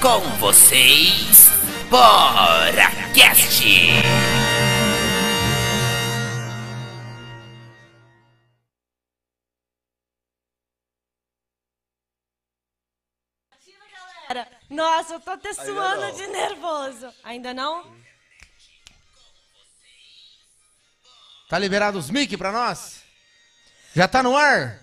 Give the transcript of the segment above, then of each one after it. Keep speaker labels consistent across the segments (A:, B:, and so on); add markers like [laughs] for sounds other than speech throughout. A: com vocês, BoraCast!
B: Cara, Nossa, eu tô até suando de nervoso. Ainda não?
C: Tá liberado os mic pra nós? Já tá no ar?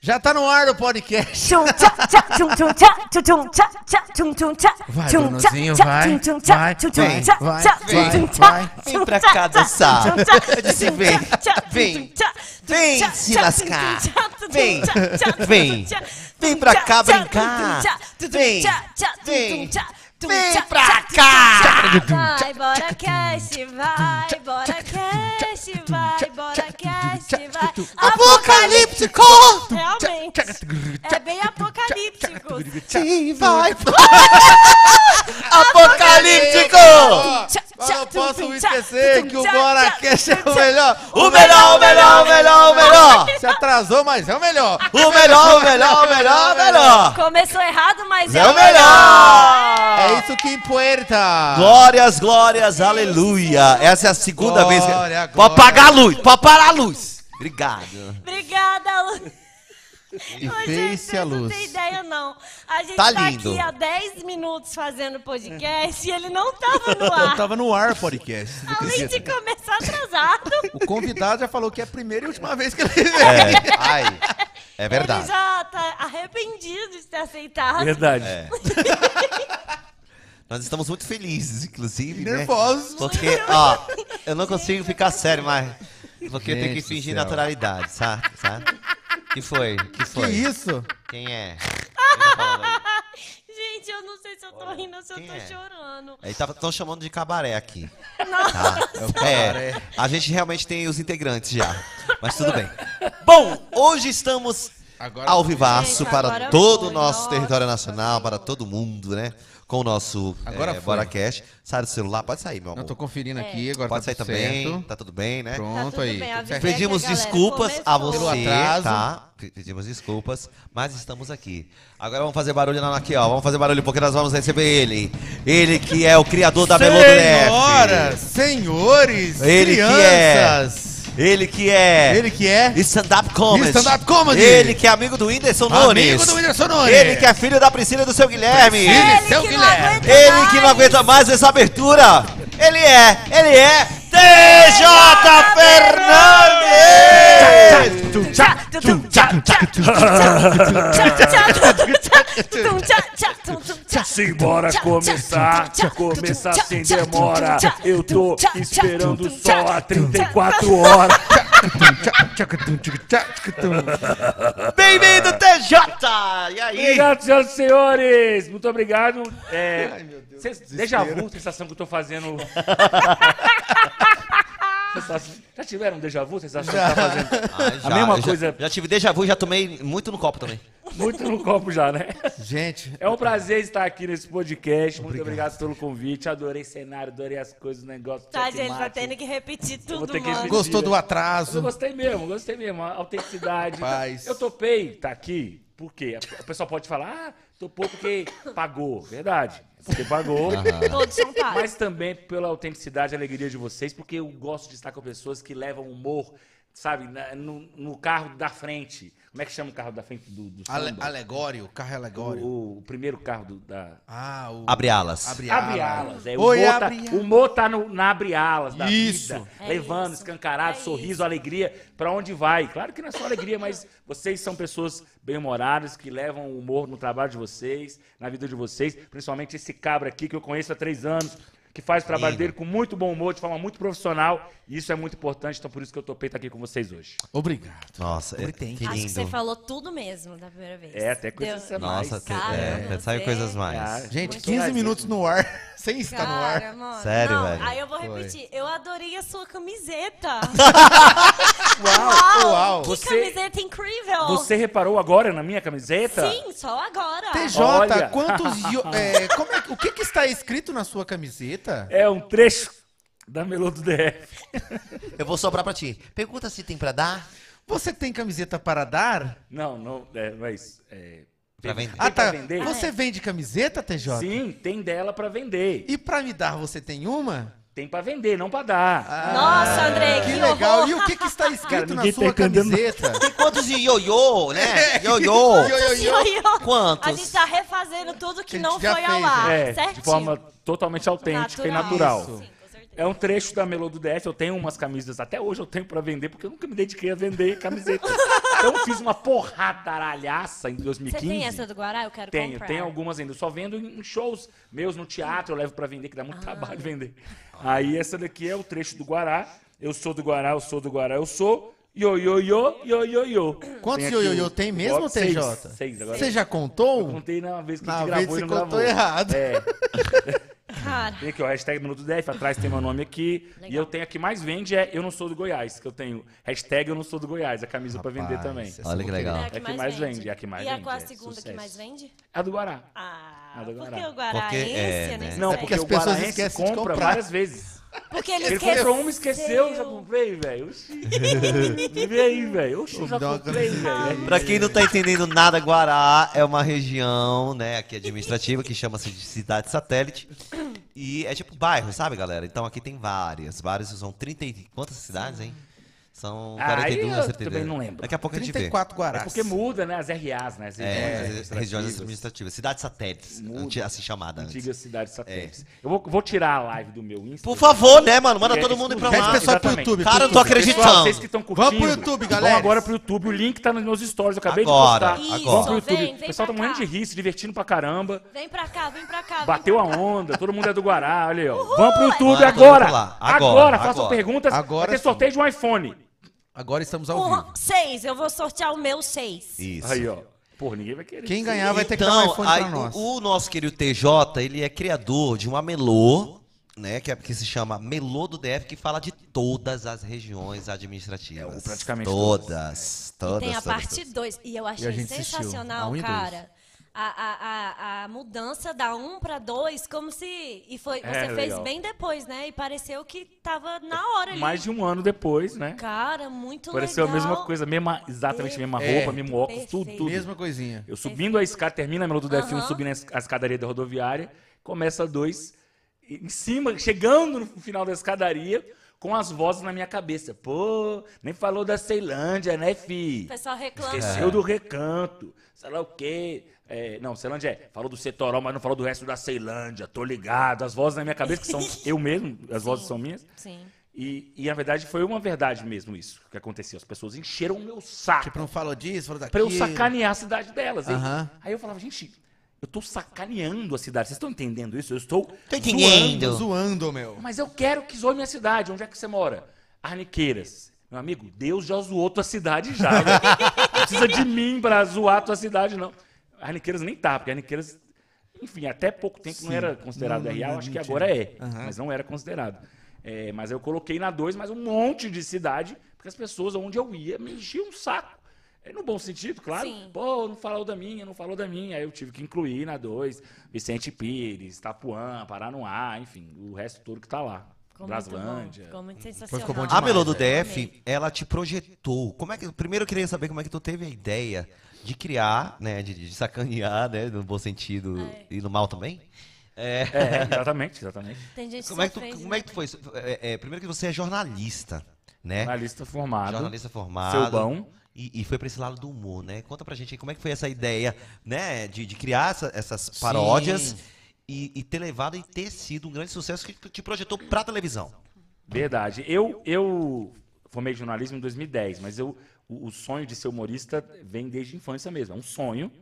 C: Já tá no ar o podcast.
D: Tchum, tchá, tchá, tchum, tchum, tchá, tchum, tchum, tchá, tchá, tchum, tchum, tchá,
C: Vai,
D: tchum,
C: Brunozinho,
D: tchá,
C: vai,
D: tchum, tchum, tchá,
C: vai,
D: tchum, tchum,
C: vem,
D: tchá,
C: vai,
D: tchá,
C: vem,
D: tchum, tchá,
C: vai.
D: tchum,
E: Vem pra
D: tchá, tchá,
E: cá dançar.
D: tchum, tchá,
E: Eu disse
D: tchum,
E: vem,
D: tchá, tchá,
E: vem.
D: tchum, tchá,
E: Vem
D: tchá,
E: se
D: tchá, tchum,
E: lascar.
D: tchum, tchá, tchum,
E: Vem.
D: tchá, tchá, tchum,
E: Vem.
D: tchá,
E: Vem
D: tchum,
E: pra
D: tchá,
E: cá
D: tchá,
E: brincar.
D: tchum, tchá, tchum,
E: Vem.
D: tchá, tchá, tchum,
E: Vem.
D: tchá, tchum,
E: Vem
D: tchá,
E: pra
D: tchá, tchum,
E: cá.
D: tchá.
C: Ah,
B: Vai, bora cast, vai, bora cast, vai, bora cast, vai.
E: Apocalíptico!
B: Realmente. É bem apocalíptico.
E: Sim, vai. Apocalíptico!
C: Eu não posso esquecer que o BoraCast é o melhor.
E: O melhor, o melhor, o melhor, o melhor!
C: Se atrasou, mas é o melhor.
E: O melhor, o melhor, o melhor, o melhor!
B: Começou errado, mas
E: É o melhor!
C: É isso que importa.
E: Glórias, glórias, aleluia! Essa é a segunda vez. que-
C: Glória,
E: Pode
C: glória.
E: apagar a luz, pode parar a luz! Obrigado.
B: Obrigada, Lu.
C: E
B: Ô, gente,
C: fez-se a
B: vocês não
C: luz.
B: tem ideia, não. A gente
E: Tá
B: tá,
E: lindo.
B: aqui há 10 minutos fazendo podcast e ele não tava no
C: Eu
B: ar.
C: tava no ar o podcast. você
B: Além de
C: acredita?
B: começar atrasado,
C: O convidado já falou que é né? a primeira e última vez que ele vem.
E: É, ai, é
B: ele
E: verdade.
B: já tá arrependido de ter aceitado.
F: Verdade.
E: É. Nós estamos muito felizes, inclusive, né?
C: Nervoso.
E: Porque, ó, eu não consigo ficar sério, mas. Porque tem que
C: Gente do
E: fingir
C: céu.
E: naturalidade, sabe? sabe? Que foi? Que
C: Que
E: foi?
C: isso?
E: Quem é? Quem tá falando aí?
B: Gente, eu não sei se eu tô rindo ou se eu
E: quem
B: tô
E: é?
B: chorando.
E: Aí estão chamando de cabaré aqui.
B: Nossa,
E: Tá?
C: cabaré.
E: É, a gente realmente tem os integrantes já. Mas tudo bem. Bom, hoje estamos
C: Agora
E: ao vivaço
B: Gente,
E: para
B: agora
E: todo
B: foi.
E: o nosso
B: Nossa,
E: território nacional, para todo mundo, né? Com o nosso
C: Agora
E: é,
C: foi.
E: BoraCast. Sai do celular, pode sair, meu amor.
C: Não, tô conferindo aqui, agora
E: Pode
C: tá
E: sair
C: tudo
E: também,
C: certo.
E: tá tudo bem, né?
B: tá
C: Pronto
B: tudo
C: aí.
B: bem,
C: tudo
B: avisei
C: certo.
B: que a
E: Pedimos
B: galera
E: desculpas a
B: começou.
E: você,
C: Pelo atraso.
E: tá? Pe- Pedimos desculpas, mas estamos aqui. Agora vamos fazer barulho na aqui, ó. Vamos fazer barulho porque nós vamos receber ele. Ele que é o criador da
C: Senhoras,
E: Melodref.
C: senhores,
E: Ele que é.
C: crianças.
E: Ele que é
C: Ele que é.
E: stand-up comedy.
C: Stand-up comedy.
E: Ele que é amigo do Whindersson
C: Amigo
E: Nunes.
C: do Whindersson Nunes.
E: Ele que é filho da Priscila e do seu Guilherme.
C: Priscila.
B: Ele
C: Seu
B: que não
C: Guilherme.
B: aguenta
E: Ele que não
B: mais.
E: aguenta mais essa abertura. Ele é, ele é TJ Fernandes.
F: Simbora começar, começar sem demora. Eu tô esperando só há
B: [laughs]
F: 34 horas.
E: Bem-vindo, TJ! E aí?
F: Obrigado, senhoras e senhores. Muito obrigado. É, cês- déjà vu, a sensação que eu tô fazendo. Sensação- Já tiveram um déjà vu, sensação que tá fazendo?
E: Ah, já,
F: A mesma
E: eu já-
F: coisa.
E: Já, tive déjà vu e já tomei muito no copo também.
F: Muito no copo já, né?
C: Gente,
F: É um prazer estar aqui nesse podcast. Muito obrigado pelo convite. Adorei o cenário, adorei as coisas, o negócio.
B: Tá,
F: checkmate.
B: gente, tá tendo que repetir
F: vou
B: tudo,
F: ter que
B: mano.
F: repetir.
C: gostou do
F: Mas eu
C: atraso?
F: gostei mesmo, gostei mesmo. A autenticidade.
C: Rapaz.
F: Eu topei tá aqui, por quê? O pessoal pode falar, ah, topou porque pagou. Verdade. É Porque pagou.
B: Todos são pais.
F: Mas também pela autenticidade e alegria de vocês, porque eu gosto de estar com pessoas que levam humor, sabe, na- no, no carro da frente. Como é que chama o carro da frente do, do
C: Ale
F: samba?
C: alegório, carro alegório.
F: o, o primeiro carro do, da...
C: Ah, o...
E: Abre alas.
C: Abre
F: Abre
C: alas.
F: alas. É, o
C: Oi,
F: humor tá,
C: abre
F: o humor tá no, na abre alas da
C: Isso.
F: vida.
B: É
F: levando,
B: isso.
F: escancarado,
B: É
F: sorriso,
B: isso.
F: alegria. Pra onde vai? Claro que não é só alegria, mas vocês são pessoas bem-humoradas, que levam o humor no trabalho de vocês, na vida de vocês. Principalmente esse cabra aqui que eu conheço há três anos. Que faz o trabalho dele com muito bom humor, de forma muito profissional. E isso é muito importante, então por isso que eu topei estar aqui com vocês hoje.
C: Obrigado.
E: Nossa, é, que
C: Pretende.
E: lindo.
B: Acho que você falou tudo mesmo da primeira vez.
F: É, até coisas
B: Deu-
F: a mais.
E: Nossa,
B: Cara,
E: é,
B: você-
E: sabe coisas mais.
F: Cara.
C: Gente,
F: Muito
C: 15
F: legal.
C: minutos no ar, [laughs] sem estar no
B: Cara,
C: ar.
B: mano.
E: Sério,
B: não,
E: velho?
B: Aí eu vou repetir. Eu adorei a sua camiseta.
C: Uau, uau.
B: Que
F: Você-
B: camiseta incrível.
F: Você reparou agora na minha camiseta?
B: Oh. Sim, só agora.
C: TJ,
F: Olha.
C: quantos...
F: [laughs]
C: io- é, como é que- o que que está escrito na sua camiseta?
F: É um trecho da Melô do DF.
E: Eu vou sobrar pra ti. Pergunta se tem pra dar.
C: Você tem camiseta para dar?
F: Não, não, é, mas. É,
E: Pra vender.
G: Ah, tá.
F: pra vender?
G: Você vende camiseta, TJ?
F: Sim, tem dela pra vender.
G: E pra me dar, você tem uma?
F: Tem pra vender, não pra dar.
G: Ah.
B: Nossa, André, que,
G: Que legal.
B: horror.
G: E o que, que está escrito
F: Cara,
G: na
F: ninguém tá
G: sua
F: entendendo.
G: camiseta? É.
E: Tem quantos de ioiô,
F: [laughs]
E: né? Ioiô.
B: A gente
E: Quantos?
B: tá refazendo tudo que
G: Que
B: não
G: já
B: foi ao
G: fez, né?
B: ar,
F: É,
B: Ah, certinho.
F: de forma totalmente autêntica e natural.
G: Isso.
B: Sim, com certeza.
F: É um trecho da Melô do DF, eu tenho umas camisas, até hoje eu tenho pra vender, porque eu nunca me dediquei a vender camiseta.
B: [laughs]
F: então eu fiz uma porrada aralhaça em
B: Você
F: 2015.
B: tem essa do Guará? Eu quero
F: Tenho,
B: comprar.
F: tenho algumas ainda. Eu só vendo em shows meus no teatro, eu levo pra vender, que dá muito trabalho vender. Aí essa daqui é o trecho do Guará. Eu sou do Guará, eu sou do Guará, eu sou. Yo, yo, yo, yo, yo, yo.
G: Quantos
F: aqui
G: ioiô
F: o-
G: tem mesmo,
F: o- seis,
G: TJ?
F: Seis, agora.
G: Você já
F: Eu
G: contou? um?
F: contei na vez que a
G: Na
F: gente
G: vez
F: gravou
G: você
F: e não
G: contou
F: gravou.
G: errado.
F: É.
B: Cara, é
F: Tem aqui, ó, hashtag Minuto DF, atrás tem meu nome aqui. E eu tenho a que mais vende é Eu Não Sou do Goiás, que eu tenho hashtag Eu Não Sou do Goiás, a camisa pra vender também.
G: Rapaz,
E: Olha que
B: é
E: legal.
B: a que,
F: É
B: mais, vende.
F: é a que mais
B: e
F: vende,
B: E qual a
F: é
B: segunda que
F: sucesso.
B: mais vende?
F: É a do Guará.
B: Ah,
F: A do
B: porque
F: Guará.
B: o Guará
E: Porque é, né?
B: né?
F: Não,
G: porque
F: porque,
G: as
F: o
G: pessoas
F: Guará
G: esquecem de
F: compra
G: comprar.
F: várias vezes.
B: Porque ele,
F: Ele
B: esqueceu.
F: comprou uma, esqueceu, já comprei,
B: [laughs]
F: velho. Oxi. Vê aí, velho. Oxi, eu já
G: Dá uma
F: comprei, velho.
E: Pra quem não tá entendendo nada, Guará é uma região, né, aqui administrativa, que chama-se de cidade satélite. E é tipo bairro, sabe, galera? Então aqui tem várias. Várias são 30 e... Quantas cidades, hein? São
F: Ah,
E: 42,
F: eu
E: 72.
F: também não lembro.
E: Daqui a pouco a gente vê.
G: 34 guarás.
F: É porque muda, né? As RAs, né? As
E: É, as
F: regiões
E: regiões
F: administrativas.
E: administrativas. Cidades satélites,
F: Muda.
E: anti- assim chamada antes.
F: Antigas cidades satélites. Eu vou, vou tirar a live do meu Insta. é
E: Por favor, né, mano? Manda todo mundo ir pra
F: Pede
E: lá.
G: Pede pessoal pro
F: Exatamente.
G: YouTube.
E: Cara,
G: pro
E: eu tô
G: YouTube.
E: acreditando.
F: Pessoal, vocês que estão curtindo.
G: Vamos pro YouTube, galera.
F: Vão agora pro YouTube. O link tá nos meus stories. Eu acabei
E: Agora,
F: de
B: Isso,
F: postar.
E: agora.
F: Vamos pro YouTube.
B: vem, vem
F: o pessoal tá
B: pra
F: morrendo de
B: cá.
F: rir, se divertindo pra caramba.
B: Vem pra cá, vem pra cá. vem
F: Bateu a
B: pra cá.
F: onda. Todo mundo é do Guará. Olha aí, ó. Vamos pro YouTube
E: Bora, todo mundo
F: agora.
E: pra lá.
F: Agora,
E: Agora,
F: façam
E: agora.
F: perguntas.
G: Agora
F: vai ter
G: sim.
F: sorteio de um iPhone.
G: Agora estamos ao
B: Um,
G: vivo.
B: seis, eu vou sortear o meu seis.
E: Isso.
F: Aí, ó. Porra, ninguém vai querer.
G: Quem ganhar vai ter que dar um
E: Então,
G: iPhone
E: aí,
G: pra nós.
E: o, o nosso querido TJ, ele é criador de uma melô, né, que, é, que se chama Melô do DF, que fala de todas as regiões administrativas.
F: É, praticamente
E: todas. Todas,
B: Tem a
E: todas,
B: parte
E: todas.
B: 2. E eu
G: E a
B: achei
G: gente assistiu, a
B: sensacional,
G: um e dois.
B: cara. A, a, a, a mudança da 1 um pra 2, como se. E foi,
F: É,
B: você fez
F: legal.
B: bem depois, né? E pareceu que tava na hora ali.
F: Mais de um ano depois, né?
B: Cara, muito
F: Pareceu
B: legal.
F: a mesma coisa, mesma, exatamente a mesma
G: É.
F: roupa, mesmo óculos, tudo,
B: Perfeito.
F: tudo.
G: Mesma coisinha.
F: Eu subindo a escada, termina a Melô do DF1,
B: Aham.
F: subindo a es- a escadaria da rodoviária, começa a dois, e em cima, chegando no final da escadaria, com as vozes na minha cabeça. Pô, nem falou da Ceilândia, né, fi?
B: O pessoal reclama.
G: É.
F: Esqueceu do recanto, sei lá o quê. É, não, Ceilândia é, falou do setorol, mas não falou do resto da Ceilândia, tô ligado. As vozes na minha cabeça,
G: [laughs]
F: que são eu mesmo, as vozes são minhas.
B: Sim.
F: E, e, na verdade, foi uma verdade mesmo isso que aconteceu. As pessoas encheram o meu saco.
G: Tipo, não falou disso, falou
F: Pra
G: daquilo.
F: eu sacanear a cidade delas. hein?
G: Aham.
F: Aí eu falava, gente, eu tô sacaneando a cidade. Vocês estão entendendo isso? Eu estou.
E: Tô
F: zoando.
E: entendendo.
G: Zoando, meu.
F: Mas eu quero que zoe minha cidade. Onde é que você mora? Arniqueiras. Meu amigo, Deus já zoou tua cidade já. né? Não precisa de mim pra zoar tua cidade, não. Arniqueiras nem tá, porque Arniqueiras. Enfim, até pouco tempo não era considerado
G: Não,
F: RA,
G: não, não,
F: eu acho
G: não
F: que
G: tinha.
F: agora é, mas não era considerado. É, mas eu coloquei na 2, mas um monte de cidade, porque as pessoas onde eu ia me enchiam um saco. É no bom sentido, claro.
B: Sim.
F: Pô, não falou da minha, não falou da minha. Aí eu tive que incluir na 2, Vicente Pires, Tapuã, Paranoá, enfim, o resto todo que tá lá.
B: Ficou muito bom.
F: Braslândia.
B: Ficou muito sensacional.
G: ficou bom
E: A
G: demais,
E: Melô Ah, do
B: velho.
E: DF, ela te projetou. Como é que, primeiro eu queria saber como é que tu teve a ideia de criar, né, de, de sacanear, né, no bom sentido e no mal também. É,
F: É, exatamente, exatamente.
B: [laughs] Tem gente
E: Como é que
B: se
E: tu,
B: ofende,
E: como é
B: né?
E: que tu foi? isso? É, é, primeiro que você é jornalista, né?
F: Jornalista formado.
E: Jornalista formado.
F: Seu bom.
E: E, e foi pra esse lado do humor, né? Conta pra gente aí como é que foi essa ideia, né? De, de criar essa- essas paródias e, e ter levado e ter sido um grande sucesso que te projetou pra televisão.
F: Verdade. Eu, eu formei jornalismo em 2010, mas eu, o, o sonho de ser humorista vem desde a infância mesmo. É um sonho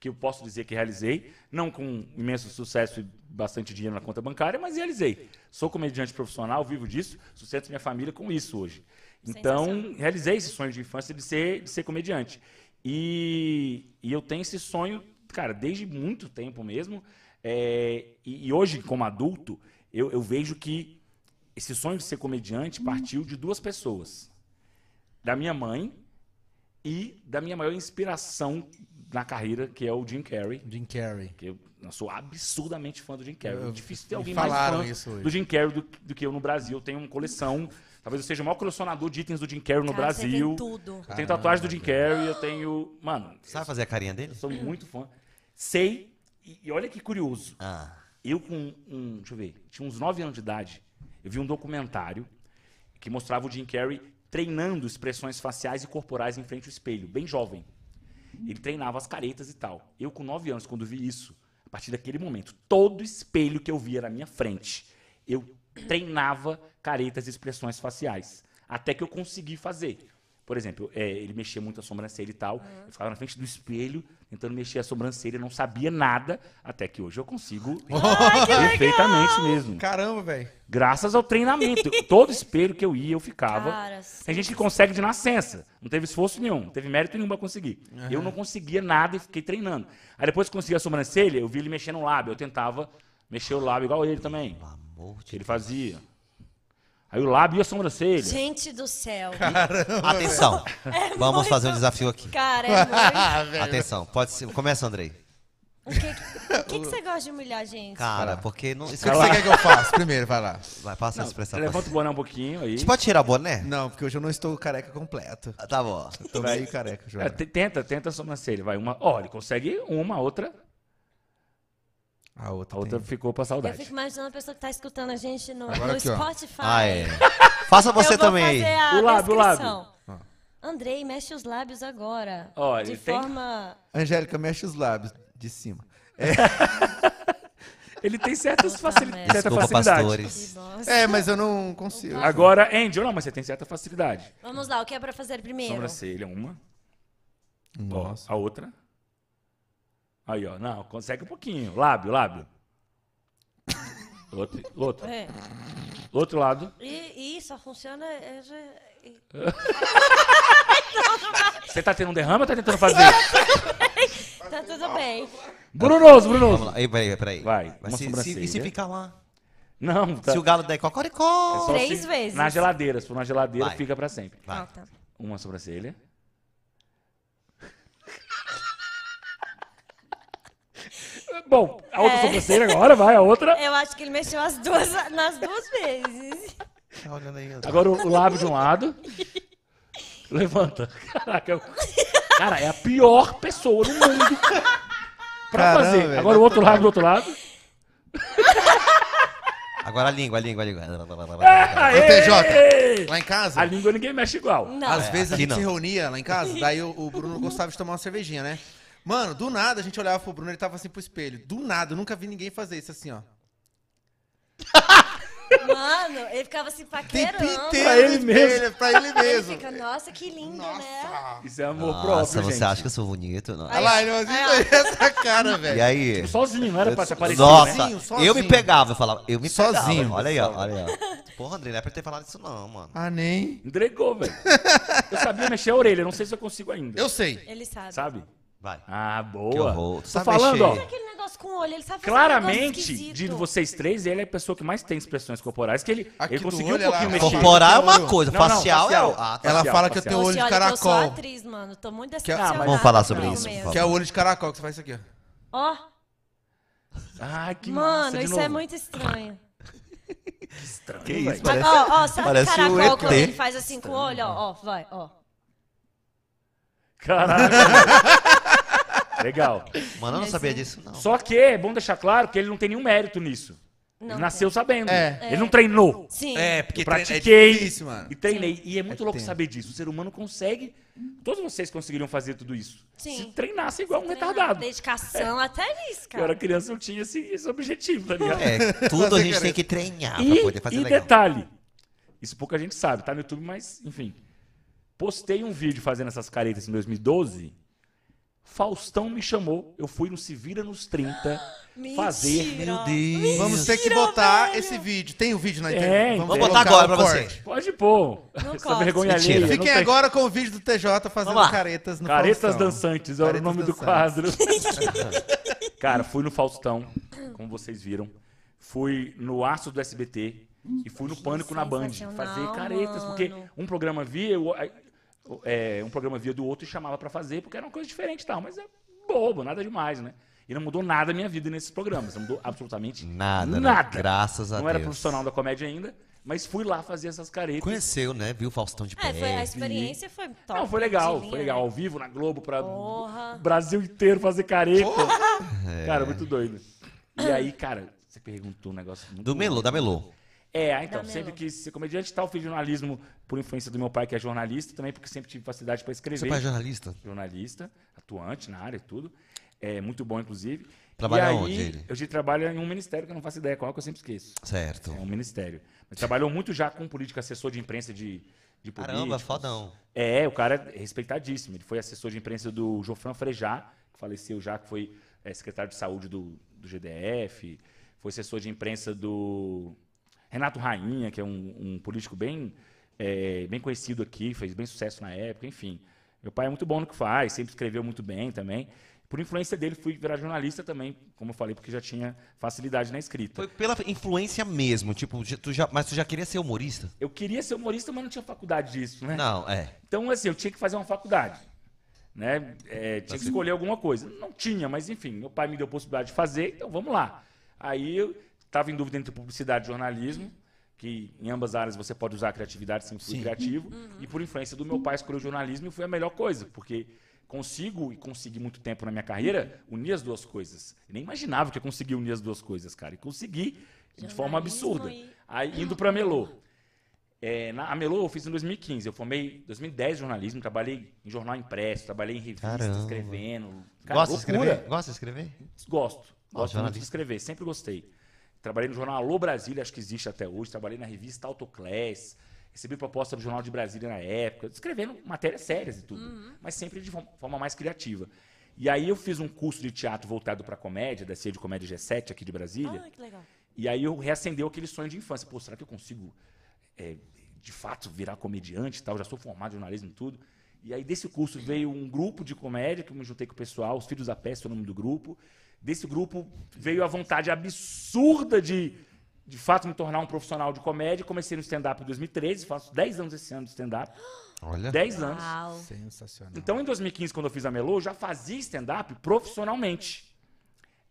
F: que eu posso dizer que realizei, não com imenso sucesso e bastante dinheiro na conta bancária, mas realizei. Sou comediante profissional, vivo disso, sustento minha família com isso hoje. Então,
B: Sensacional.
F: realizei esse sonho de infância de ser, de ser comediante. E, e eu tenho esse sonho, cara, desde muito tempo mesmo. É, e, e hoje, como adulto, eu, eu vejo que esse sonho de ser comediante partiu de duas pessoas. Da minha mãe e da minha maior inspiração na carreira, que é o Jim Carrey.
G: Jim Carrey.
F: Que eu, eu sou absurdamente fã do Jim Carrey.
G: Eu-
F: Difícil ter
G: me
F: alguém
G: falaram
F: mais fã
G: isso hoje.
F: do Jim Carrey do, do que eu no Brasil. Eu tenho uma coleção. Talvez eu seja o maior colecionador de itens do Jim Carrey no
B: Cara, você tem
F: Brasil.
B: tudo.
F: Eu tenho tatuagem do Jim Carrey, eu tenho. Mano,
E: Sabe fazer a carinha dele?
F: eu sou muito fã. Sei, e, e olha que curioso.
E: Ah.
F: Eu com um, deixa eu ver, tinha uns 9 anos de idade, eu vi um documentário que mostrava o Jim Carrey treinando expressões faciais e corporais em frente ao espelho, bem jovem. Ele treinava as caretas e tal. Eu com 9 anos, quando vi isso, a partir daquele momento, todo espelho que eu via na minha frente, eu treinava caretas e expressões faciais, até que eu consegui fazer. Por exemplo, é, ele mexia muito a sobrancelha e tal. Eu ficava na frente do espelho, tentando mexer a sobrancelha, não sabia nada, até que hoje eu consigo perfeitamente mesmo.
G: Caramba, velho.
F: Graças ao treinamento. Todo espelho que eu ia, eu ficava.
B: Cara,
F: Tem gente que consegue de nascença. Não teve esforço nenhum, não teve mérito nenhum pra conseguir. Eu não conseguia nada e fiquei treinando. Aí depois que consegui a sobrancelha, eu vi ele mexendo o lábio. Eu tentava mexer o lábio igual ele também.
E: Pelo Ah, amor de
F: Que ele fazia. Aí o lábio e a sobrancelha.
B: Gente do
E: [laughs]
B: céu. É
E: Atenção. Vamos fazer um desafio
F: [laughs]
E: aqui.
B: Cara, é
E: [laughs]
B: muito...
G: Ah, velho.
E: Atenção. Pode ser. Começa, Andrei.
B: O que, o que que você gosta de humilhar, gente?
E: Cara, porque não. Isso
G: O que você quer que eu faça? Primeiro, vai lá.
E: Vai, passa essa expressão. pra
F: Levanta
E: você.
F: o boné um pouquinho aí.
E: Você pode tirar o boné?
G: Não, porque hoje eu não estou careca completo.
E: Ah, Tá bom.
G: Tô meio careca já.
F: É, te- tenta, tenta a sobrancelha. Vai uma. Ó, ele consegue uma, outra.
G: A outra.
F: A outra
G: tem.
F: ficou pra
B: Eu
F: saudade.
B: fico imaginando a pessoa que tá escutando a gente no,
G: Agora
B: no
G: aqui, ó.
B: Spotify.
E: Ah, é. Faça você
B: eu
E: também
B: Vou fazer
E: aí.
B: a
F: O lábio, o
B: descrição.
F: lábio.
B: Andrei, mexe os lábios agora.
F: Ó,
B: de
F: ele tem-
B: forma.
G: Angélica, mexe os lábios de cima.
F: Ele tem certas
B: Puta
F: facili-
B: merda.
F: certa
E: Desculpa,
F: facilidade.
E: pastores.
G: É, mas eu não consigo.
F: Agora, Angel, não, mas você tem certa facilidade.
B: Vamos lá, o que é pra fazer primeiro?
F: Sobrancelha, uma. Ó,
G: Nossa.
F: a outra. Aí, ó. Não, consegue um pouquinho. Lábio, lábio. Outro, outro.
B: É.
F: Outro lado.
B: E, e só funciona. é, já- e-
F: Você tá tendo um derrame ou tá tentando fazer?
B: Tá tudo bem.
E: Vamos
F: Brunoso, Brunoso.
E: lá. Ei, peraí, peraí.
F: Vai,
E: Mas
F: uma
E: se- se-
F: sobrancelha.
E: e se ficar lá?
F: Não, tá.
E: Se o galo der cocoricó.
F: Só
B: Três
F: se-
B: vezes.
F: Na geladeira. Se for na geladeira,
E: Vai.
F: fica pra sempre.
E: Vai.
B: Ah, tá. [laughs]
F: Uma sobrancelha. Bom, a outra
B: É.
F: sobrancelha agora, vai, a outra.
B: Eu acho que ele mexeu as duas, nas duas
G: [laughs]
B: vezes.
E: Tá olhando aí. André.
F: Agora o o lábio de
E: [laughs]
F: um lado. Levanta. Caraca. eu- Cara, é a pior pessoa do mundo pra
G: Caramba,
F: fazer.
G: velho.
F: Agora o outro lábio do outro lado.
E: Agora a língua, a língua, a língua.
G: Ô, TJ,
F: Aê!
G: lá em casa,
F: A língua ninguém mexe igual.
B: Não.
G: às vezes
E: É,
G: a
E: aqui
G: gente
E: não.
G: se reunia lá em [laughs] casa, daí o, o Bruno gostava de tomar uma cervejinha, né? Mano, do nada a gente olhava pro Bruno, ele tava assim pro espelho. Do nada, eu nunca vi ninguém fazer isso assim, ó.
B: Mano, ele ficava se
G: Tempo
B: paquerando.
G: inteiro
F: Pra ele
G: no
F: mesmo.
G: espelho, é pra [laughs] ele
B: Ele
G: mesmo.
B: fica, nossa, que lindo, né?
G: Nossa.
F: Isso é amor
E: Nossa,
F: próprio,
E: você
F: gente.
E: acha que eu sou bonito? Não.
G: Olha lá, ele fazia [laughs] essa cara,
E: E
G: velho.
E: aí?
F: Sozinho, não era pra se aparecer, né?
E: Nossa,
G: Sozinho, sozinho.
E: eu me pegava, eu falava, eu me pegava.
G: Sozinho.
E: Olha aí, ó, olha aí, ó. Porra, André, não é pra ter falado isso não, mano.
G: Ah, nem.
F: Entregou,
G: [laughs]
F: velho. Eu sabia mexer a orelha, não sei se eu consigo ainda.
G: Eu sei.
B: Ele sabe.
F: Sabe?
E: Vai.
F: Ah, boa.
E: Que horror. Tu
F: Tô
E: sabe
F: falando,
E: mexer.
F: ó.
G: Tá
B: Aquele negócio com o olho, ele sabe fazer um negócio
F: Claramente,
B: esquisito.
F: de vocês três, ele é a pessoa que mais tem expressões corporais, que ele,
G: Aqui
F: ele
G: do
F: conseguiu um
G: olho, ela-
F: pouquinho mexer.
E: Corporal é uma
G: Não,
E: coisa,
F: não,
E: facial, é
F: facial.
E: o. Ah, tá.
G: Ela
F: Facial,
G: fala que eu
F: facial.
G: tenho olho
B: Gente,
G: de
B: Então, assim, olha que eu sou
G: caracol.
B: atriz, mano. Tô muito
G: é-
B: decepcionada.
E: Vamos falar sobre
B: com
E: isso, por
B: mesmo.
E: favor.
G: Que é o olho de caracol que você faz isso aqui, ó.
B: Ó,
F: Ah, que massa,
B: mano,
F: de
B: isso
F: novo.
B: é muito estranho.
F: estranho.
E: Que
F: velho.
E: isso, parece.
B: ó, ó, sabe
E: parece
B: o caracol
E: o ET.
B: quando ele faz assim com o olho? Ó, ó, vai, ó.
F: Caraca. Legal.
E: Mano, eu não sabia disso, não.
F: Só que é bom deixar claro que ele não tem nenhum mérito nisso.
B: Não
F: ele nasceu sabendo.
G: É.
F: Ele não treinou.
B: Sim.
C: É,
G: porque
F: Eu
E: é
F: pratiquei e
G: mano.
F: treinei. E é muito louco
G: tenso.
F: saber disso. O ser humano consegue. Todos vocês conseguiriam fazer tudo isso.
B: Sim.
F: Se treinasse igual um
B: Treinar,
F: retardado. É.
B: Dedicação até isso,
F: Eu era
B: cara.
F: criança, eu tinha esse, esse objetivo, tá ligado?
E: É, tudo a gente tem que treinar Ah, pra poder fazer
F: e
E: legal.
F: detalhe, isso pouca gente sabe, tá no YouTube, mas enfim. Postei um vídeo fazendo essas caretas em 2012. Faustão me chamou, eu fui no Se Vira nos 30 fazer.
B: Mentira.
E: Deus.
G: Vamos ter que botar esse vídeo. Tem o vídeo na internet?
F: Tem,
E: Vamos
F: tem.
E: botar
G: colocar
E: agora
G: o
E: pra
G: corte.
E: você.
F: Pode pôr.
B: Não
F: Essa
B: corta.
F: vergonha
E: Mentira.
F: alheira. não
G: Fiquem
F: tem-
G: agora com o vídeo do TJ
E: Vamos
G: fazendo
E: lá.
G: caretas no
F: Caretas
G: Faustão.
F: dançantes era
G: Caretas
F: o nome
G: dançantes.
F: do
G: [laughs]
F: quadro. Cara, fui no Faustão, como vocês viram. Fui no Aço do SBT e fui no Pânico na Band. Fazer
B: sensacional,
F: caretas, porque
B: mano.
F: um programa via, o- é, um programa via do outro e chamava pra fazer, porque era uma coisa diferente e tal. Mas é bobo, nada demais, né? E não mudou nada a minha vida nesses programas. Não mudou absolutamente
E: Nada, né?
F: nada.
E: Graças a
F: Não era
E: Deus.
F: profissional da comédia ainda, mas fui lá fazer essas caretas.
E: Conheceu, né? Viu o Faustão de
B: É,
E: pé.
B: foi, a experiência foi top.
F: Não, foi legal,
B: Divinha,
F: foi
B: né?
F: legal. Ao vivo, na Globo, pra
B: Porra.
F: o Brasil inteiro fazer careta. [laughs] Cara,
E: É.
F: muito doido. E aí, cara, você perguntou um negócio muito
E: Do Melô, da Melô.
F: É, ah, então,
B: Da
F: sempre
B: Melô.
F: quis ser comediante e tal, fiz jornalismo por influência do meu pai, que é jornalista, também porque sempre tive facilidade pra escrever.
E: Seu pai é jornalista?
F: Jornalista, atuante na área e tudo. É muito bom, inclusive.
E: Trabalha
F: e aí,
E: onde ele?
F: Eu já trabalho em um ministério que eu não faço ideia qual, que eu sempre esqueço.
E: Certo.
F: É um ministério. Mas trabalhou muito já com política, assessor de imprensa de, de
E: Caramba,
F: políticos.
E: fodão.
F: É, o cara é respeitadíssimo. Ele foi assessor de imprensa do Jofran Frejá, que faleceu já, que foi é, secretário de saúde do, do GDF. Foi assessor de imprensa do Renato Rainha, que é um, um político bem, é, bem conhecido aqui, fez bem sucesso na época, enfim. Meu pai é muito bom no que faz, sempre escreveu muito bem também. Por influência dele, fui virar jornalista também, como eu falei, porque já tinha facilidade na escrita.
E: Foi pela influência mesmo, tipo, já- tu já, mas tu já queria ser humorista?
F: Eu queria ser humorista, mas não tinha faculdade disso, né?
E: Não, é.
F: Então, assim, eu tinha que fazer uma faculdade. Né? É, tinha que escolher alguma coisa. Não tinha, mas enfim, meu pai me deu a possibilidade de fazer, então vamos lá. Aí eu estava em dúvida entre publicidade e jornalismo, que em ambas áreas você pode usar a criatividade sem ser
E: Sim.
F: criativo.
B: Uhum.
F: E por influência do meu pai, escolhi o jornalismo e foi a melhor coisa, porque consigo e consegui muito tempo na minha carreira unir as duas coisas. Eu nem imaginava que eu conseguia unir as duas coisas, cara. E consegui de forma
B: Jornalismo
F: absurda.
B: e-
F: Aí indo para Melô. É, na, a Melô eu fiz em 2015. Eu formei em 2010 jornalismo, trabalhei em jornal impresso, trabalhei em revista,
E: Caramba.
F: escrevendo.
E: Gosta de
F: loucura.
E: escrever? Gosta de escrever?
F: Gosto. Gosto muito de
E: jornalista.
F: escrever, sempre gostei. Trabalhei no jornal Alô Brasília, acho que existe até hoje. Trabalhei na revista Autoclass. Recebi proposta do Jornal de Brasília na época, escrevendo matérias sérias e tudo, mas sempre de fo- forma mais criativa. E aí eu fiz um curso de teatro voltado para comédia, da Cia de Comédia G7 aqui de Brasília.
B: Ah, que legal.
F: E aí eu reacendeu aquele sonho de infância. Pô, será que eu consigo, é, de fato, virar comediante e tal? Já sou formado em jornalismo e tudo. E aí desse curso veio um grupo de comédia que eu me juntei com o pessoal, os Filhos da Peste é o nome do grupo. Desse grupo veio a vontade absurda de, de fato, me tornar um profissional de comédia. Comecei no stand-up em 2013, faço 10 anos esse ano de stand-up.
E: Olha.
F: 10 anos.
B: Uau.
G: Sensacional.
F: Então, em 2015, quando eu fiz a Melô, eu já fazia stand-up profissionalmente.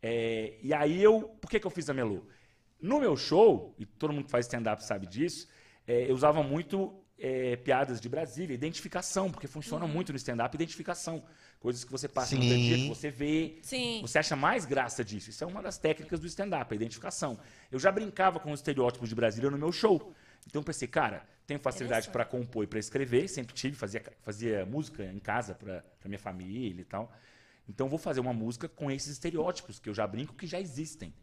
F: É, e aí eu. Por que, que eu fiz a Melô? No meu show, e todo mundo que faz stand-up sabe disso, é, eu usava muito é, piadas de Brasília, identificação, porque funciona muito no stand-up identificação. Coisas que você passa no dia a dia,
E: Sim.
F: que você vê,
B: Sim.
F: você acha mais graça disso? Isso é uma das técnicas do stand-up, a identificação. Eu já brincava com os estereótipos de Brasília no meu show. Então eu pensei, cara, tenho facilidade para compor e para escrever, sempre tive, fazia, fazia música em casa para minha família e tal. Então eu vou fazer uma música com esses estereótipos que eu já brinco que já existem.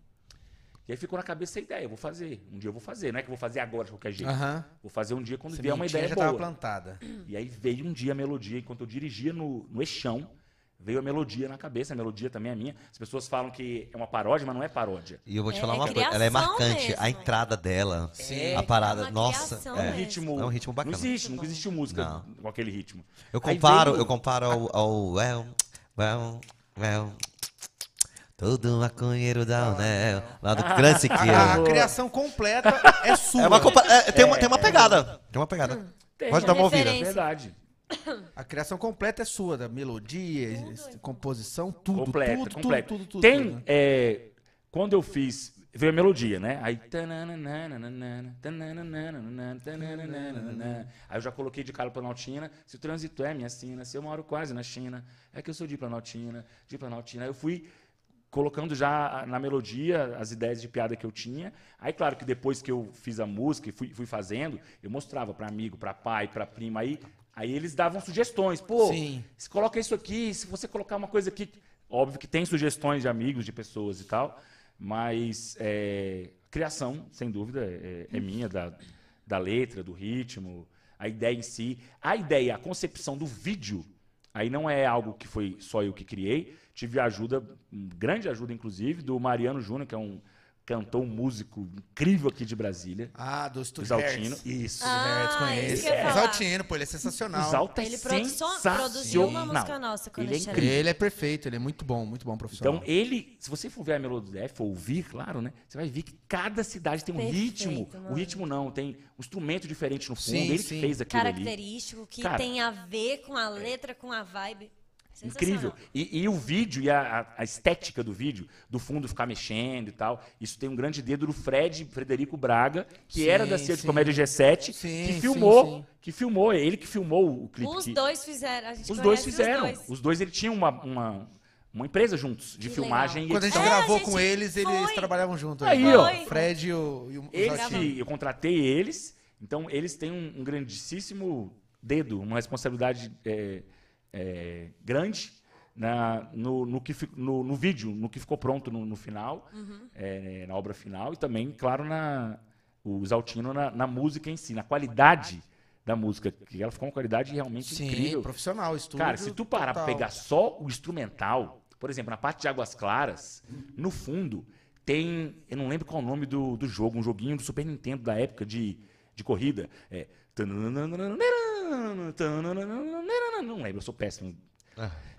F: E aí ficou na cabeça a ideia, eu vou fazer, um dia eu vou fazer, não é que eu vou fazer agora de qualquer jeito.
G: Aham.
F: Vou fazer um dia quando vier
G: Sementinha
F: uma ideia
G: já
F: boa.
G: tava plantada.
F: E aí veio um dia a melodia, enquanto eu dirigia no, no Eixão, veio a melodia na cabeça, a melodia também é minha. As pessoas falam que é uma paródia, mas não é paródia.
E: E eu vou te
B: É-
E: falar
B: é
E: uma coisa, ela é
B: criação
E: marcante.
B: mesmo.
E: A entrada dela,
G: Sim.
E: a
B: É
E: parada,
B: uma
E: nossa.
B: criação
F: É um
E: É.
B: mesmo.
F: ritmo.
E: É um ritmo bacana.
F: Não existe, nunca existiu música
E: Não.
F: com aquele ritmo.
E: Eu
F: Aí
E: comparo,
F: veio-
E: eu comparo ao, ao é, um, well, well, well. é, um, Todo maconheiro dá um né, lá do Grand
F: é
G: A,
C: Ah,
G: a
E: Siqueira.
G: criação completa
F: [laughs]
G: é sua.
E: É uma compa- é, tem uma tem uma pegada, tem uma pegada.
F: Tem
E: Pode dar uma ouvida.
F: É verdade.
G: A criação completa é sua, da melodia, es- es- composição, tudo.
F: completa,
G: tudo,
F: completa.
G: Tudo, tudo, tudo.
F: Tem,
G: tudo, né?
F: é, quando eu fiz, veio a melodia, né? Aí... tananana, tananana, tananana. Aí eu já coloquei de cara Planaltina, se o trânsito é minha sina, se eu moro quase na China, é que eu sou de Planaltina, de Planaltina. Aí eu fui colocando já a- na melodia as ideias de piada que eu tinha. Aí, claro que depois que eu fiz a música e fui, fui fazendo, eu mostrava para amigo, para pai, para prima. Aí, aí eles davam sugestões. Pô,
G: Sim.
F: se coloca isso aqui, se você colocar uma coisa aqui. Óbvio que tem sugestões de amigos, de pessoas e tal, mas é, a criação, sem dúvida, é, é minha, da, da letra, do ritmo, a ideia em si. A ideia, a concepção do vídeo, aí não é algo que foi só eu que criei. Tive ajuda, um, grande ajuda, inclusive, do Mariano Júnior, que é um cantor, um músico incrível aqui de Brasília.
G: Ah, do Studio
F: Exaltino.
G: Hertz.
F: Isso.
B: Ah, isso que eu ia falar.
G: Exaltino, pô, ele é sensacional.
F: Exalta é
B: Ele produ- só produziu uma música nossa quando
F: Ele é
B: eu cheguei.
F: incrível.
G: Ele é perfeito, ele é muito bom, muito bom profissional.
F: Então, ele, se você for ver a melodia F, ouvir, claro, né? Você vai ver que cada cidade tem um
B: Perfeito,
F: ritmo.
B: mano.
F: O ritmo não, tem um instrumento diferente no fundo.
G: Sim,
F: ele
G: sim.
F: que fez aquilo ali.
B: Característico, que
F: Cara,
B: tem a ver com a letra, com a vibe.
F: Incrível. E, e o vídeo, e a, a- a estética do vídeo, do fundo ficar mexendo e tal, isso tem um grande dedo do Fred Frederico Braga, que
C: Sim,
F: era da Cia de
C: sim.
F: Comédia
C: Sim,
F: G7, que
C: sim,
F: filmou,
C: sim.
F: que filmou, é ele que filmou o clipe.
B: Os
F: que-
B: dois fizeram. A gente
F: os dois
B: conhece
F: fizeram.
B: Os
F: Os
B: dois.
F: dois, eles tinham uma, uma, uma empresa juntos de
B: Que
F: filmagem
B: legal.
G: Quando a
F: e
G: gente
F: edição.
B: É,
G: gravou
B: gente,
G: com eles, eles
B: foi.
G: trabalhavam junto.
F: Aí,
G: né?
B: ó.
G: O Fred e o, e o
F: Eles
G: Jotinho.
F: que eu contratei eles, então eles têm um, um grandíssimo dedo, uma responsabilidade é, é, grande na- no, no que, fi- no, no vídeo, no que ficou pronto no, no final, é, na obra final, e também, claro, na, o Zaltino na, na música em si, na qualidade da música, que ela ficou uma qualidade realmente
C: Sim,
F: incrível.
G: Profissional, estúdio.
F: Cara, se tu parar pra
G: total.
F: pegar assim, só o instrumental, por exemplo, na parte de Águas Claras, no fundo tem, eu não lembro qual é o nome do, do jogo, um joguinho do Super Nintendo da época de, de corrida. É. Não lembro, eu sou péssimo.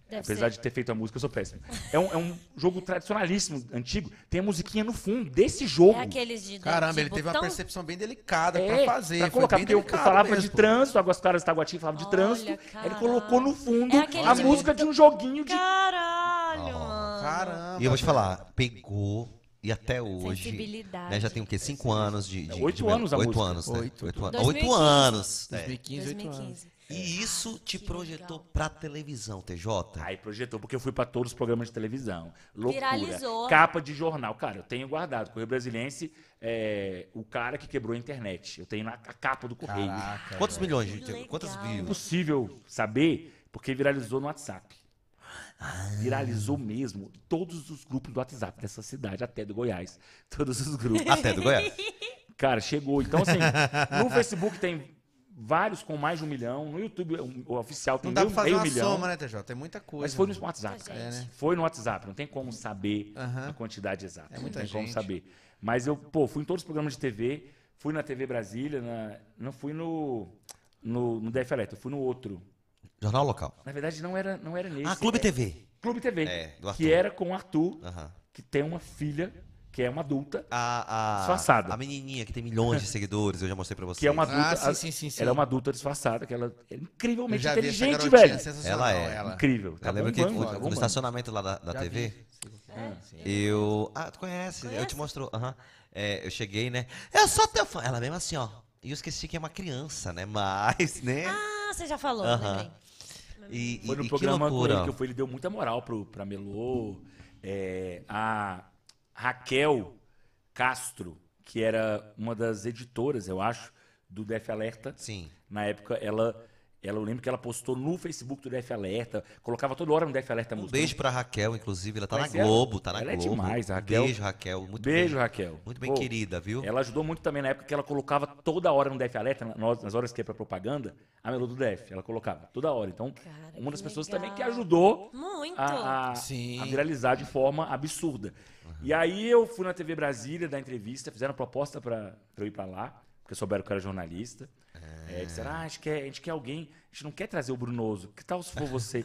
B: Deve
F: Apesar
B: ser.
F: de ter feito a música, eu sou péssimo. É um, é um jogo tradicionalíssimo, antigo. Tem a musiquinha no fundo desse jogo.
B: É aqueles de. tipo, de
G: Caramba, ele teve uma
B: botão?
G: percepção bem delicada
F: É,
G: pra fazer.
F: pra
G: foi
F: colocar,
G: bem
F: porque eu
G: delicado
F: falava de
G: mesmo.
F: trânsito, Águas Claras, Taguatinga falava de
B: Olha,
F: trânsito. aí Ele
B: caralho.
F: colocou no fundo
B: É aquele
F: a
B: de
F: música de um joguinho de
B: Caralho, mano.
G: Caramba.
E: E eu vou te falar, pegou e até hoje.
B: Sensibilidade.
E: né, já tem o quê? Cinco anos de. de-
F: oito
E: de-
F: anos a
E: Oito
F: música.
E: anos, né?
G: Oito.
E: Oito, anos.
B: 2015.
E: oito anos. né?
G: 2015, 8 anos.
B: 2015.
E: E
B: Ah,
E: isso te projetou pra televisão, TJ?
F: Aí projetou, porque eu fui pra todos os programas de televisão. Loucura.
B: Viralizou.
F: Capa de jornal. Cara, eu tenho guardado. Correio Brasiliense é o cara que quebrou a internet. Eu tenho na, a capa do Correio.
E: Quantos milhões de.
B: Que legal.
E: Quantas views?
F: Impossível saber, porque viralizou no WhatsApp. Viralizou mesmo todos os grupos do WhatsApp dessa cidade, até do Goiás. Todos os grupos.
E: Até do Goiás.
B: [laughs]
F: Cara, chegou. Então, assim, no Facebook tem vários com mais de um milhão. No YouTube, o- o oficial tem
G: Não dá
F: meio,
G: pra fazer
F: meio
G: uma
F: milhão.
G: soma, né, TJ? Tem muita coisa.
F: Mas foi um
G: né?
F: no WhatsApp, cara.
B: É,
G: né?
F: Foi no WhatsApp. Não tem como saber
G: Aham.
F: a quantidade exata.
G: É muita
F: não tem como
G: gente.
F: saber. Mas eu, pô, fui em todos os programas de TV. Fui na TV Brasília. na- não fui no, no, no DF Eletro. Fui no outro.
E: Jornal local.
F: Na verdade, não era, não era nesse.
E: Ah, Clube
F: é-
E: TV.
F: Clube TV.
E: É, do Arthur.
F: que era com o Arthur,
E: Aham.
F: que tem uma filha, que é uma adulta,
E: A, a,
F: Disfarçada.
E: a menininha que tem milhões de seguidores, eu já mostrei pra vocês.
F: que é uma adulta.
G: Ah, sim,
F: a-
G: sim, sim, sim.
F: Ela é uma adulta disfarçada, que ela é
G: Eu
F: incrivelmente
G: já vi essa
F: inteligente,
G: garotinha,
F: velho.
G: sensacional,
E: Ela é.
F: Incrível. Tá
E: eu lembro que
F: bombando,
E: no-
F: tá
E: no
F: bombando.
E: estacionamento lá da, da TV, eu. Ah, tu conhece? Eu te mostro. aham. É, eu cheguei, né? Eu sou teu fã. Ela mesmo assim, ó. E eu esqueci que é uma criança, né? [laughs] Mas, né?
B: Ah, você já falou,
E: Aham.
B: lembrei.
E: E,
F: Foi
E: e- e
F: no
E: que
F: programa com ele
E: loucura.
F: que eu fui, ele deu muita moral pro, pra Melô. É, a Raquel Castro, que era uma das editoras, eu acho, do DF Alerta.
E: Sim.
F: Na época, ela, ela eu lembro que ela postou no Facebook do DF Alerta, colocava toda hora no DF Alerta a
E: Um
F: É música.
E: beijo pra Raquel, inclusive. Ela tá
F: Mas
E: na
F: ela-
E: Globo, tá na
F: ela é
E: Globo.
F: demais, a
E: Um
F: Raquel.
E: Beijo, Raquel. Muito
F: Beijo,
E: bem,
F: Raquel.
E: Muito bem
F: Pô, é
E: querida, viu?
F: Ela ajudou muito também na época que ela colocava toda hora no DF Alerta, na- nas horas que é pra propaganda, a Melô do DF. Ela colocava toda hora. Então,
B: Cara,
F: uma das
B: que
F: pessoas
B: legal.
F: também que ajudou
B: Muito.
F: a, a-
G: Sim.
F: a viralizar de forma absurda. E aí eu fui na TV Brasília dar entrevista, fizeram proposta pra pra eu ir pra lá, porque souberam que eu era jornalista. É, disseram, ah, a gente, quer, a gente quer alguém, a gente não quer trazer o Brunoso, que tal se for você?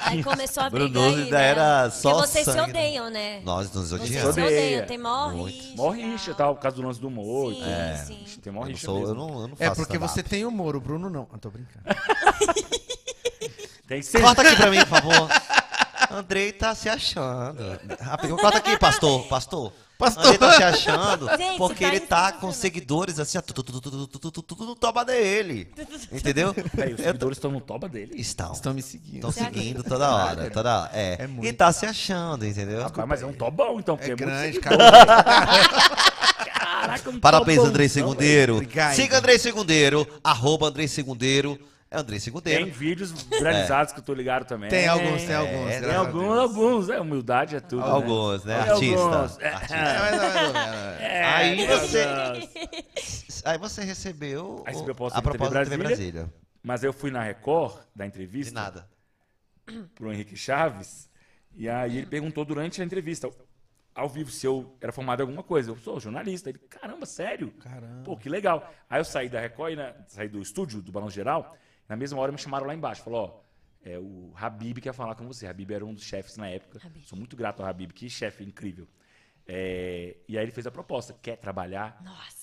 B: Aí começou a briga
E: Bruno
B: aí,
E: ainda
B: né?
E: era
B: Porque
E: só
B: vocês se
E: sangue, né?
B: odeiam, né?
E: Nós nos
B: Vocês
E: odiamos.
B: se
F: Odeia.
B: odeiam, tem mó
E: Muito.
B: rixa.
F: Mó rixa e tal, por causa do lance do humor.
B: Sim,
F: e tal.
B: É.
F: A gente tem mó
E: Eu não,
F: rixa
E: sou,
F: mesmo.
E: eu não, eu não
G: É
E: faço
G: porque
E: stand-up.
G: você tem humor, o Bruno não. Ah, tô brincando.
F: Tem que ser.
E: Corta aqui pra mim, por favor. Andrei tá se achando. Rapidinho, corta aqui, pastor. Pastor.
G: Pastor.
E: Andrei tá se achando
B: Gente,
E: porque
B: tá
E: ele tá
B: sensacional.
E: com seguidores assim, ó, tu, tu, tu, tu, tu, tu, tu, tu, tu, tu, toba dele. Entendeu?
F: Peraí,
E: Eu
F: os
E: tô-
F: [laughs] seguidores estão no toba dele.
E: Estão.
G: Estão me seguindo.
E: Estão seguindo toda hora, toda hora. É.
G: É muito.
E: e tá se achando, entendeu?
F: Rapaz, mas é um tobão, então. porque
G: É
F: muito
G: grande,
F: seguidor.
G: cara.
F: Caraca, um
E: Parabéns,
F: tobão.
E: Andrei
F: Não,
E: Segundeiro.
G: Obrigado.
E: Siga Andrei Segundeiro, arroba Andrei Segundeiro. É Andrei
F: Tem
E: Segundeiro.
F: vídeos viralizados que eu tô ligado também.
G: Tem alguns, tem
F: É,
G: alguns.
E: é,
F: Tem
G: graças a
F: alguns,
G: Deus.
F: alguns. É, humildade é tudo. né?
E: Alguns, né?
F: Tem alguns.
E: Artista.
F: É.
G: É,
E: Artista.
G: mas, mas, mas, mas.
E: Aí você.
F: Alguns.
E: Aí você recebeu
F: Aí você
E: o-
F: viu a proposta
E: a
F: da TV
E: proposta da TV
F: Brasília.
E: Brasília.
F: Mas eu fui na Record, da
E: De
F: entrevista,
E: nada.
F: pro Henrique Chaves, e aí ele perguntou durante a entrevista, ao vivo, se eu era formado em alguma coisa. Eu sou jornalista. Ele, caramba, sério?
G: Caramba.
F: Pô, que legal. Aí eu saí da Record, e na- saí do estúdio, do Balão Geral, na mesma hora me chamaram lá embaixo. Falou, ó, é, o Habib quer falar com você. Habib era um dos chefes na época.
B: Habib.
F: Sou muito grato ao Habib, que chefe incrível. É, e aí ele fez a proposta, quer trabalhar?
B: Nossa.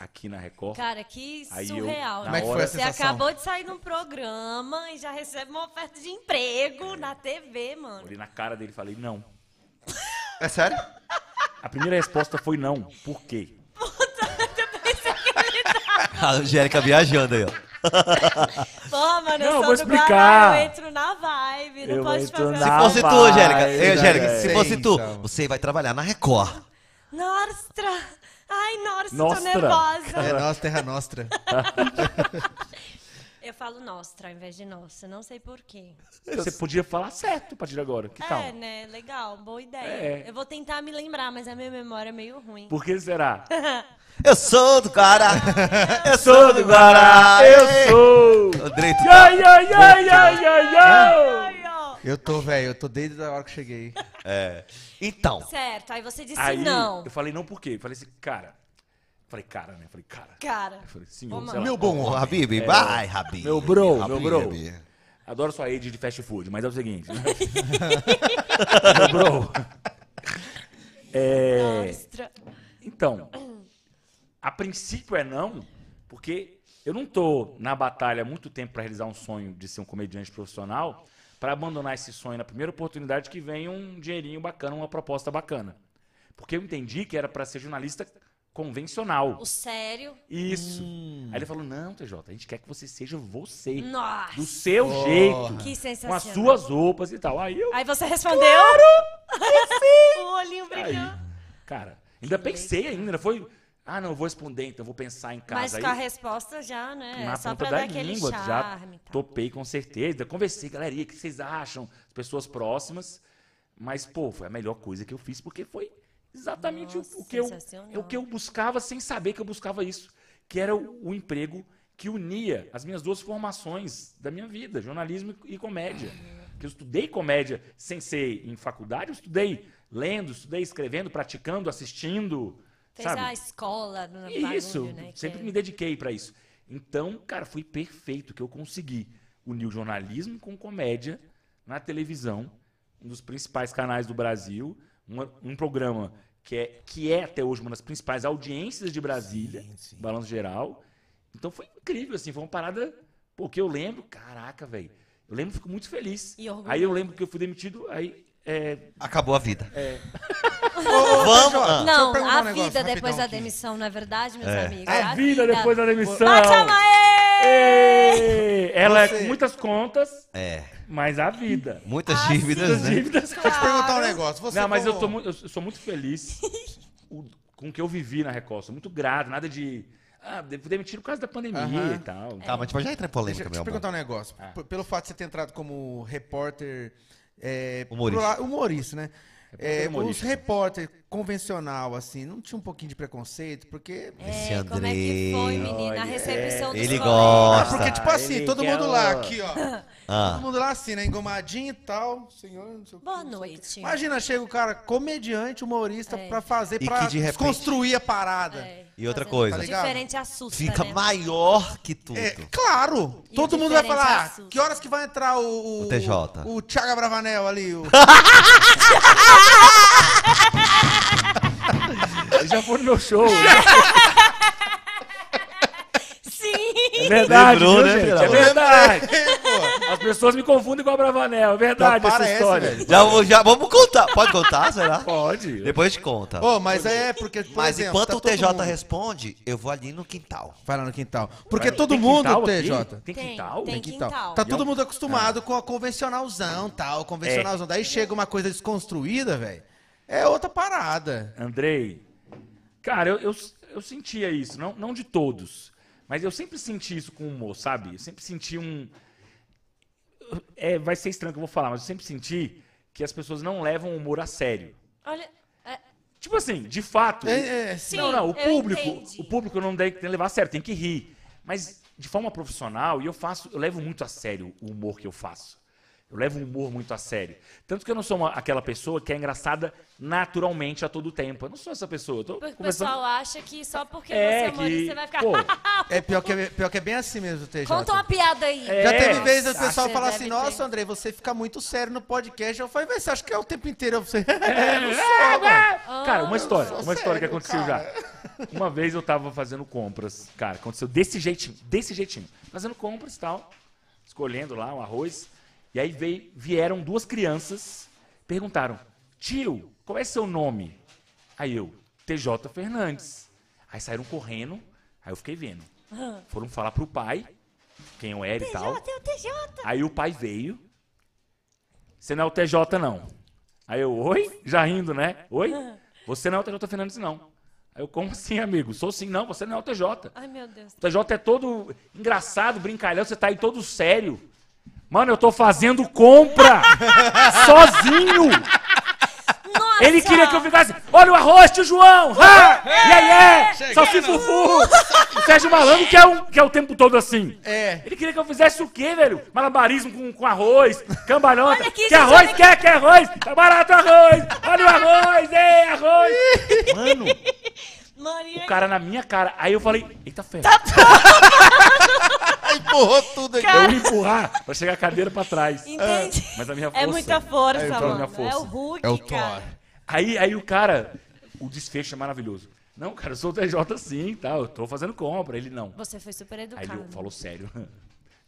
F: aqui na Record.
B: Cara, que
F: Aí eu-
B: surreal,
F: na
B: né?
C: hora-
B: Você
C: Como é que foi a
B: acabou de sair num programa e já recebe uma oferta de
F: É.
B: emprego na TV, mano.
F: Olhei na cara dele e falei, não.
E: É sério?
F: A primeira resposta foi não. Por quê?
E: [laughs] A Angélica viajando aí, ó.
B: Pô, mano, eu
F: Não,
B: sou
F: vou
B: do
F: explicar.
B: Guará, eu entro na vibe, não
F: Eu
B: posso
F: entro
B: fazer...
F: na- Ah,
E: Se fosse tu,
F: vai,
E: Angélica, Ei, Angélica,
F: Angélica.
E: se fosse tu,
C: Então.
E: você vai trabalhar na Record.
B: Nostra! Ai, Nostra,
F: Nostra.
B: tô nervosa.
C: É nossa, terra nostra.
B: Eu falo Nostra ao invés de Nossa, não sei porquê.
F: Você podia falar certo a partir de agora. Que tal?
B: É, né? Legal, boa ideia.
F: É.
B: Eu vou tentar me lembrar, mas a minha memória é meio ruim.
F: Por que será?
E: Eu sou do
F: [laughs]
E: Guará, eu sou do Guará,
F: Eu sou!
E: Andrei, tu-
F: Ai, ai, ai, ai, ai, ai!
B: Ai, ó.
C: Eu tô, velho, eu tô desde a hora que cheguei.
E: Então,
B: Certo, aí você disse
F: Aí
B: não.
F: eu falei não por quê? Eu falei assim, cara. Falei, cara, né? Eu Falei, cara.
B: Cara,
F: Eu falei, senhor,
B: Ô,
F: sei lá.
E: meu bom homem, Habib, vai, Habib.
F: tá É. Meu bro,
E: Habib,
F: meu bro.
E: Habib.
F: Adoro sua rede de fast food, mas é o seguinte.
B: [laughs]
F: Meu bro. É,
B: Nostra.
F: então, a princípio é não, porque eu não tô na batalha há muito tempo para realizar um sonho de ser um comediante profissional, para abandonar esse sonho na primeira oportunidade que vem um dinheirinho bacana, uma proposta bacana. Porque eu entendi que era para ser jornalista convencional.
B: O sério?
F: Isso. Aí ele falou: "Não, TJ, a gente quer que você seja você, do
B: Nossa,
F: seu jeito,
B: que
F: com as
B: sensacional.
F: suas roupas e tal". Aí eu
B: Aí você respondeu. Claro! o olhinho
F: Aí,
B: brilhando.
F: cara, ainda pensei ainda, ainda foi. Ah, não, eu vou responder, então eu vou pensar em casa.
B: Mas com a
F: aí,
B: resposta já, né?
F: na
B: Só
F: ponta
B: pra
F: da
B: dar aquele
F: língua, já
B: charme. e tal.
F: topei com certeza. Conversei, galeria, o que vocês acham? As pessoas próximas. Mas, pô, foi a melhor coisa que eu fiz, porque foi exatamente o-
B: Nossa,
F: o, que eu,
B: sensacional.
F: é o que eu buscava sem saber que eu buscava isso. Que era o, o emprego que unia as minhas duas formações da minha vida, jornalismo e e comédia. Que eu estudei comédia sem ser em faculdade, eu estudei lendo, estudei escrevendo, praticando, assistindo.
B: Fez
F: sabe?
B: a escola no bagulho,
F: Isso,
B: né? que
F: sempre
B: é-
F: me dediquei pra isso. Então, cara, foi perfeito que eu consegui unir o jornalismo com comédia na televisão, um dos principais canais do Brasil, uma- um programa que é, que é até hoje uma das principais audiências de Brasília, balanço geral. Então foi incrível, assim, foi uma parada, pô, que eu lembro, caraca, velho. Eu lembro, fico muito feliz.
B: E orgulhoso.
F: Aí eu lembro que eu fui demitido, aí é,
E: acabou a vida.
C: Vamos,
B: Não, a vida depois da demissão, não é verdade, meus amigos?
F: a É, vida depois da demissão.
B: Bate a mãe!
F: Ê! Ela é
C: Você-
F: com muitas contas,
E: É,
F: mas a vida.
E: muitas
B: Ah,
E: dívidas,
F: Muitas
E: né?
F: dívidas.
C: Deixa eu te perguntar um negócio. Você
F: Não, mas eu,
C: como-
F: tô mu- eu sou muito feliz [laughs] o- com o que eu vivi na Record. Sou muito grato, nada de. Ah, de- demitiram por causa da pandemia
C: Aham.
F: e tal.
E: Tá, mas tipo, já entra
C: Deixa,
E: em
C: deixa
E: polêmica,
C: eu
E: meu
C: te perguntar
E: amor.
C: um negócio.
F: Ah.
C: P- Pelo fato de você ter entrado como repórter... É,
E: Humorista.
C: pro la- humorista, né? É, os
F: humorista.
C: repórter convencional, assim, não tinha um pouquinho de preconceito? Porque...
E: Esse
B: É, como é que foi,
E: Andrei.
B: menina? A recepção dos
E: Ele
C: Ah,
E: gosta.
C: porque, tipo assim,
F: Ele
C: todo
F: quer
C: mundo
F: o-
C: lá, aqui, ó. Todo
E: Ah,
C: mundo lá assim, né? Engomadinho e tal. Senhor, não sei o quê.
B: Boa noite.
C: Imagina, chega o cara comediante, humorista,
B: É.
C: pra fazer,
E: E
C: pra
E: que de repente-
C: desconstruir a parada. É,
B: É,
E: E outra
B: fazendo-
E: coisa. Tá
C: ligado?
B: Diferente assusta,
E: fica
B: né?
E: maior que tudo.
F: É.
C: É, claro!
B: E
C: todo
B: o
C: mundo vai falar,
B: diferente é
C: "Ah,
B: o
C: que horas que vai entrar o... O,
E: O TJ.
C: O Thiago Bravanel
B: [laughs]
C: ali, o...
B: É
F: Ele já foi no meu show. né?
B: Sim!
F: É verdade,
E: Lembrou,
F: viu,
E: né,
F: gente?
E: Geraldo?
F: É verdade.
C: [laughs]
E: Tá
C: Pô,
F: As pessoas me confundem com a Bravanel. É verdade
C: Já
F: essa
C: parece,
F: história.
C: velho.
E: Já, vou- já vamos contar. Pode contar, será?
F: Pode.
E: Depois a gente conta.
C: Ô, mas é porque, por
E: Mas
C: exemplo,
E: enquanto
C: tá
E: o
C: todo
E: TJ
C: mundo-
E: responde, eu vou ali no quintal.
C: Vai lá no quintal. Porque
F: Vai,
C: todo
F: tem quintal
C: mundo,
F: aqui?
C: TJ...
F: Tem
B: Tem,
F: quintal?
B: tem
C: Quintal.
B: quintal.
C: Tá todo mundo acostumado com a convencionalzão tal,
B: É.
C: convencionalzão. Daí chega uma coisa desconstruída, velho. É outra parada.
F: Andrei, cara, eu, eu, eu sentia isso, não, não de todos, mas eu sempre senti isso com humor, sabe? Eu sempre senti um. É, vai ser estranho que eu vou falar, mas eu sempre senti que as pessoas não levam o humor a sério.
B: Olha, é,
F: Tipo assim, de fato.
C: É, é, sim.
F: não, não, o
B: eu
F: público,
B: entendi.
F: o público não tem que levar a sério, tem que rir. Mas de forma profissional, e eu faço, eu levo muito a sério o humor que eu faço. Eu levo o humor muito a sério. Tanto que eu não sou uma- aquela pessoa que é engraçada naturalmente a todo tempo. Eu não sou essa pessoa. Eu tô
B: porque o
F: conversando-
B: pessoal acha que só porque você
F: É,
B: é humorista
F: que-
B: você vai ficar.
F: pô.
C: É pior que é, pior que é bem assim mesmo, TJ.
B: [laughs] Ah, Conta uma piada aí.
F: É.
C: Já teve vez o
B: Nossa,
C: pessoal
B: você
C: falar
B: deve
C: assim,
B: ter.
C: nossa, Andrei, você fica muito sério no podcast. Eu falei, "Véi, [laughs] você acha que é o tempo inteiro? Eu falei, é, não sou, mano.
F: Cara, uma história,
C: Nossa,
F: uma história que
C: sério,
F: aconteceu
C: cara.
F: já. Uma vez eu tava fazendo compras, cara, aconteceu desse jeitinho, desse jeitinho. Fazendo compras e tal, escolhendo lá um arroz. E aí veio, vieram duas crianças, perguntaram: Tio, qual é seu nome? Aí eu, TJ Fernandes. Aí saíram correndo, aí eu fiquei vendo. Foram falar pro pai quem eu era e tal.
B: TJ, é o TJ.
F: Aí o pai veio. Você não é o TJ, não. Aí eu, oi? Já rindo, né? Oi? Você não é o TJ Fernandes, não. Aí eu, como assim, amigo? Sou sim, não, você não é o TJ.
B: Ai, meu Deus.
F: O TJ é todo engraçado, brincalhão, você tá aí todo sério. Mano, eu tô fazendo compra! [laughs] sozinho!
B: Nossa!
F: Ele queria que eu ficasse. Olha o arroz, tio João! Ha! E aí é! Salsifufu! O [laughs] Sérgio Malandro que é, um, que é o tempo todo assim.
G: É.
F: Ele queria que eu fizesse o quê, velho? Malabarismo com, com arroz, cambalhota.
B: Olha aqui,
F: quer
B: gente,
F: arroz?
B: olha aqui.
F: Quer, quer arroz? Tá barato o arroz! Olha o arroz! Ei, arroz! Mano,
B: Maria,
F: o cara na minha cara. Aí eu falei, eita ferro.
B: Tá
G: Aí [laughs] empurrou tudo aqui.
F: Eu ia empurrar pra chegar a cadeira pra trás.
B: entendi.
F: Mas a minha força...
B: É muita força,
F: É, então,
B: mano.
F: minha força.
B: É o Hulk,
G: É o
B: cara.
G: Thor.
F: Aí, aí o cara, o desfecho é maravilhoso. Não, cara, eu sou o TJ sim, tá? Eu tô fazendo compra. Ele não.
B: Você foi super
F: Aí
B: educado.
F: ele falou sério. [laughs]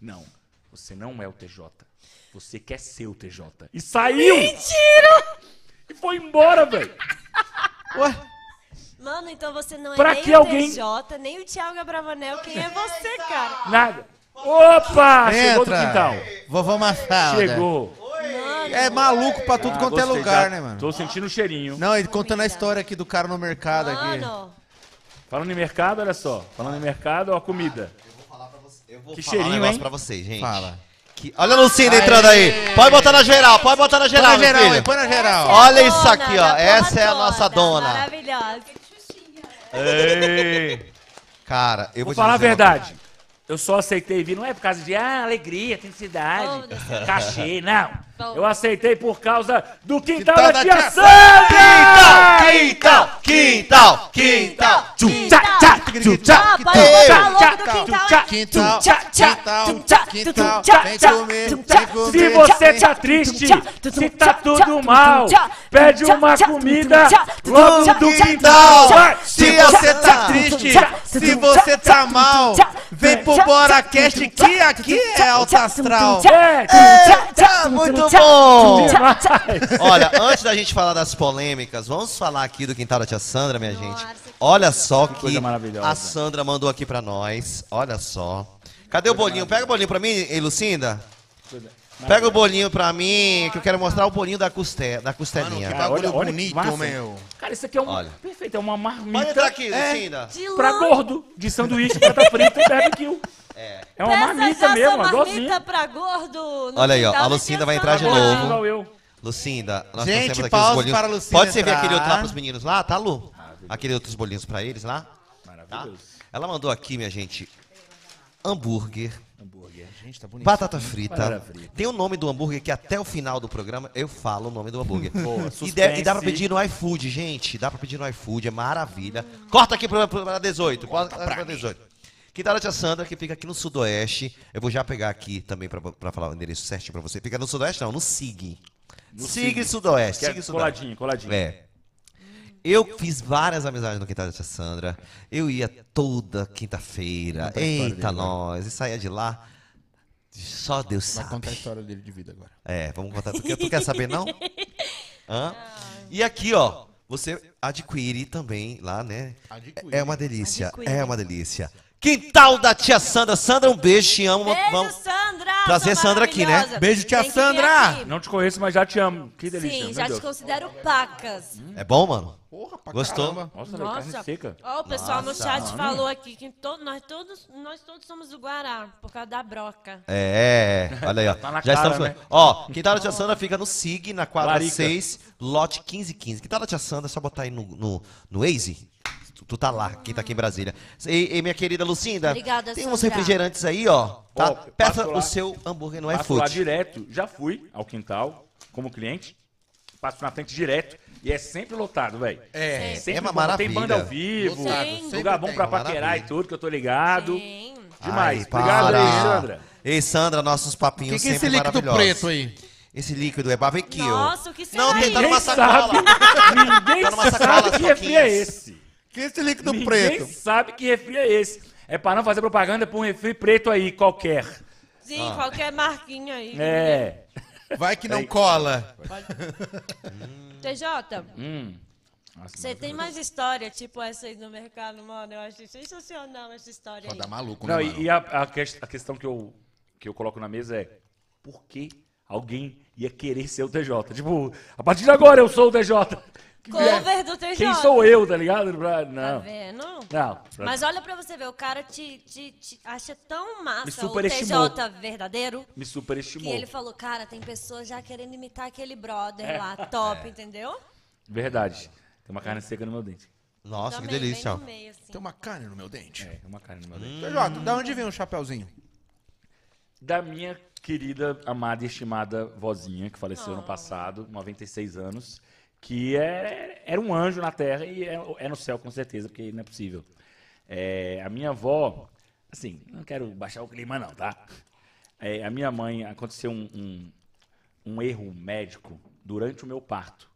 F: Não, você não é o TJ. Você quer ser o TJ. E saiu!
B: Mentira!
F: E foi embora, velho.
G: Ué,
B: Mano, então você não é
F: assim, Pra
B: nem
F: que
B: o
F: alguém-
B: TJ, nem o Thiago Abravanel. Quem é você, cara?
F: Nada. Opa! Chegou do
G: entra.
F: Tá quintal.
G: Vovó Mafalda.
F: Chegou.
B: Mano,
G: É maluco pra tudo
F: Ah,
G: quanto é
F: gostei,
G: lugar,
F: já
G: né, mano?
F: Tô sentindo o cheirinho.
G: Não, ele contando a história aqui do cara no mercado aqui.
B: mano.
F: Falando em mercado, olha só. Falando em mercado, ó, a comida.
E: Eu vou
F: Que
E: falar
F: cheirinho,
E: um negócio
F: hein?
E: pra vocês, gente.
G: Fala.
E: Que- Olha a Lucinda entrando aí. Pode botar na geral, pode botar na
G: Põe
E: geral,
G: na
E: meu
G: geral,
E: filho.
G: hein? Põe na geral.
E: Olha
B: Dona
E: isso aqui, ó.
B: da
E: Essa é a
B: porra
E: nossa dona.
B: Maravilhosa.
E: Ei. Cara, eu vou,
F: Vou
E: te
F: falar a
E: dizer uma
F: verdade. Eu só aceitei vir, não é por causa de ah, alegria, felicidade, [laughs] cachê, não.
B: Vamos.
F: Eu aceitei por causa do quintal
G: Quintal
F: da
G: da
F: tia
G: tia
F: Sandra!
E: Quintal, quintal, quintal, quintal.
F: Tchá, tchá, tchá,
E: Ah,
F: tchá,
B: Papai, vou
F: tchá, tchá,
B: falar logo do
F: tchá,
B: quintal
F: tchá.
B: aqui.
G: Quintal,
H: Tchá, tchá,
G: quintal,
H: tchá,
G: quintal,
H: tchá,
G: vem
H: tchá,
G: comer,
H: tchá.
G: vem comer.
F: Se você tá triste, se tá tudo mal, pede uma comida logo do quintal. Vai.
G: Se você tá triste, se você tá mal, vem pro BoraCast que aqui é alto astral.
F: É,
E: Eita, muito bom!
F: demais.
E: Olha, antes da gente falar das polêmicas, vamos falar aqui do quintal da tia Sandra, minha gente. Olha só que,
F: coisa maravilhosa.
E: a Sandra mandou aqui pra nós. Olha só. Cadê o bolinho? Pega o bolinho pra mim, hein, Lucinda. Pega o bolinho pra mim, que eu quero mostrar o bolinho da, custe... da costelinha.
G: Mano,
F: Cara,
G: Bagulho bonito,
F: massa.
G: meu.
F: Cara, isso aqui é um
E: Olha.
F: perfeito, é uma
E: Pode entrar
F: marmita
E: aqui, Lucinda.
G: É.
B: De
F: pra
B: longe.
F: gordo, de sanduíche, batata frita e barbecue. É. É uma
B: Essa é
F: marmita
B: a
F: mesmo, assim.
B: sua marmita
F: igualzinho.
B: pra gordo. no
E: Olha aí, ó,
B: quintal
E: a
B: da
E: Lucinda
B: tia
E: vai entrar de
B: Sandra.
E: novo.
F: Igual eu.
E: Lucinda, nós
G: Gente,
E: trouxemos aqui
G: pausa
E: os bolinhos.
G: para a Lucinda
E: Pode servir aquele outro lá
G: entrar.
E: pros meninos lá, tá, Lu? Aquele outros bolinhos pra eles lá? Tá? Ela mandou aqui, minha gente, hambúrguer,
G: Gente, tá bonito.
E: batata frita. Tem o nome do hambúrguer que até o final do programa eu falo o nome do hambúrguer. [laughs] e, dá- e dá pra
F: suspense.
E: pedir no iFood, gente. Dá pra pedir no iFood, é maravilha. Corta aqui pra, pra pra 18. Corta pra 18. Quintal da Tia Sandra, que fica aqui no Sudoeste. Eu vou já pegar aqui também pra, pra falar o endereço certinho pra você. Fica no Sudoeste, não, no SIG. SIG Sudoeste.
F: Que é
E: SIG Sudoeste.
F: coladinho, coladinho.
E: É. Eu fiz várias amizades no quintal da tia Sandra. Eu ia toda quinta-feira. Eita, nós. E saía de lá. Só Deus sabe.
G: história dele de vida agora.
E: É, vamos contar. Tu quer, tu quer saber,
G: [laughs]
E: não? Hã? E aqui, ó. Você adquire também lá, né?
G: Adquire.
E: É uma delícia.
B: Adquire.
E: É uma delícia. Quintal da tia Sandra. Sandra, um beijo. Te amo.
B: Beijo,
E: Vamos.
B: Sandra.
E: Trazer
B: sua
E: Sandra aqui, né?
B: maravilhosa.
G: Beijo, tia
B: Tem que vir
G: Sandra.
B: aqui.
F: Não te conheço, mas já te amo. Que delícia,
B: Sim,
F: meu
B: já
F: Deus.
B: te considero pacas.
E: É bom, mano?
G: Porra, pra
E: Gostou?
G: caramba.
F: Nossa, velho, carne
B: Nossa.
F: seca.
B: Ó, o pessoal no
E: Nossa,
B: chat
E: mano.
B: falou aqui que to- nós, todos, nós todos somos do Guará, por causa da broca.
E: É, olha aí, ó.
F: Tá na
E: Já
F: cara,
E: estamos.
F: né?
E: Ó, Quintal da Tia Sandra fica no SIG, na quadra
F: Larica.
E: 6, lote 1515. Quintal da Tia Sandra, é só botar aí no, no, no Waze. Tu, tu tá lá, quem tá aqui em Brasília. E, e, minha querida Lucinda,
B: Obrigada,
E: tem uns
B: Sandra.
E: refrigerantes aí, ó. Tá?
F: Ó,
E: Peça
F: passo lá.
E: o seu hambúrguer no
F: Passo lá
E: iFood.
F: direto. Já fui ao quintal como cliente. Passo na frente direto. E é sempre lotado, velho.
G: É.
F: Sempre
E: É uma
F: bom.
E: maravilha.
F: Tem banda ao vivo.
G: Lotado,
B: Sim.
G: sempre
F: Lugar bom
G: tem.
F: pra
E: maravilha.
F: paquerar e tudo, que eu tô ligado.
B: Sim.
F: Demais.
E: Ai,
F: Obrigado
E: para.
F: aí, Sandra.
E: Ei, Sandra, nossos
G: O
E: papinhos
G: que, que é esse
E: sempre
G: líquido
E: maravilhosos.
G: preto aí?
E: Esse líquido é barbecue.
B: Nossa, o que será
E: Não, tem, tá
B: isso?
E: numa
F: Ninguém
E: sacola.
F: sabe. Ninguém
E: Tá numa sacola,
F: sabe que refri é
E: soquinhas.
F: esse.
C: Que esse líquido
F: Ninguém
C: preto?
F: sabe que refri é esse. É pra não fazer propaganda pra um refri preto aí, qualquer.
B: Sim, qualquer marquinha aí.
F: Ah. É.
C: Vai que não cola.
B: TJ,
F: Hum. Nossa,
B: você tem mais história, tipo essa aí do mercado, mano? Eu acho sensacional essa história
C: Pô,
B: aí.
C: dá maluco, né,
F: Não,
C: mano?
F: e, e a, a ques- a questão que eu, que eu coloco na mesa é por que alguém ia querer ser o TJ? Tipo, a partir de agora eu sou o TJ. [laughs] Que-
B: Cover do TJ.
F: Quem sou eu, tá ligado? Pra-
B: Tá
F: Não.
B: vendo?
F: Não. Pra-
B: Mas olha pra você ver, o cara te, te- te acha tão
F: Me
B: massa o
F: superestimou.
B: TJ verdadeiro
F: Me
B: que
F: superestimou.
B: ele falou, cara, tem pessoas já querendo imitar aquele
F: É.
B: brother lá, top, entendeu?
F: Verdade. Tem uma carne seca no meu dente.
E: Nossa,
B: Também,
E: que delícia.
B: bem
E: ó.
B: no meio, assim.
C: Tem uma carne no meu dente.
F: É, tem uma carne no meu dente.
G: TJ, da onde vem o chapeuzinho?
F: Da minha querida, amada e estimada vozinha, que faleceu ano passado, 96 anos, que é, era um anjo na terra e é, é no céu, com certeza, porque não é possível. É, a minha avó, assim, não quero baixar o clima, não, tá? É, a minha mãe, aconteceu um- um, um erro médico durante o meu parto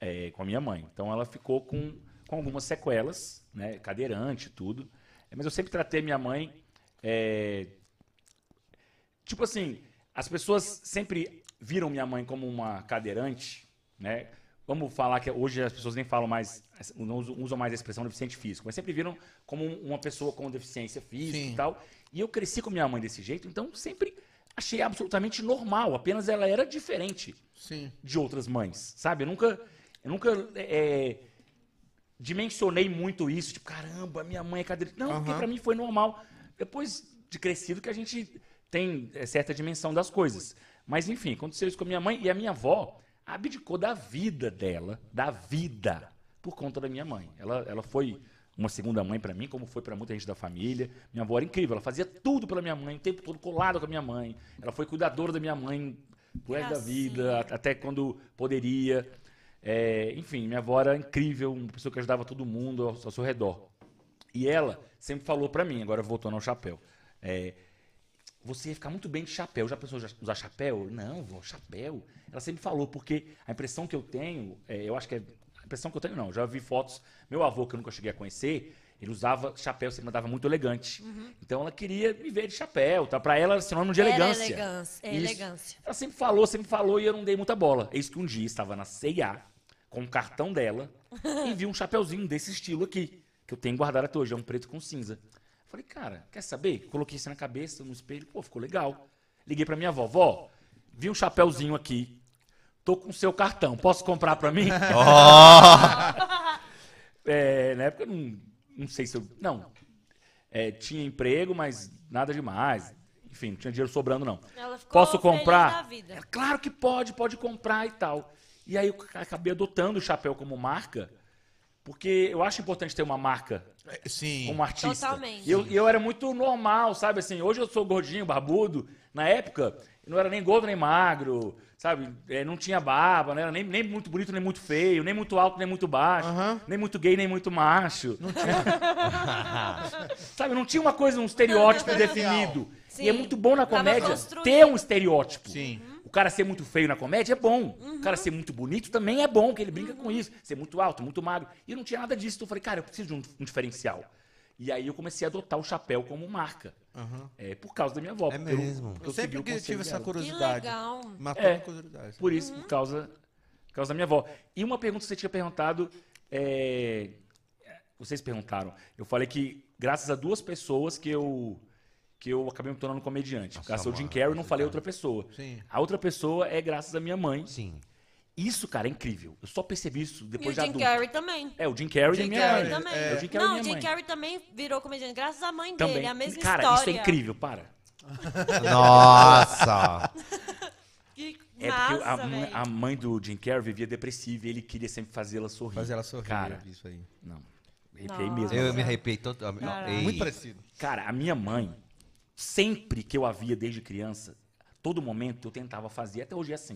F: é, com a minha mãe. Então ela ficou com, com algumas sequelas, né, cadeirante e tudo. É, Mas eu sempre tratei minha mãe. é, tipo assim, as pessoas sempre viram minha mãe como uma cadeirante, né? Vamos falar que hoje as pessoas nem falam mais, não usam usam mais a expressão deficiente físico, mas sempre viram como um, uma pessoa com deficiência física
G: Sim.
F: e tal. E eu cresci com minha mãe desse jeito, então sempre achei absolutamente normal, apenas ela era diferente
G: Sim.
F: de outras mães, sabe? Eu nunca, eu nunca é, é, dimensionei muito isso, tipo, caramba, minha mãe é cadeirante. Não, porque
G: Aham.
F: pra mim foi normal. Depois de crescido que a gente tem é, certa dimensão das coisas. Mas enfim, aconteceu isso com a minha mãe e a minha avó abdicou da vida dela, da vida, por conta da minha mãe. Ela, ela foi uma segunda mãe pra mim, como foi pra muita gente da família. Minha avó era incrível, ela fazia tudo pela minha mãe, o tempo todo colada com a minha mãe. Ela foi cuidadora da minha mãe pro resto da vida, a- até quando poderia. É, enfim, minha avó era incrível, uma pessoa que ajudava todo mundo ao, ao seu redor. E ela sempre falou pra mim, agora voltando ao chapéu, é, você ia ficar muito bem de chapéu. Já pensou em usar chapéu? Não, vó, chapéu. Ela sempre falou, porque a impressão que eu tenho, é, eu acho que é. A impressão que eu tenho, não. Já vi fotos. Meu avô, que eu nunca cheguei a conhecer, ele usava chapéu, sempre andava muito elegante. Então ela queria me ver de chapéu. Tá? Pra ela era sinônimo de
B: Uhum. Era
F: elegância.
B: elegância, é
F: Isso.
B: elegância.
F: Ela sempre falou, sempre falou, e eu não dei muita bola. Eis que um dia estava na CIA com o cartão dela e vi um chapeuzinho desse estilo aqui, que eu tenho guardado até hoje, é um preto com cinza. Falei, cara, quer saber? Coloquei isso na cabeça, no espelho, pô, ficou legal. Liguei pra minha avó, vó, vi um chapeuzinho aqui, tô com o seu cartão, posso comprar pra mim?
B: [laughs]
F: É, na época, eu não, não sei se eu. Não. É, tinha emprego, mas nada demais. Enfim, não tinha dinheiro sobrando, não.
B: Ela ficou
F: Posso
B: feliz da
F: comprar?
B: vida.
F: Ela, claro que pode, pode comprar e tal. E aí eu ca- acabei adotando o chapéu como marca, porque eu acho importante ter uma marca
C: É, Sim.
F: como um artista.
B: Totalmente.
F: E eu, e eu era muito normal, sabe? Assim, hoje eu sou gordinho, barbudo. Na época, eu não era nem gordo nem magro, sabe? É, não tinha barba, não era nem, nem muito bonito, nem muito feio, nem muito alto, nem muito baixo,
C: Aham.
F: nem muito gay, nem muito macho. [laughs] sabe? Não tinha uma coisa, um estereótipo definido.
B: Sim.
F: E é muito bom na
B: Tava
F: comédia
B: construído.
F: ter um estereótipo.
C: Sim.
F: O cara ser muito feio na comédia é bom. O cara ser muito bonito também é bom, que ele brinca com isso. Ser muito alto, muito magro. E eu não tinha nada disso. Então eu falei, cara, eu preciso de um, um diferencial. E aí eu comecei a adotar o chapéu como marca. É, por causa da minha avó.
E: É
F: porque eu- um
E: mesmo.
F: porque
G: Eu sempre
F: segui o
G: que
F: conselho
G: tive essa
F: dela.
B: Que
G: curiosidade.
B: legal.
G: Matou
F: É.
G: a curiosidade.
F: Por isso, por causa, por causa da minha avó. E uma pergunta que você tinha perguntado, é, vocês perguntaram. Eu falei que graças a duas pessoas que eu que eu acabei me tornando comediante. graças ao Jim
E: mano,
F: Carrey, eu não
E: coisa
F: falei
E: cara.
F: outra pessoa.
G: Sim.
F: A outra pessoa é graças à minha mãe.
E: Sim.
F: Isso, cara, é incrível. Eu só percebi isso
B: E o
F: depois de
B: Jim
F: adulto.
B: Carrey também.
F: É, o Jim Carrey e
G: Jim
F: a minha
G: Carrey,
F: mãe.
B: também.
F: É, o Jim Carrey
B: Não, o
F: e minha
B: Jim
F: mãe.
B: Carrey também virou comediante, graças à mãe
F: Também.
B: dele. É a mesma
F: cara,
B: história.
F: isso é incrível, para.
E: Nossa.
B: Que
F: É porque
B: massa,
F: a, mãe-
B: velho.
F: a mãe do Jim Carrey vivia depressiva e ele queria sempre fazê-la sorrir.
G: Mas ela sorriu,
F: Cara,
G: eu vi isso aí.
F: não. Arrepiei mesmo.
E: Eu me arrepiei todo. Ei.
G: Muito parecido.
F: Cara, a minha mãe, sempre que eu a via desde criança, todo momento eu tentava fazer, até hoje é assim.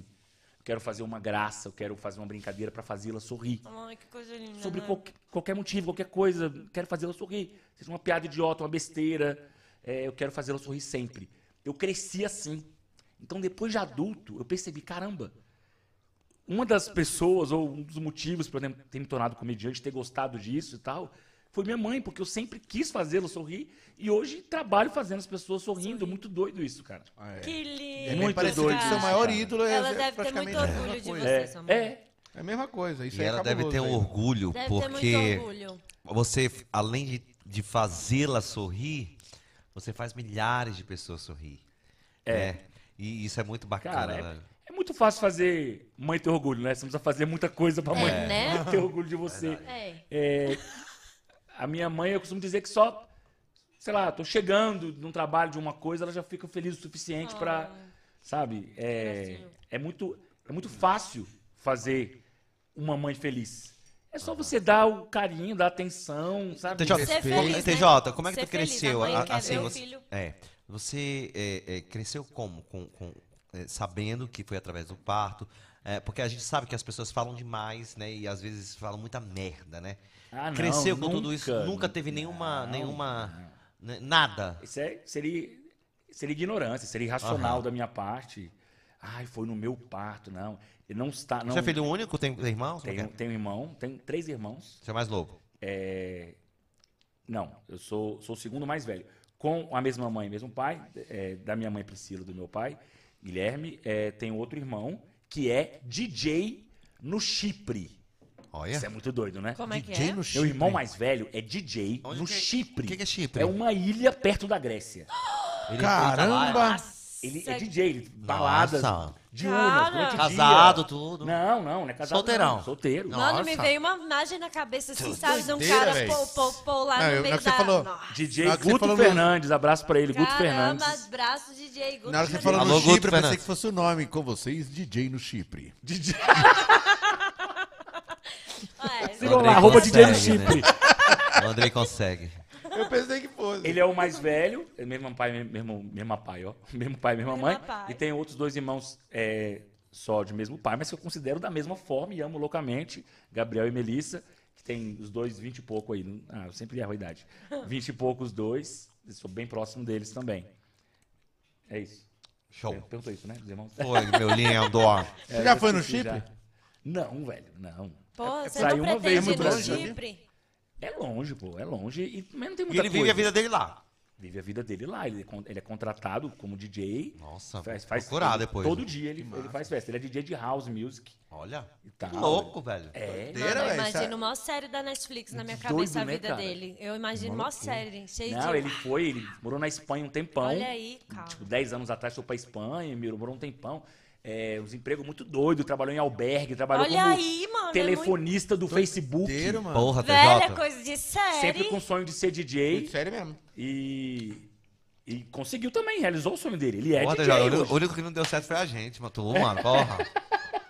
F: Eu quero fazer uma graça, eu quero fazer uma brincadeira pra fazê-la sorrir.
B: Ai, que coisa linda.
F: Sobre
B: né?
F: qualquer, qualquer motivo, qualquer coisa, quero fazê-la sorrir. Seja uma piada idiota, uma besteira, é, eu quero fazê-la sorrir sempre. Eu cresci assim. Então, depois de adulto, eu percebi, caramba, uma das pessoas, ou um dos motivos por eu ter me tornado comediante, ter gostado disso e tal, foi minha mãe, porque eu sempre quis fazê-la sorrir e hoje trabalho fazendo as pessoas sorrindo. Muito doido isso, cara.
G: Ah,
B: Que lindo.
F: É muito
B: parecido.
F: doido
G: que seu
F: isso,
G: maior
F: cara.
G: ídolo é
B: Ela
G: é
B: deve ter muito
G: praticamente a mesma
B: orgulho de
G: coisa.
B: você, sua mãe.
F: É,
G: É a mesma coisa, isso
E: E
G: aí é
E: ela deve
G: cabuloso
E: ter um
G: aí.
E: orgulho,
B: Deve ter
E: porque
B: muito orgulho.
E: você, além de, de fazê-la sorrir, você faz milhares de pessoas sorrir. É. E isso é muito bacana.
F: Cara, é-
E: né?
F: é muito fácil fazer mãe ter orgulho, né? Você não precisa fazer muita coisa pra mãe
B: É, né?
F: [laughs] ter orgulho de você.
B: É.
F: É, a minha mãe, eu costumo dizer que só, sei lá, tô chegando num trabalho de uma coisa, ela já fica feliz o suficiente pra, sabe? É, é muito, é muito fácil fazer uma mãe feliz. É só você dar o carinho, dar atenção, sabe?
E: TJ,
B: Ser
E: como-
B: feliz, né?
E: TJ, como é que
B: Ser
E: tu
B: feliz,
E: cresceu?
B: a mãe
E: A-
B: quer ver o
E: você,
B: filho.
E: é, você é, é, cresceu como? Com, com, é, sabendo que foi através do parto. é, porque a gente sabe que as pessoas falam demais, né? E às vezes falam muita merda, né?
F: Ah, não,
E: cresceu com tudo isso,
F: nunca,
E: nunca teve nenhuma.
F: não,
E: nenhuma né, nada.
F: Isso é- seria, seria ignorância, seria irracional
E: Aham.
F: da minha parte. Ai, foi no meu parto, não. Ele não está. Não,
E: Você é filho único? Tem tem irmãos? Como é
F: tenho,
E: que é?
F: tenho irmão, tenho três irmãos.
E: Você é mais novo.
F: É, não, eu sou, sou o segundo mais velho. Com a mesma mãe, mesmo pai, é, da minha mãe Priscila, do meu pai, Guilherme, é, tem outro irmão que é DJ no Chipre.
E: Olha.
F: Isso é muito doido, né?
B: Como é que
C: DJ
B: é?
C: no
F: Meu
C: Chipre.
F: irmão mais velho é DJ
E: Onde
F: no
E: que-
F: Chipre.
E: o que que é Chipre?
F: É uma ilha perto da Grécia.
E: Ele- ele tá lá,
C: Caramba!
F: Ele é
B: Nossa,
F: DJ, ele, baladas,
E: Nossa.
F: diurnas, durante o dia.
E: Casado, tudo.
F: Não, não, não é casado.
E: Solteirão.
F: não, solteiro.
B: Mano, me
E: Nossa.
B: veio uma imagem na cabeça, assim, sabe? De um
C: doideira,
B: cara
C: véi.
B: pô, pô, pô lá
C: Não, eu-
B: no
C: na
B: meio
C: hora que você
B: da...
C: falou,
B: Nossa.
F: DJ
C: Na hora que você
F: Guto
C: falou no-
F: Fernandes, abraço pra ele, Guto
B: Caramba,
F: Fernandes.
B: abraço DJ Guto
C: Na hora que você
B: Fernandes.
C: falou
E: Alô,
C: no
E: Guto
C: Chipre, eu pensei
E: Fernandes.
C: que fosse o nome. Com vocês, DJ no Chipre.
F: DJ,
B: Ué,
F: sigam
E: Andrei
F: lá, arroba DJ no
E: consegue, né?
F: Chipre.
E: O Andrei consegue.
C: [laughs] Eu pensei que fosse.
F: Ele é o mais velho, é mesmo pai, mesmo, mesma pai, ó. [laughs] Mesmo pai, mesma
B: Mesma
F: mãe.
B: pai.
F: E tem outros dois irmãos é, só de mesmo pai, mas que eu considero da mesma forma e amo loucamente. Gabriel e Melissa, que tem os dois vinte e pouco aí. não- Ah, eu sempre erro
B: [laughs]
F: a idade. Vinte e pouco os dois. Eu sou bem próximo deles também. É isso.
E: Show.
F: Perguntou isso, né? Dos irmãos? É,
E: Foi, meu é um lindo.
C: Você já foi no
F: esqueci
C: Chipre?
F: Não, velho, não.
B: Pô, você
F: Saiu
B: não pretende
F: uma vez,
B: ir
F: muito
B: no
F: longe, sabia?
B: Chipre?
F: É longe, pô, é longe. E também não tem
E: E
F: muita
E: ele
F: coisa.
E: vive a vida dele lá.
F: Vive a vida dele lá. Ele é, con- ele é contratado como DJ.
E: Nossa,
F: faz,
E: vou
F: faz
E: procurar
F: ele-
E: depois,
F: Todo
E: né?
F: dia ele, ele faz festa. Ele é DJ de house music
E: Olha.
F: e tal.
E: Que louco, velho.
F: Tá. É.
C: Doideira,
B: Mano, eu
C: véi,
B: imagino
C: sabe?
B: a maior série da Netflix na minha
F: Doido,
B: cabeça, a
F: né,
B: vida
F: cara?
B: dele. Eu imagino a maior série, cheio
F: Não,
B: de...
F: ele foi, ele morou na Espanha um tempão.
B: Olha aí, cara.
F: Tipo, 10 anos atrás foi pra Espanha, mirou- morou um tempão. É, uns empregos muito doidos, trabalhou em albergue, trabalhou
B: Olha
F: como
B: aí, mano, é
F: telefonista do Facebook.
C: Inteiro, mano.
E: Porra,
B: Velho, é
E: TJ.
B: coisa de série.
F: Sempre com sonho de ser DJ.
C: É Sério mesmo.
F: E, e conseguiu também, realizou o sonho dele. Ele é
E: Porra,
F: DJ
E: TJ, o único-
F: hoje.
E: o único que não deu certo foi a gente, mano. Tu,
F: É.
E: mano, porra.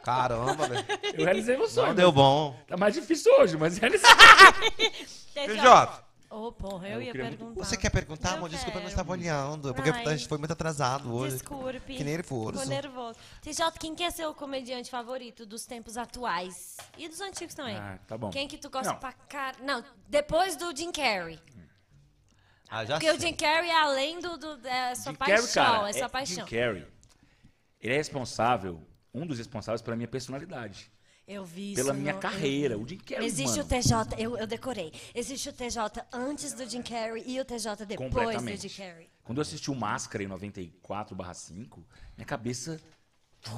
E: Caramba, velho.
F: [laughs] Eu realizei meu sonho.
E: Não deu bom.
F: Tá mais difícil hoje, mas realizei.
B: Teve-
E: TJ,
B: Ô, porra, eu,
F: Eu
B: ia
F: queria muito-
B: perguntar.
E: você quer perguntar,
B: Eu
E: amor? Desculpa, eu não
B: quero.
E: estava olhando. É porque
B: Ai.
E: a gente foi muito atrasado hoje.
B: Desculpe.
E: Que nervoso.
B: Ficou nervoso. TJ, quem que é seu comediante favorito dos tempos atuais? E dos antigos também.
F: Ah, tá bom.
B: Quem é que tu gosta
F: Não.
B: pra car... Não, depois do Jim Carrey.
E: Ah, já
B: Porque o
E: sei.
B: Jim Carrey é além do... do é a sua
F: Tá Jim Carrey,
B: paixão,
F: cara,
B: é sua paixão.
F: Jim Carrey, ele é responsável, um dos responsáveis pela minha personalidade,
B: Eu vi isso.
F: pela minha
B: no- eu-
F: carreira. O Jim Carrey,
B: Existe
F: mano,
B: o TJ, eu, eu decorei. Existe o TJ antes do Jim Carrey e o TJ depois do
F: completamente.
B: Jim Carrey.
F: Quando eu assisti o Máscara em 94/5, minha cabeça,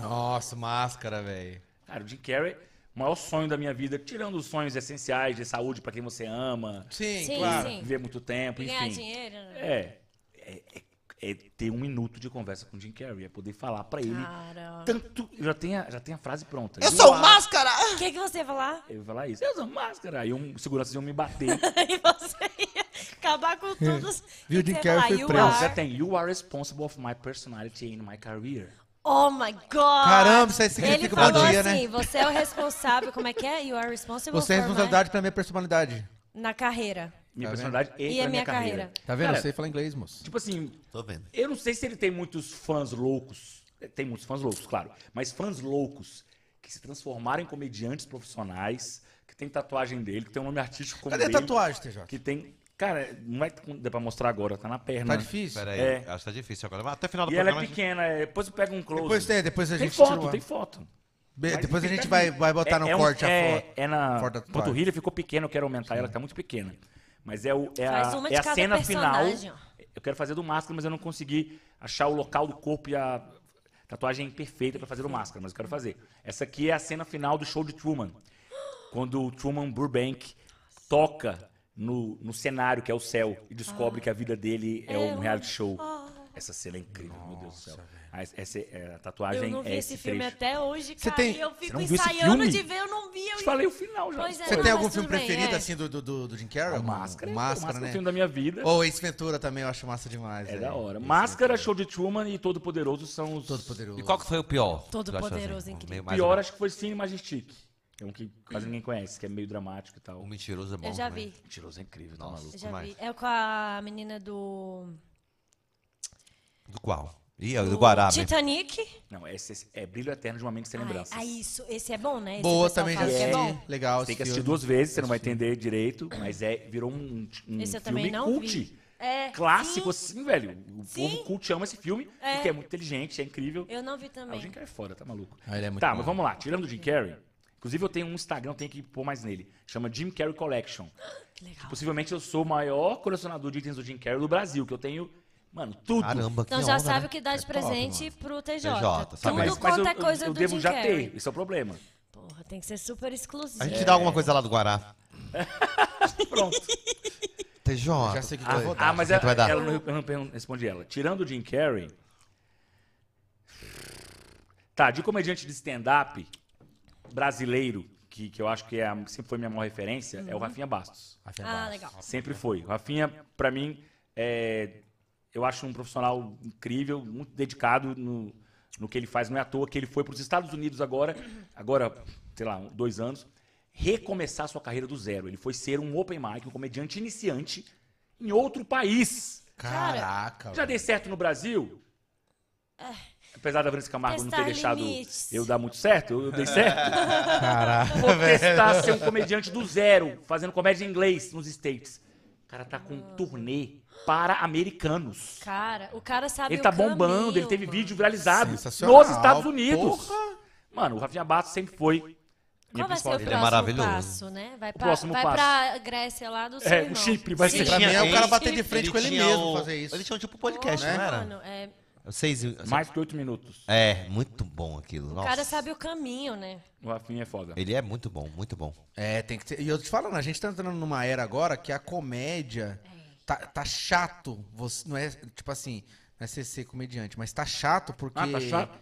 C: Nossa, máscara, velho.
F: cara, o Jim Carrey, o maior sonho da minha vida, tirando os sonhos essenciais de saúde pra quem você ama,
C: Sim,
B: Sim,
C: claro.
B: sim.
F: viver muito tempo,
B: Ganhar
F: enfim.
B: dinheiro, né?
F: É, é, é- é ter um minuto de conversa com o Jim Carrey, é poder falar pra ele
B: Cara.
F: tanto, eu já tem a, já tem a frase pronta.
E: Eu sou
F: acho-
E: máscara!
B: O que, que você ia falar? [laughs]
F: Eu ia falar isso. Eu sou máscara. Aí um segurança iam me bater.
B: E você ia acabar com tudo.
C: Viu,
B: E você
C: Jim
B: ia
C: Carrey
B: falar,
C: foi
B: "You
C: preso."
B: are-
F: Você tem You are responsible for my personality and my career.
B: Oh my God!
G: Caramba, isso aí
B: Ele
G: significa
B: falou
G: bom dia,
B: assim,
G: né?
B: você é o responsável, como é que é? You are responsible
G: Você é
B: for my-
G: responsabilidade pela minha personalidade.
B: Na carreira.
F: Minha
C: Tá vendo?
F: personalidade e,
B: E
F: pela
B: a minha carreira.
C: Tá vendo?
F: Cara,
C: Eu sei falar inglês, moço.
F: Tipo assim,
E: Tô vendo.
F: eu não sei se ele tem muitos fãs loucos. Tem muitos fãs loucos, claro. Mas fãs loucos que se transformaram em comediantes profissionais, que tem tatuagem dele, que tem um nome artístico como
G: Cadê a
F: dele,
G: tatuagem, TJ?
F: Que tem... Cara, não vai dar pra mostrar agora, tá na perna.
G: Tá difícil?
E: Peraí,
F: É.
E: acho que tá difícil agora. Mas até o final do
F: E ela
E: programa.
F: é
E: a gente-
F: pequena, é, depois eu pego um close.
G: Depois tem, depois a
F: Tem
G: gente tira o
F: foto,
G: ar.
F: tem foto.
G: Be-
F: Mas
G: Depois
F: fica
G: a gente
F: aqui.
G: vai, vai botar no
F: um-
G: corte a
F: é,
G: foto.
F: É na
G: Foto da tua
F: panturrilha, ficou pequena, eu quero aumentar ela, tá muito pequena. Mas é, o, é
B: Faz
F: a,
B: uma de
F: é a
B: cada
F: cena final.
B: personagem, ó.
F: Eu quero fazer do máscara, mas eu não consegui achar o local do corpo e a tatuagem perfeita pra fazer do máscara, mas eu quero fazer. Essa aqui é a cena final do show de Truman. Quando o Truman Burbank toca no, no cenário, que é o céu, e descobre que a vida dele é,
B: Ah.
F: um reality show. Essa cena é incrível, meu Deus do céu. Ah, essa- Essa, é, a tatuagem
B: Eu não vi
F: é
B: esse filme
F: trecho.
B: até hoje,
G: Você
B: cara.
G: tem-
B: e eu
F: não
B: fico
F: viu esse
B: ensaiando
F: filme?
B: de ver, eu não vi. Eu...
F: Eu te falei o final já.
B: Pois é.
G: Você
B: Não,
G: tem
B: mas
G: algum
B: tudo
G: filme
B: bem,
G: preferido,
B: é.
G: assim, do, do, do, do Jim Carrey?
F: O
G: Algum-
F: Máscara, é o
C: Máscara,
F: é o
C: né?
F: filme da minha vida.
C: Ou Ace Ventura também, eu acho massa demais.
F: é
C: velho.
F: da hora.
C: Ace
F: Máscara,
C: Ventura.
F: Show de Truman e Todo Poderoso são os...
C: Todo poderoso.
E: E qual que foi o pior?
B: Todo
E: Tu acha
B: poderoso,
E: assim?
B: incrível.
E: Meio mais ou
F: Pior é
E: menos.
F: acho que foi Cine Majestic. É um que quase ninguém conhece, que é meio dramático e
E: O
F: tal.
E: mentiroso é bom
B: Eu já
E: também.
B: vi.
F: Mentiroso é incrível, tá maluco.
B: Eu já
E: Mas-
B: vi. É com a menina do.
E: Do qual? Ih, é o do Guará, mesmo.
B: Titanic.
F: Não, esse, esse é Brilho Eterno de uma Mente Sem
B: Ai,
F: Lembranças.
B: ah, isso. Esse é bom, né? Esse
C: Boa
B: o pessoal
C: também, já
B: fala que é bom.
C: assisti. Legal.
F: Você tem
C: esse
F: que assistir
C: filme.
F: duas vezes, você não vai entender direito, mas é, virou um, um
B: Esse eu também
F: filme
B: não
F: cult.
B: vi. É,
F: Clássico,
B: sim.
F: assim, velho. O
B: Sim.
F: povo cult ama esse filme,
B: É.
F: porque é muito inteligente, é incrível.
B: Eu não vi
F: Ah, o Jim
B: também.
F: Carrey é foda, tá maluco.
C: Ah, ele é muito
F: tá,
C: bom.
F: mas vamos lá. Tirando o Jim Carrey, inclusive eu tenho um Instagram, tenho que pôr mais nele. Chama Jim Carrey Collection.
B: Que legal.
F: Possivelmente eu sou o maior colecionador de itens do Jim Carrey do Brasil, que eu tenho, mano, tudo.
E: Caramba, que
B: Então já
E: onda,
B: sabe
E: né?
B: o que
F: É
B: dá de presente pro TJ.
E: TJ, tá
B: Tudo
E: bem. Mas-
B: quanto
F: eu,
B: é coisa
F: eu, eu
B: do
F: devo
B: Jim
F: já
B: Carrey.
F: ter, esse é o problema.
B: Porra, tem que ser super exclusivo.
E: A gente dá alguma coisa lá do Guará.
F: Pronto.
E: TJ.
C: Já sei o que que
F: ah,
C: vai rodar.
F: ah, mas
E: Você vai
F: ela,
E: dar.
F: ela não, eu não pergun- respondi ela. Tirando o Jim Carrey. Tá, de comediante de stand-up brasileiro, que, que eu acho que é a- sempre foi minha maior referência,
B: Uhum.
F: é o Rafinha Bastos.
B: Ah, legal.
F: Sempre foi. O Rafinha, pra mim, é, eu acho um profissional incrível, muito dedicado no, no que ele faz. Não é à toa que ele foi para os Estados Unidos agora, agora, sei lá, um, dois anos, recomeçar sua carreira do zero. Ele foi ser um open mic, um comediante iniciante em outro país.
C: Caraca.
F: Já
C: velho.
F: dei certo no Brasil? Apesar da Vanessa Camargo não ter
B: É. Testar
F: deixado
B: limites.
F: eu dar muito certo, eu dei certo.
C: [laughs] Caraca.
F: Vou testar ser um comediante do zero, fazendo comédia em inglês nos States. O cara tá com um turnê para americanos.
B: Cara, o cara sabe
F: Ele
B: o
F: tá bombando,
B: caminho,
F: ele teve
B: mano.
F: vídeo viralizado nos
C: Sensacional,
F: Estados Unidos.
C: porra.
F: Mano, o Rafinha Bastos sempre foi minha
B: Qual vai ser o
F: principal
B: próximo
E: Ele é maravilhoso.
B: passo, né? Vai, pra,
F: próximo
B: vai
F: passo.
B: pra Grécia lá do seu
F: É,
B: irmão.
F: o Chipre vai
B: Sim.
F: ser.
C: Pra mim é o cara bater de
B: Ele
C: frente com ele
E: tinha
C: mesmo
E: o-
C: fazer isso.
E: Ele tinha um tipo podcast,
B: Porra,
E: não era?
B: mano, é,
E: Seis... um,
F: mais que oito minutos.
E: É, muito bom aquilo.
B: o
E: Nossa.
B: cara sabe o caminho, né?
F: O Rafinha é foda.
E: Ele é muito bom, muito bom.
C: É, tem que ser. E eu te falando, a gente tá entrando numa era agora que a comédia
B: É.
C: tá, tá chato. Você não é, tipo assim, não é ser, ser comediante, mas tá chato porque.
F: Ah, tá chato?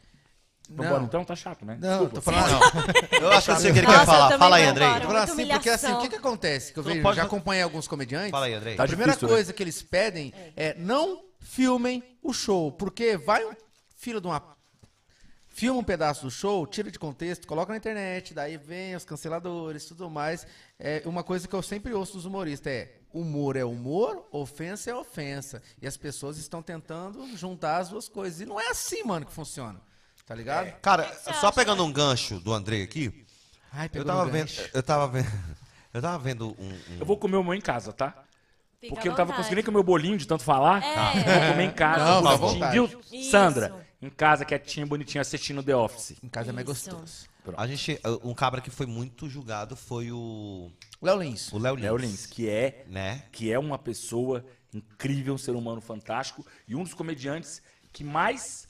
F: Então,
C: Não.
F: bora, então tá chato, né?
C: Não,
F: Desculpa.
C: tô falando,
E: Eu acho que eu sei o que ele
B: Nossa,
E: quer
B: eu
E: falar.
B: também
E: Fala aí,
B: vou
E: Andrei.
B: embora.
C: tô falando
B: Muita
C: assim, porque assim, o
B: humilhação.
C: que que acontece? Que eu
E: Não
C: vejo,
E: pode-
C: já acompanho alguns comediantes.
E: Fala aí, Andrei.
F: Tá
C: a primeira
F: difícil, né?
C: coisa que eles pedem é não filmem o show, porque vai um filho de uma filma um pedaço do show, tira de contexto, coloca na internet, daí vem os canceladores, tudo mais. É uma coisa que eu sempre ouço dos humoristas é humor é humor, ofensa é ofensa. E as pessoas estão tentando juntar as duas coisas. E não é assim, mano, que funciona. Tá ligado?
E: Cara, só pegando um gancho do Andrei aqui,
C: Ai,
E: eu
C: pegou
E: tava
C: no
E: vendo.
C: gancho.
E: Eu tava vendo. [laughs] Eu tava vendo um. um-
F: Eu vou comer o meu em casa, tá?
B: Fica
F: Porque eu
B: à
F: não tava
B: vontade.
F: conseguindo nem comer o bolinho de tanto falar.
B: É.
F: Eu vou comer em casa,
C: Não, fica à
F: bonitinho, viu?
B: Isso.
F: Sandra, em casa, quietinha, bonitinha, assistindo The Office.
C: Em casa é mais
B: Isso.
C: gostoso.
E: A gente, um cabra que foi muito julgado foi o.
C: Léo Lins.
E: O Léo Lins.
F: Léo Lins, que é,
E: Né?
F: que é uma pessoa incrível, um ser humano fantástico e um dos comediantes que mais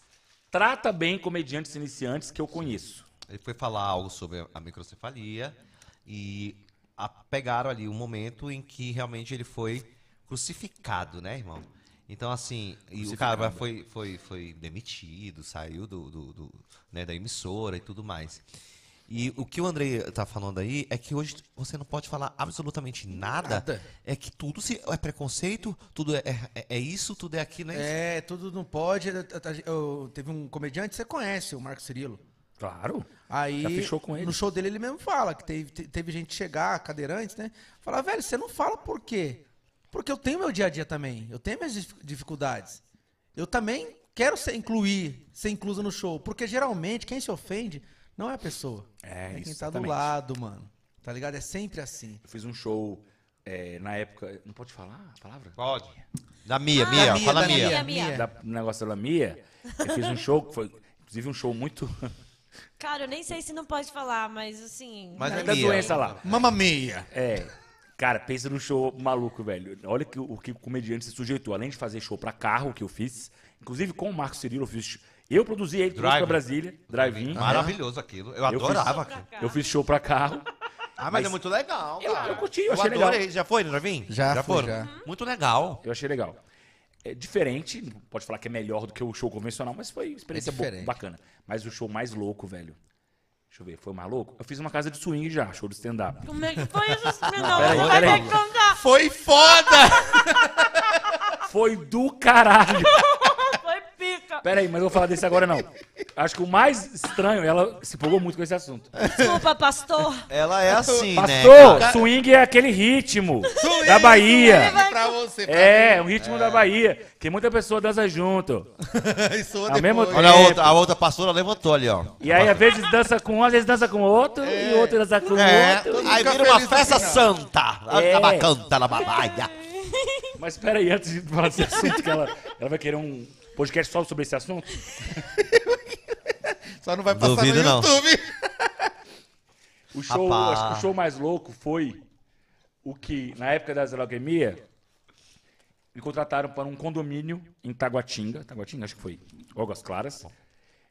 F: trata bem comediantes iniciantes que eu conheço.
E: Ele foi falar algo sobre a microcefalia e a- pegaram ali um momento em que realmente ele foi crucificado, né, irmão? Então, assim, e o
F: Crucificado.
E: cara foi, foi, foi demitido, saiu do, do- do, né, da emissora e tudo mais. E o que o Andrei tá falando aí é que hoje você não pode falar absolutamente nada.
C: Nada.
E: É que tudo se, é preconceito, tudo é, é, é isso, tudo é aquilo, é, isso.
C: É, tudo não pode. Eu- eu- eu- teve um comediante, você conhece, o Marco Cirilo.
F: Claro.
C: Aí,
F: Já fechou com ele.
C: no show dele, ele mesmo fala que teve, te- teve gente chegar, cadeirante, né? Falar, velho, você não fala por quê? Porque eu tenho meu dia a dia também, eu tenho minhas dif- dificuldades. Eu também quero ser incluir, ser incluso no show, porque geralmente quem se ofende não é a pessoa.
F: É,
C: quem
F: isso,
C: tá do
F: exatamente.
C: lado, mano. Tá ligado? É sempre assim.
F: Eu fiz um show é, na época. Não pode falar a palavra?
E: Pode. Da Mia,
B: Ah,
E: Mia,
C: da Mia,
E: fala
C: da
E: Mia.
F: É.
B: Mia.
F: Da, no negócio da Lamia, eu fiz um show que foi, inclusive, um show muito.
B: Cara, eu nem sei se não pode falar, mas assim.
E: Mas é
F: [laughs] Da
E: Mia.
F: doença lá.
C: Mamma Mia. [laughs]
F: É. Cara, pensa num show maluco, velho. Olha que, o que o comediante se sujeitou. Além de fazer show pra carro, que eu fiz, inclusive com o Marco Cirilo, eu fiz. Eu produzi ele, trouxe
E: Drive-in.
F: pra Brasília, drive-in.
E: Maravilhoso aquilo. Eu,
F: fiz-
E: adorava aquilo.
B: Pra cá.
F: Eu fiz show pra carro.
E: Ah, mas, é
F: Mas-
E: muito legal.
F: Eu-
E: cara.
F: eu curti, eu achei
E: adorei. Já foi, Dravin?
C: Já fui,
E: foram.
C: já.
E: Muito legal.
F: Eu achei legal. É diferente, não pode falar que é melhor do que o show convencional, mas foi uma experiência
C: É
F: bo-
C: diferente.
F: bacana. Mas o show mais louco, velho. Deixa eu ver, foi o mais louco? Eu fiz uma casa de swing já, show de stand-up.
B: Como é que foi isso? Meu não,
F: peraí,
B: não vai
F: peraí.
B: ter que contar.
C: Foi foda!
F: Foi do caralho!
B: Foi pica.
F: Peraí, mas eu vou falar desse agora não. Acho que o mais estranho, ela se empolgou muito com esse assunto.
B: Desculpa, pastor.
E: Ela é assim, né?
F: Pastor,
E: cara?
F: swing é
E: [laughs]
F: aquele ritmo da Bahia.
E: né?
C: pra você. pra
F: É, um ritmo da Bahia, que muita pessoa dança junto.
C: mim, soa
F: Ao É mesmo
C: depois.
E: Olha a outra, a outra pastora levantou ali, ó.
F: E aí, às vezes dança com um, às vezes dança com outro, e outro dança com
E: É,
F: outro.
E: aí
C: fica
E: vira uma
C: feliz no
E: festa
C: final.
E: santa.
F: É.
E: Ela canta, ela babaia.
F: Mas peraí, antes de falar desse assunto, que ela, ela vai querer um podcast só sobre esse assunto?
C: Só não vai passar
E: Duvido,
C: no
E: não.
C: YouTube.
F: O show,
E: Rapaz.
F: acho que o show mais louco foi o que, na época da leucemia, me contrataram para um condomínio em Taguatinga, Taguatinga, acho que foi, Águas Claras,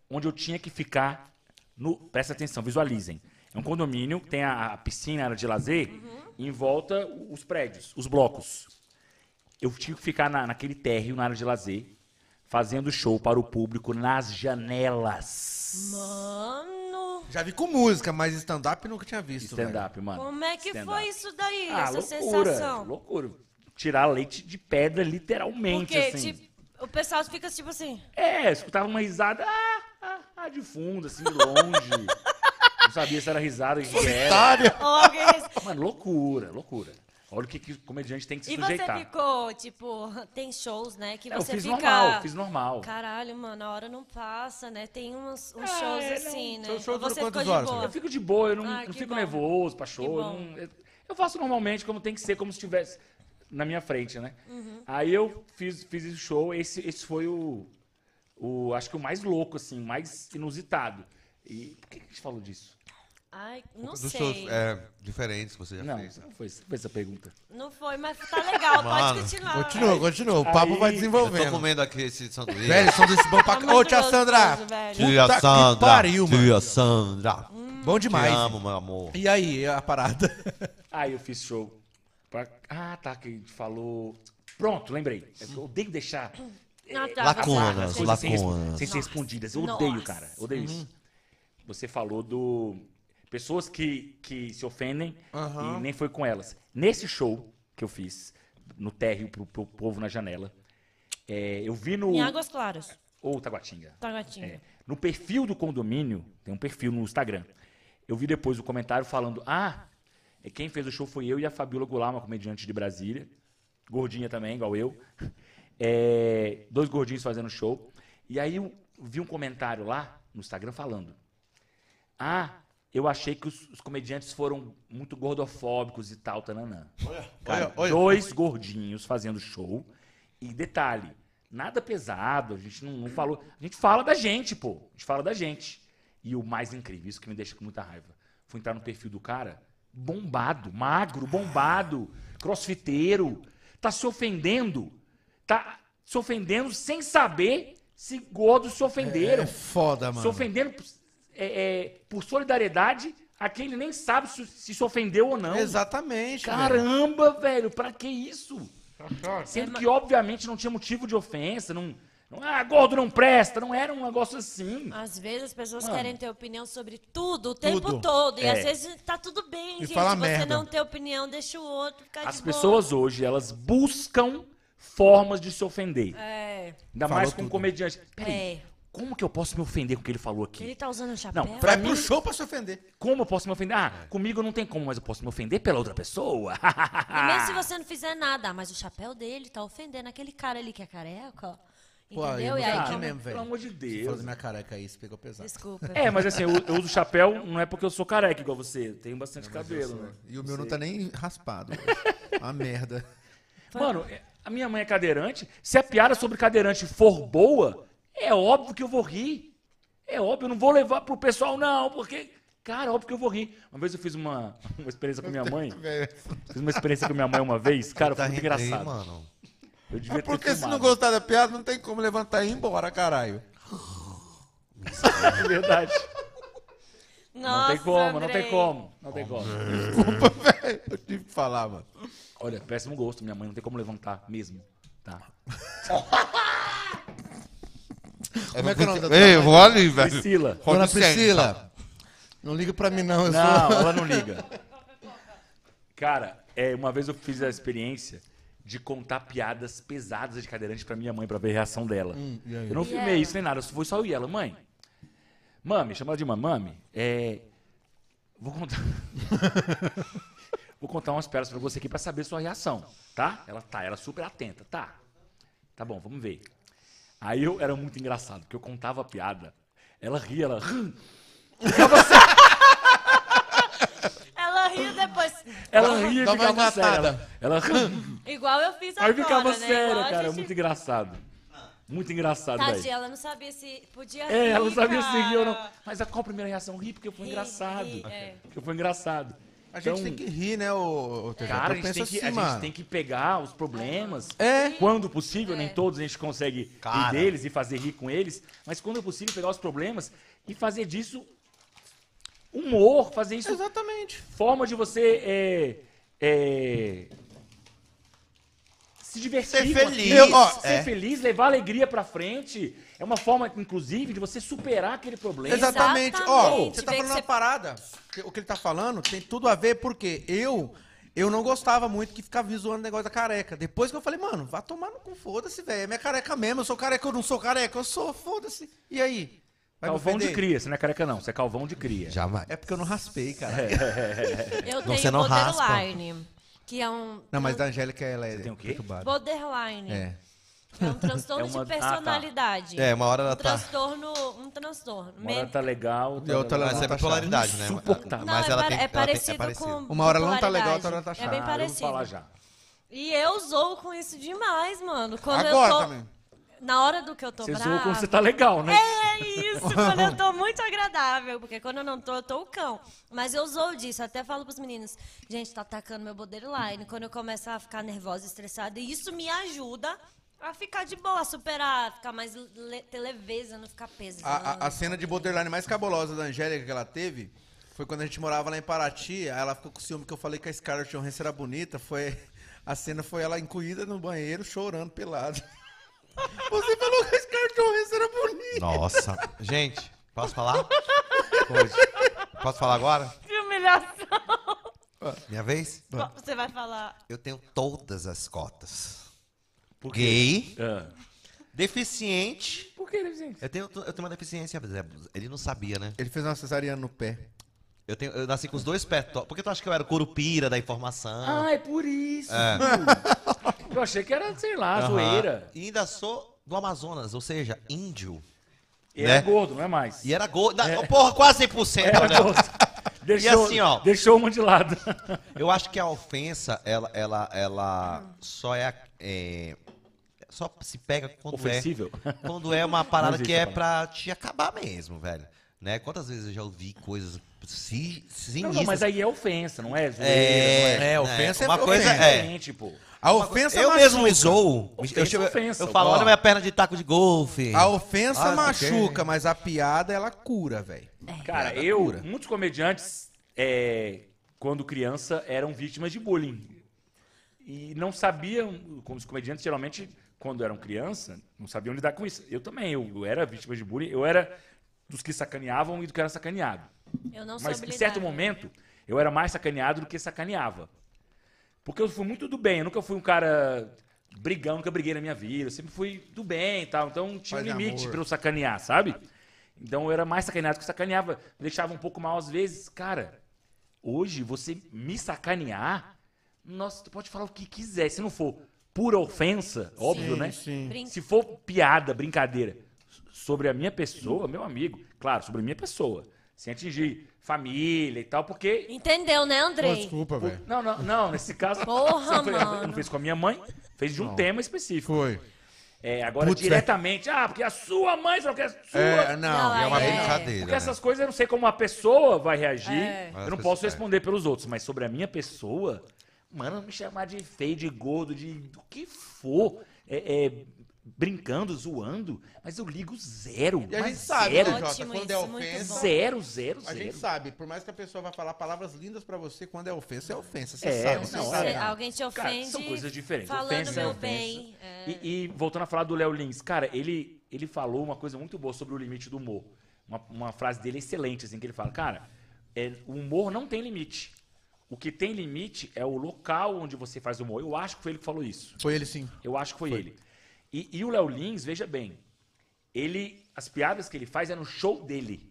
F: onde eu tinha que ficar no, presta atenção, visualizem. É um condomínio, tem a, a piscina, a área de lazer,
B: Uhum.
F: e em volta os prédios, os blocos. Eu tinha que ficar na, naquele térreo, na área de lazer, fazendo show para o público nas janelas.
B: Mano,
C: Já vi com música, mas stand-up nunca tinha visto. velho.
F: Stand-up, mano.
B: como é que
F: Stand-up.
B: foi isso daí?
F: Ah,
B: essa
F: loucura,
B: sensação?
F: loucura. Tirar leite de pedra, literalmente,
B: Porque,
F: assim.
B: tipo, o pessoal fica tipo assim.
F: É, eu escutava uma risada ah, ah, ah, de fundo, assim, de
B: [laughs]
F: longe. Não sabia se era risada de era.
B: Ou alguém...
F: Mano, loucura, loucura. Olha o que, que o comediante tem que se
B: E
F: sujeitar.
B: você ficou, tipo, [laughs] tem shows, né? Que
F: É, eu
B: você
F: fiz
B: fica.
F: normal, fiz normal.
B: Caralho, mano, a hora não passa, né? Tem uns, uns
F: Ah,
B: shows
F: é,
B: assim,
F: não.
B: né?
C: Seu show
B: Ou
C: dura
B: você ficou
C: quantas
B: de
C: horas,
F: Eu
B: boa.
F: fico de boa, eu não,
B: Ah,
F: eu não
B: que
F: fico
B: bom.
F: nervoso pra show. Eu,
B: bom.
F: não- eu- eu faço normalmente como tem que ser, como se estivesse na minha frente, né?
B: Uhum.
F: Aí eu fiz, fiz esse show, esse, esse foi o, o. Acho que o mais louco, assim, o mais inusitado. E por que, que a gente falou disso?
B: Ai, não
E: Dos
B: sei.
E: seus é, diferentes que você já
F: Não,
E: fez. né?
F: não foi, essa- foi essa pergunta.
B: Não foi, mas tá legal, pode
E: Mano,
B: continuar.
C: Continua, continua. O papo vai
E: Eu
F: Aí-
E: tô
C: desenvolvendo.
E: comendo aqui esse sanduíche.
C: Velho, são desse bom pra
B: Tá
C: cá.
B: muito
C: Ô, tia
B: gostoso,
C: Sandra.
B: velho.
E: tia
C: Puta que
E: Sandra.
C: pariu,
E: tia
C: mano.
E: Sandra.
F: Hum.
C: Bom demais.
E: Te amo, meu amor.
C: E aí, a parada?
F: Aí eu fiz show. pra- Ah, tá, que a gente falou. Pronto, lembrei. Eu odeio deixar
B: Ah, tá.
E: Lacunas,
F: coisas sem, respo-
E: lacunas.
F: sem ser respondidas. Eu odeio,
B: Nossa.
F: cara. Eu odeio isso. Você falou do. Pessoas que, que se ofendem e nem foi com elas. Nesse show que eu fiz, no térreo pro, pro povo na janela, é, eu vi no.
B: Em Águas Claras,
F: Ou Taguatinga.
B: tá gatinho.
F: É. No perfil do condomínio, tem um perfil no Instagram. Eu vi depois o comentário falando: Ah, é quem fez o show foi eu e a Fabiola Goulart, uma comediante de Brasília. Gordinha também, igual eu. [laughs] É, dois gordinhos fazendo show. E aí eu vi um comentário lá no Instagram falando: Ah, eu achei que os, os comediantes foram muito gordofóbicos e tal, tananã. Cara,
C: olha, olha.
F: Dois gordinhos fazendo show. E detalhe, nada pesado, a gente não, não falou. A gente fala da gente, pô. A gente fala da gente. E o mais incrível, isso que me deixa com muita raiva. Fui entrar no perfil do cara, bombado, magro, bombado, crossfiteiro. Tá se ofendendo. Tá se ofendendo sem saber se gordos se ofenderam.
C: É foda,
F: Se
C: mano.
F: ofendendo é, é, por solidariedade a quem ele nem sabe se se, se ofendeu ou não.
C: Exatamente. velho.
F: Caramba, velho, pra que isso? Sendo que, obviamente, não tinha motivo de ofensa, não. não ah, gordo não presta, não era um negócio assim.
B: Às vezes as pessoas
F: Mano.
B: querem ter opinião sobre tudo, o tempo
C: Tudo.
B: todo. E
F: É.
B: às vezes tá tudo bem,
C: E
B: gente.
C: fala
B: Você
C: merda.
B: não ter opinião, deixa o outro ficar
F: As
B: de boa.
F: pessoas hoje, elas buscam formas de se ofender.
B: É,
F: Ainda
C: Falou
F: mais com um
C: tudo.
F: comediante. Peraí,
B: É.
F: como que eu posso me ofender com o que ele falou
B: ele
F: aqui?
B: tá usando chapéu.
F: Não, pra-
C: Vai pro show pra se ofender.
F: Como eu posso me ofender?
C: É.
F: Ah, comigo não tem como, mas eu posso me ofender pela outra pessoa. [laughs]
B: E É mesmo se você não fizer nada, ah, mas o chapéu dele tá ofendendo aquele cara ali que é careca, ó.
C: Pô, aí
B: Entendeu?
C: não
B: e
C: tem
B: aí,
C: aqui
B: como-
C: mesmo,
F: Pelo
C: velho.
F: amor de
C: Você falou
F: Deus.
C: da minha careca aí, você pegou pesado.
B: Desculpa.
F: É, mas assim, eu, eu uso chapéu, não é porque eu sou careca igual você. Eu tenho bastante
C: É,
F: cabelo, né?
C: E o meu não tá nem raspado. É Uma merda.
F: Mano, é- a minha mãe é cadeirante. Se a piada sobre cadeirante for boa, é óbvio que eu vou rir. É óbvio, eu não vou levar pro pessoal, não, porque. Cara, óbvio que eu vou rir. Uma vez eu fiz uma, [laughs] uma experiência com minha mãe. Fiz uma experiência com minha mãe uma vez, cara, foi
E: Tá
F: muito
E: rindo aí,
F: engraçado.
E: mano.
F: Eu devia ter
I: Porque se
F: filmado.
I: não gostar da piada, não tem como levantar e ir embora, caralho. [laughs]
F: [laughs] É verdade.
B: Nossa,
F: não tem como, não
B: Andrei.
F: tem como. Não tem como.
I: Desculpa, velho. Eu tive que falar, mano.
F: Olha, péssimo gosto, minha mãe, não tem como levantar mesmo. Tá.
C: Como é que é o nome da
I: Ei, eu vou ali, tá? velho.
F: Priscila.
I: Rod
C: Dona
I: Senna.
C: Priscila. Não liga pra mim, não. Eu
F: Não,
C: sou...
F: ela
C: [laughs]
F: não liga. Cara, é, uma vez eu fiz a experiência de contar piadas pesadas de cadeirante pra minha mãe, pra ver a reação dela.
C: Hum,
F: Eu não filmei
B: ela?
F: isso nem nada, só foi só eu e ela. Mãe, mami, chama ela de mami. Mami, é... Vou contar... [laughs] Vou contar umas piadas pra você aqui pra saber sua reação, tá? Ela tá, ela é super atenta, tá? Tá bom, vamos ver. Aí eu era muito engraçado, porque eu contava a piada. Ela ria, ela... hum,
B: Ela riu depois.
F: Ela ria e
C: Dava uma
F: ficava séria.
C: engatada.
F: Ela... ela hum,
B: Igual eu fiz
F: Aí
B: agora,
F: ficava
B: né?
F: séria,
B: Igual a
F: cara. é
B: gente-
F: Muito engraçado. Muito engraçado,
B: Tadinha,
F: velho.
B: ela não sabia se podia rir,
F: É, ela não sabia
B: cara.
F: se ria ou não. Mas a qual a primeira reação? Ri, porque foi
B: Ri,
F: engraçado.
B: ri, é.
F: Porque foi engraçado.
G: A gente
F: Então,
G: tem que rir, né, ô, ô TJ?
F: Cara, a
G: Eu
F: gente,
G: penso
F: tem que,
G: assim,
F: a gente
G: mano.
F: tem que pegar os problemas.
C: É.
F: Quando possível, nem todos a gente consegue
E: Cara.
F: rir deles e fazer rir com eles. Mas quando é possível, pegar os problemas e fazer disso humor, fazer isso
C: Exatamente.
F: forma de você é, é, se divertir.
E: Ser
F: com aquilo.
E: feliz.
C: Eu, ó,
F: ser
E: é.
F: feliz, levar alegria pra frente. É uma forma, inclusive, de você superar aquele problema.
G: Exatamente. Ó,
B: Exatamente.
G: você tá
B: Vê que
G: falando
B: você-
G: uma parada. que- O que ele tá falando tem tudo a ver, porque eu. Eu não gostava muito que ficava me zoando o negócio da careca. Depois que eu falei, mano, vá tomar no cu, foda-se, velho. É minha careca mesmo, eu sou careca, eu não sou careca, eu sou, foda-se. E aí? Vai me
F: Calvão de
G: ofender?
F: cria, você não é careca não, você é calvão de cria.
E: Jamais.
G: É porque eu não raspei, cara.
B: Eu
E: Não,
B: tenho
E: você não raspa.
B: borderline, que é um...
G: Não, mas da Angélica, ela é
F: tem um o quê?
G: perturbada.
B: Borderline.
G: É.
B: É um transtorno
F: [laughs] É uma-
B: de
F: Ah, tá.
B: personalidade.
E: É, uma hora ela
B: Um
E: tá.
B: transtorno... Um transtorno.
F: Uma hora
B: Men-
F: tá legal, outra
G: E outra
F: hora
G: ela
E: Mas
G: não
E: é
G: tá
E: bipolaridade, né?
F: Insuportável.
B: Não, é, pare- é parecido com
G: Uma hora ela não tá
B: bipolaridade.
G: legal, outra hora tá chata.
B: É bem
F: tá- Eu vou
B: parecido.
F: falar já.
B: E eu zoo com isso demais, mano. Quando
G: Agora
B: eu tô...
G: também.
B: Na hora do que eu tô
F: Você
B: brava...
F: zoa quando você tá legal, né?
B: É
G: [laughs]
B: isso, quando eu tô muito agradável, porque quando eu não tô, eu tô o cão. Mas eu zoo disso, até falo pros meninos, gente, tá atacando meu borderline. Quando eu começo a ficar nervosa, estressada, e isso me ajuda a ficar de boa, a superar, a ficar mais le- ter leveza, não ficar peso.
G: A, a- a cena de borderline mais cabulosa da Angélica que ela teve foi quando a gente morava lá em Paraty. Aí ela ficou com ciúme que eu falei que a Scarlett Johansson era bonita. Foi, a cena foi ela encolhida no banheiro, chorando, pelada. Você falou que a Scarlett Johansson era
F: [laughs]
G: bonita.
E: Nossa. Gente, posso falar? Posso falar agora?
B: Que humilhação!
E: Minha vez?
B: Você vai falar.
E: Eu tenho todas as cotas. Gay,
B: É.
F: Ah.
E: deficiente.
F: Por que, gente?
E: Eu tenho, eu tenho uma deficiência. por exemplo, Ele não sabia, né?
G: Ele fez uma cesariana no pé.
E: Eu, tenho, eu nasci com os dois pés. to- Por que tu acha que eu era o curupira da informação?
F: Ah, é por isso. Eu achei que era, sei lá,
E: Aham.
F: zoeira.
E: E ainda sou do Amazonas, ou seja, índio.
F: E era
E: Né?
F: gordo, não é mais.
E: E era gordo. Porra, quase 100%.
F: Era
E: né?
F: gordo. Deixou,
E: assim, ó.
F: Deixou uma de lado.
E: Eu acho que a ofensa, ela, ela, ela só é, a- é- Só se pega quando
F: Ofensível.
E: é. Quando é uma parada
F: existe
E: que
F: essa
E: é pra te acabar mesmo, velho. Né? Quantas vezes eu já ouvi coisas si,
F: Não,
E: sinistras.
F: não, mas aí é ofensa, não é zoeira, não é.
E: é,
G: É, ofensa é
E: uma coisa
G: ofensa.
E: é.
F: Diferente, pô.
G: A ofensa
E: eu
G: machuca.
E: mesmo me zoo.
F: Ofensa
E: Eu,
F: é
E: chego-
F: ofensa,
E: eu falo,
F: ó.
E: olha minha perna de taco de golfe.
G: A ofensa
E: Ah,
G: machuca,
E: ok.
G: mas a piada ela cura, velho.
B: É.
F: Cara, eu, muitos comediantes, é, quando criança, eram vítimas de bullying. E não sabiam, como os comediantes geralmente, quando eram criança, não sabiam lidar com isso. Eu também, eu, eu era vítima de bullying, eu era dos que sacaneavam e do que era sacaneado.
B: Eu não sou né?
F: Mas em certo momento, eu era mais sacaneado do que sacaneava. Porque eu fui muito do bem, eu nunca fui um cara brigão, nunca briguei na minha vida, eu sempre fui do bem e tal. Então tinha um
G: Paz e
F: limite
G: amor.
F: pra eu sacanear, sabe? Então eu era mais sacaneado do que sacaneava, me deixava um pouco mal às vezes. Cara, hoje você me sacanear, nossa, tu pode falar o que quiser, se não for pura ofensa, óbvio, né?
B: Brin-
F: Se for piada, brincadeira sobre a minha pessoa, meu amigo, claro, sobre a minha pessoa, sem atingir família e tal, porque.
B: Entendeu, né, Andrei?
C: Desculpa, velho.
F: Não, não, não, nesse caso.
B: Porra,
F: [laughs] você foi-
B: mano.
F: Não fez com a minha mãe, fez de um tema específico.
G: Foi.
F: É, agora
I: Putz,
F: diretamente, ah, porque a sua mãe só quer sua.
I: É, não.
B: Não,
E: é uma
B: aí é-
E: brincadeira.
F: Porque
E: né?
F: essas coisas eu não sei como a pessoa vai reagir.
B: É.
E: Mas
F: Eu não
E: as
F: posso
E: pessoas-
F: responder pelos outros, mas sobre a minha pessoa, mano, me chamar de feio, de gordo, de do que for, é, é, brincando, zoando, mas eu ligo zero.
G: E a
F: mas
G: gente sabe,
F: zero,
G: né, Jota?
B: Ótimo
G: Quando é
B: isso, muito
G: ofensa.
B: bom.
F: zero, zero,
G: A gente
F: zero.
G: sabe, por mais que a pessoa vai falar palavras lindas pra você, quando é ofensa, é ofensa. Você
F: É,
G: sabe,
F: você
G: você
B: Não,
G: sabe.
B: cê- alguém te
F: Cara,
B: ofende.
F: são coisas diferentes.
B: Falando
F: Ofensa é
B: meu
F: ofensa.
B: bem. é.
F: E, e voltando a falar do Léo Lins, cara, ele, ele falou uma coisa muito boa sobre o limite do humor. Uma, uma frase dele excelente, assim, que ele fala, cara, é, o humor não tem limite. O que tem limite é o local onde você faz humor. Eu acho que foi ele que falou isso.
G: Foi ele sim.
F: Eu acho que foi, ele. E, e o Léo Lins, veja bem, ele, as piadas que ele faz é no show dele.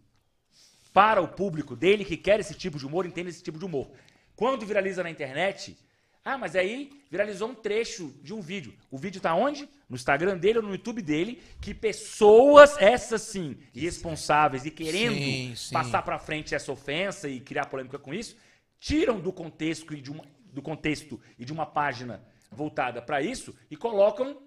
F: Para o público dele que quer esse tipo de humor, entende esse tipo de humor. Quando viraliza na internet, ah, mas aí viralizou um trecho de um vídeo. O vídeo tá onde? No Instagram dele ou no YouTube dele, que pessoas, essas sim, responsáveis e querendo
G: Sim, sim.
F: passar pra frente essa ofensa e criar polêmica com isso, tiram do contexto e de uma, do contexto e de uma página voltada pra isso e colocam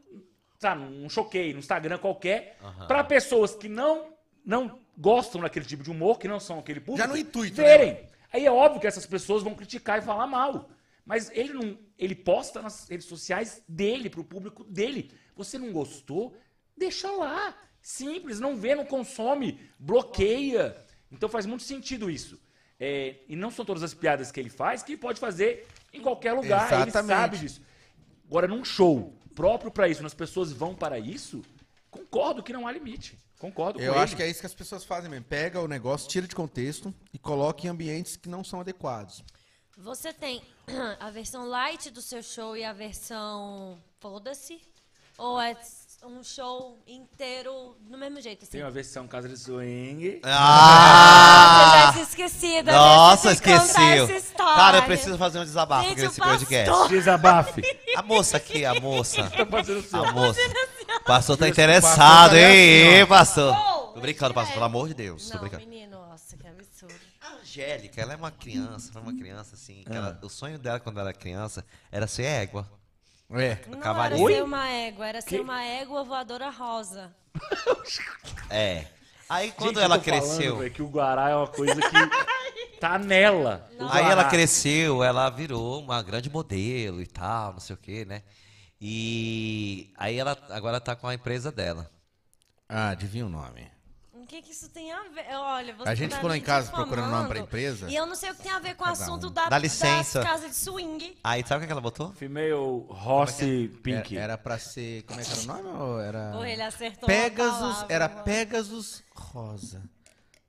F: tá, num choqueio, no Instagram qualquer, pra pessoas que não não gostam daquele tipo de humor, que não são aquele público,
G: Já no intuito, né?
F: verem. Aí é óbvio que essas pessoas vão criticar e falar mal. Mas ele não, ele posta nas redes sociais dele pro público dele. Você não gostou? Deixa lá. Simples, não vê, não consome, bloqueia. Então faz muito sentido isso. É, e não são todas as piadas que ele faz que ele pode fazer em qualquer lugar. Ele
I: Exatamente.
F: sabe disso. Agora, num show próprio pra isso, onde as pessoas vão para isso, concordo que não há limite. Concordo com
G: Eu
F: ele.
G: acho que é isso que as pessoas fazem mesmo. Pega o negócio, tira de contexto e coloca em ambientes que não são adequados.
B: Você tem [clears throat] a versão light do seu show e a versão foda-se? Ou é um show inteiro do mesmo jeito, assim?
F: Tem uma versão Casa de Swing.
G: É.
E: Ah!
B: Você já tinha esquecido, né?
E: Nossa,
B: Preciso contar
E: esqueceu.
B: essa história.
E: Cara, eu preciso fazer um desabafo
B: Gente,
E: nesse
B: o
E: podcast.
B: pastor
F: [laughs] Desabafe.
E: A moça aqui, a moça.
F: tá fazendo assim, ó.
E: A moça. Pastor tá interessado,
F: assim,
E: hein? Ei, pastor.
B: Oh,
E: Tô brincando, pastor, pelo amor de Deus. Tô
B: Não,
E: brincando.
B: menino, nossa, que absurdo.
E: A Angélica, ela é uma criança, ela é uma criança assim. que
F: Ah.
E: ela- o sonho dela quando ela era criança era ser égua.
G: É.
B: Não
E: cavalinho.
B: era ser uma égua, era
F: Que-
B: ser uma égua voadora rosa.
E: É. Aí quando
F: Gente, eu
E: ela
F: tô falando,
E: cresceu,
F: velho, que o Guará é uma coisa que tá nela. O
E: aí ela
F: Guará.
E: cresceu, ela virou uma grande modelo e tal, não sei o que, né? E aí ela agora tá com a empresa dela.
G: Ah, adivinha o nome.
B: O que, que isso tem a ver? Olha, você
G: A gente
B: tá
G: ficou lá
B: me
G: em casa procurando
B: difamando,
G: nome pra empresa. um.
B: E eu não sei o que tem a ver com o assunto da,
E: Dá licença.
B: das casas de swing.
E: Aí sabe o que que ela botou?
F: Female Rossi Pink.
G: É, Era, era pra ser. Como é que era o nome? ou Era.
B: Porra, ele acertou uma
G: Pegasus.
B: palavra,
G: Era
B: mano.
G: Pegasus Rosa.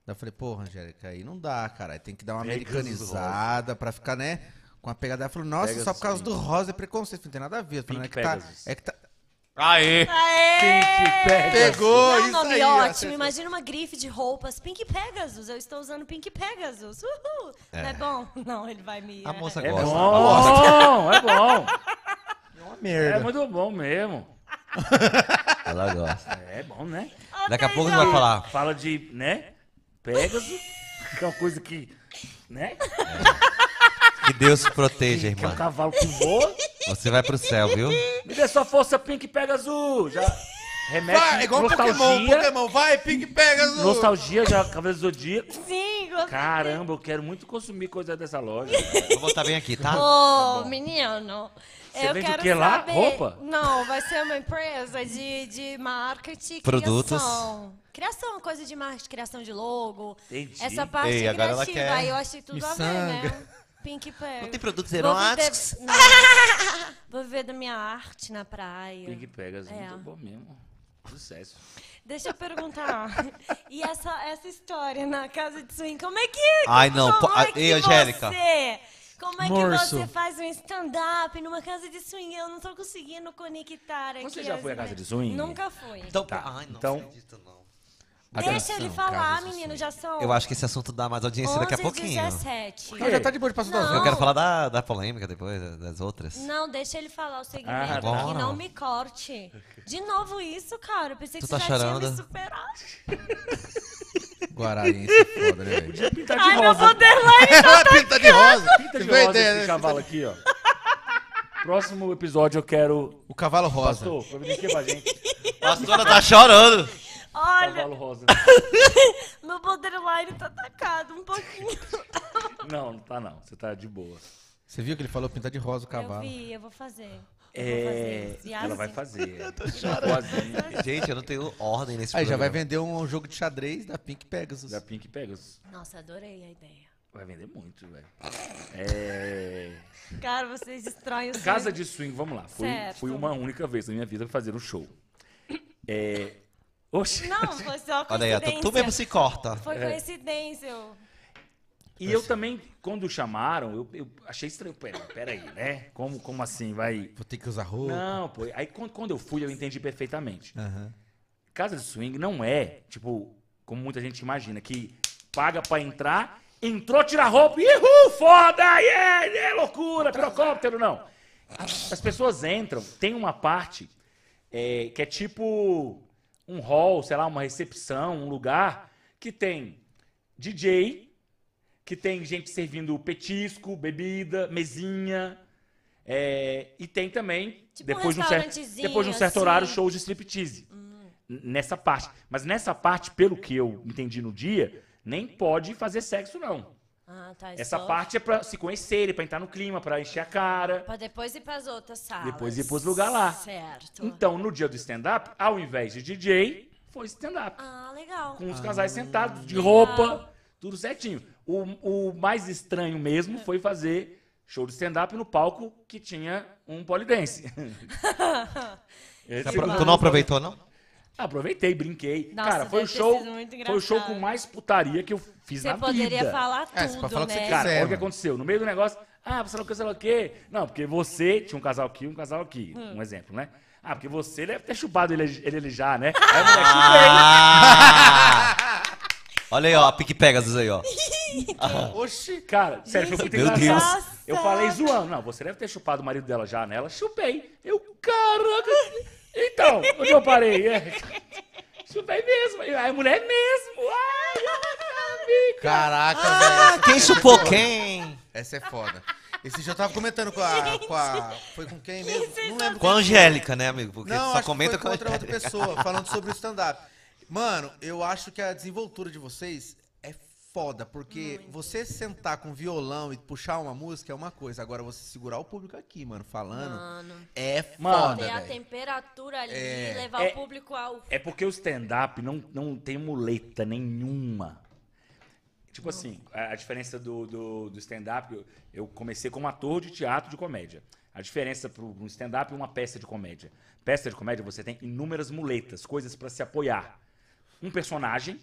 G: Daí eu falei, porra, Angélica, aí não dá, cara. Aí Tem que dar uma
E: Pegasus
G: americanizada pra ficar, né? Com a pegada. Ela falou, nossa, só por causa do rosa é preconceito. Não tem nada a ver. Eu falei, não, é
F: Pink
G: que tá.
F: Pegasus.
G: É que tá.
E: Aê!
B: Aê!
F: Pink Pegasus.
G: Pegou
B: Não é um
G: isso
B: nome
G: aí.
B: ótimo.
G: acertou.
B: Imagina uma grife de roupas. Pink Pegasus. Eu estou usando Pink Pegasus. Uhul. Não é bom? [laughs] Não, ele vai me...
E: A
G: tá,
E: moça
F: É
E: gosta.
F: bom, é bom.
G: Uma
F: É
G: merda.
F: muito bom mesmo.
E: Ela gosta.
F: É bom, né?
B: Ô,
E: Daqui a pouco
B: Thaís,
E: ela
B: ó,
E: vai falar.
F: Fala de, né? Pegasus, que é uma coisa que, né?
E: Que Deus te proteja,
F: Que é um
E: irmã.
F: cavalo que voa.
E: Você vai pro céu, viu?
F: Me dê sua força, Pink Pegasus. Já remete
G: Vai, é igual
F: nostalgia.
G: Pokémon, Pokémon, vai, Pink Pegasus!
F: Nostalgia, já Cavaleiro do Zodíaco.
B: Sim, gostei.
F: Caramba, eu quero muito consumir coisa dessa loja.
B: [laughs]
E: Vou botar bem aqui, tá?
B: Ô, menino,
F: Você
B: eu
F: vende o
B: quero
F: quê lá?
B: saber...
F: Roupa?
B: Não, vai ser uma empresa de, de marketing e
E: Produtos.
B: criação. Criação, coisa de marketing, criação de logo.
F: Entendi.
B: Essa parte
E: Ei, agora ela
B: criativa,
E: quer
B: aí eu achei tudo a ver, né? Pink Pega.
E: Não tem produtos
B: Vou
E: eróticos? [laughs]
B: viver- não. Vou viver da minha arte na praia.
F: Pink Pegasus,
B: É.
F: muito assim, bom mesmo. Sucesso.
B: Deixa eu perguntar. e essa, essa história na casa de swing, como é que.
E: Ai, não,
B: Como
E: po-
B: é
E: a-
B: que
E: Ei, Angélica.
B: Você, como é
C: Morso.
B: que você faz um stand-up numa casa de swing? Eu não tô conseguindo conectar aqui.
F: Você já
B: as
F: foi à casa
B: ideias.
F: de swing?
B: Nunca fui.
E: Então,
F: Tá,
E: ai, não
F: então-
E: acredito, não.
B: Deixa ele falar,
G: casa de
B: menino, já são.
E: Eu acho que esse assunto dá mais audiência
B: 11
E: daqui a pouquinho.
B: 17.
F: é
G: Não, já tá de boa de passar das
B: Não.
E: Eu quero falar da, da polêmica depois, da- das outras.
B: Não, deixa ele falar o segmento
F: Ah,
B: aqui,
E: agora?
B: não me corte. De novo isso, cara. Eu pensei que
E: Tu tá
B: você já tinha me
E: chorando?
B: superado.
G: [laughs] Guararense é foda, né, velho?
F: Pintar Tá de
B: Ai, meu
F: rosa. [laughs]
B: Vanderlei!
G: Ela pinta Tá de rosa!
F: Pinta
G: Você
F: de
G: tem
F: rosa
G: ideia,
F: esse
G: né?
F: cavalo aqui, ó. Próximo episódio eu quero.
G: O cavalo rosa.
F: Pastor, providencia pra gente.
E: Pastora tá chorando.
B: Olha,
F: Cavalo rosa.
B: meu borderline tá atacado um pouquinho.
F: Não, não tá não. Você tá de boa.
C: Você viu que ele falou pintar de rosa o
B: Eu
C: cavalo?
B: vi, eu vou fazer. Eu vou fazer
F: Tá É.
B: esse
F: Ela vai
B: Yasin.
F: fazer. Eu tô chorando.
E: Gente, eu não tenho ordem nesse
C: Aí já vai
E: programa.
C: vender um jogo de xadrez da Pink Pegasus.
F: Da Pink Pegasus.
B: Nossa, adorei a ideia.
F: Vai vender muito, velho. É...
B: Cara, vocês destroem os
F: Casa de swing, vamos lá. Fui,
B: Certo.
F: fui uma única vez na minha vida fazer um show. É... Oxi.
B: Não, foi
F: [laughs]
B: só coincidência.
E: Olha aí, ó, tu, tu mesmo se corta.
B: Foi
F: É.
B: coincidência. eu-
F: E eu também, quando chamaram, eu, eu achei estranho. Pera, peraí, né? Como, como assim? Vai.
C: Vou ter que usar roupa.
F: Não, pô. Aí quando, quando eu fui, eu entendi perfeitamente. Casa de swing não é, tipo, como muita gente imagina, que paga pra entrar, entrou, tira a roupa, ihu, foda, yeah, yeah, loucura, pirocóptero, não. As pessoas entram, tem uma parte é, que é tipo um hall, sei lá, uma recepção, um lugar que tem DJ, que tem gente servindo petisco, bebida, mesinha. é, e tem também,
B: Tipo um
F: depois, de um certo,
B: restaurantezinho,
F: depois de um certo horário,
B: assim. Hum.
F: shows de striptease. N- Nessa parte. Mas nessa parte, pelo que eu entendi no dia, nem pode fazer sexo, não.
B: Ah, tá.
F: Essa
B: só-
F: parte é pra se conhecerem, pra entrar no clima, pra encher a cara.
B: Pra depois ir pras outras salas.
F: Depois ir pros lugar lá.
B: Certo.
F: Então, no dia do stand-up, ao invés de DJ, foi stand-up.
B: Ah, legal.
F: com os casais
B: Ah.
F: sentados, de roupa, tudo certinho. O, o mais estranho mesmo foi fazer show de stand-up no palco que tinha um polidense.
E: Tá apro- Tu não
C: [laughs]
E: aproveitou, não?
F: Aproveitei, brinquei.
B: Nossa,
F: Cara, foi o
B: deve ter
F: show,
B: sido muito
F: foi o show
B: engraçado.
F: com mais putaria que eu
B: [laughs]
F: fiz
B: Você
F: na
B: poderia
F: vida.
B: falar
C: É, você
B: tudo,
C: pode falar o que
B: né?
C: você
F: Cara,
C: Zero.
F: olha o que aconteceu. No meio do negócio, ah, você não cancela o quê? Não, porque você tinha um casal aqui, um casal aqui.
B: Hum.
F: Um exemplo, né? Ah, porque você deve ter chupado ele, ele, ele
B: [laughs]
F: já, né? Aí o moleque,
E: Ah! Olha aí, ó, a Pique Pegasus aí, ó.
F: Oxi, cara, sério, foi muito
E: Meu
F: engraçado.
B: Deus.
F: Eu falei zoando. Não, você deve ter chupado o marido dela já nela. Chupei. Eu, caraca. Então, onde eu parei? É. Chupei mesmo. Aí a mulher mesmo. Ai, amiga.
C: Caraca,
E: Ah,
C: velho.
E: quem chupou quem?
C: Essa é foda. Esse dia eu tava comentando
B: [laughs]
C: com a. Com a foi com quem mesmo? Não lembro.
E: Com a Angélica, né, amigo? Porque
C: Não,
E: só
C: acho que foi
E: comenta com
C: com
E: a
C: outra, outra
E: Angélica.
C: pessoa, [laughs] falando sobre o stand-up. Mano, eu acho que a desenvoltura de vocês é foda, porque você sentar com violão e puxar uma música é uma coisa. Agora, você segurar o público aqui, mano, falando,
B: Mano,
C: é
F: Mano.
C: foda,
B: ter a
C: velho.
B: temperatura ali,
C: É.
B: levar
F: É.
B: o público ao...
F: É porque o stand-up não, não tem muleta nenhuma. Tipo assim, a, a diferença do, do, do stand-up, eu, eu comecei como ator de teatro de comédia. A diferença para um stand-up e uma peça de comédia. Peça de comédia você tem inúmeras muletas, coisas para se apoiar. Um personagem,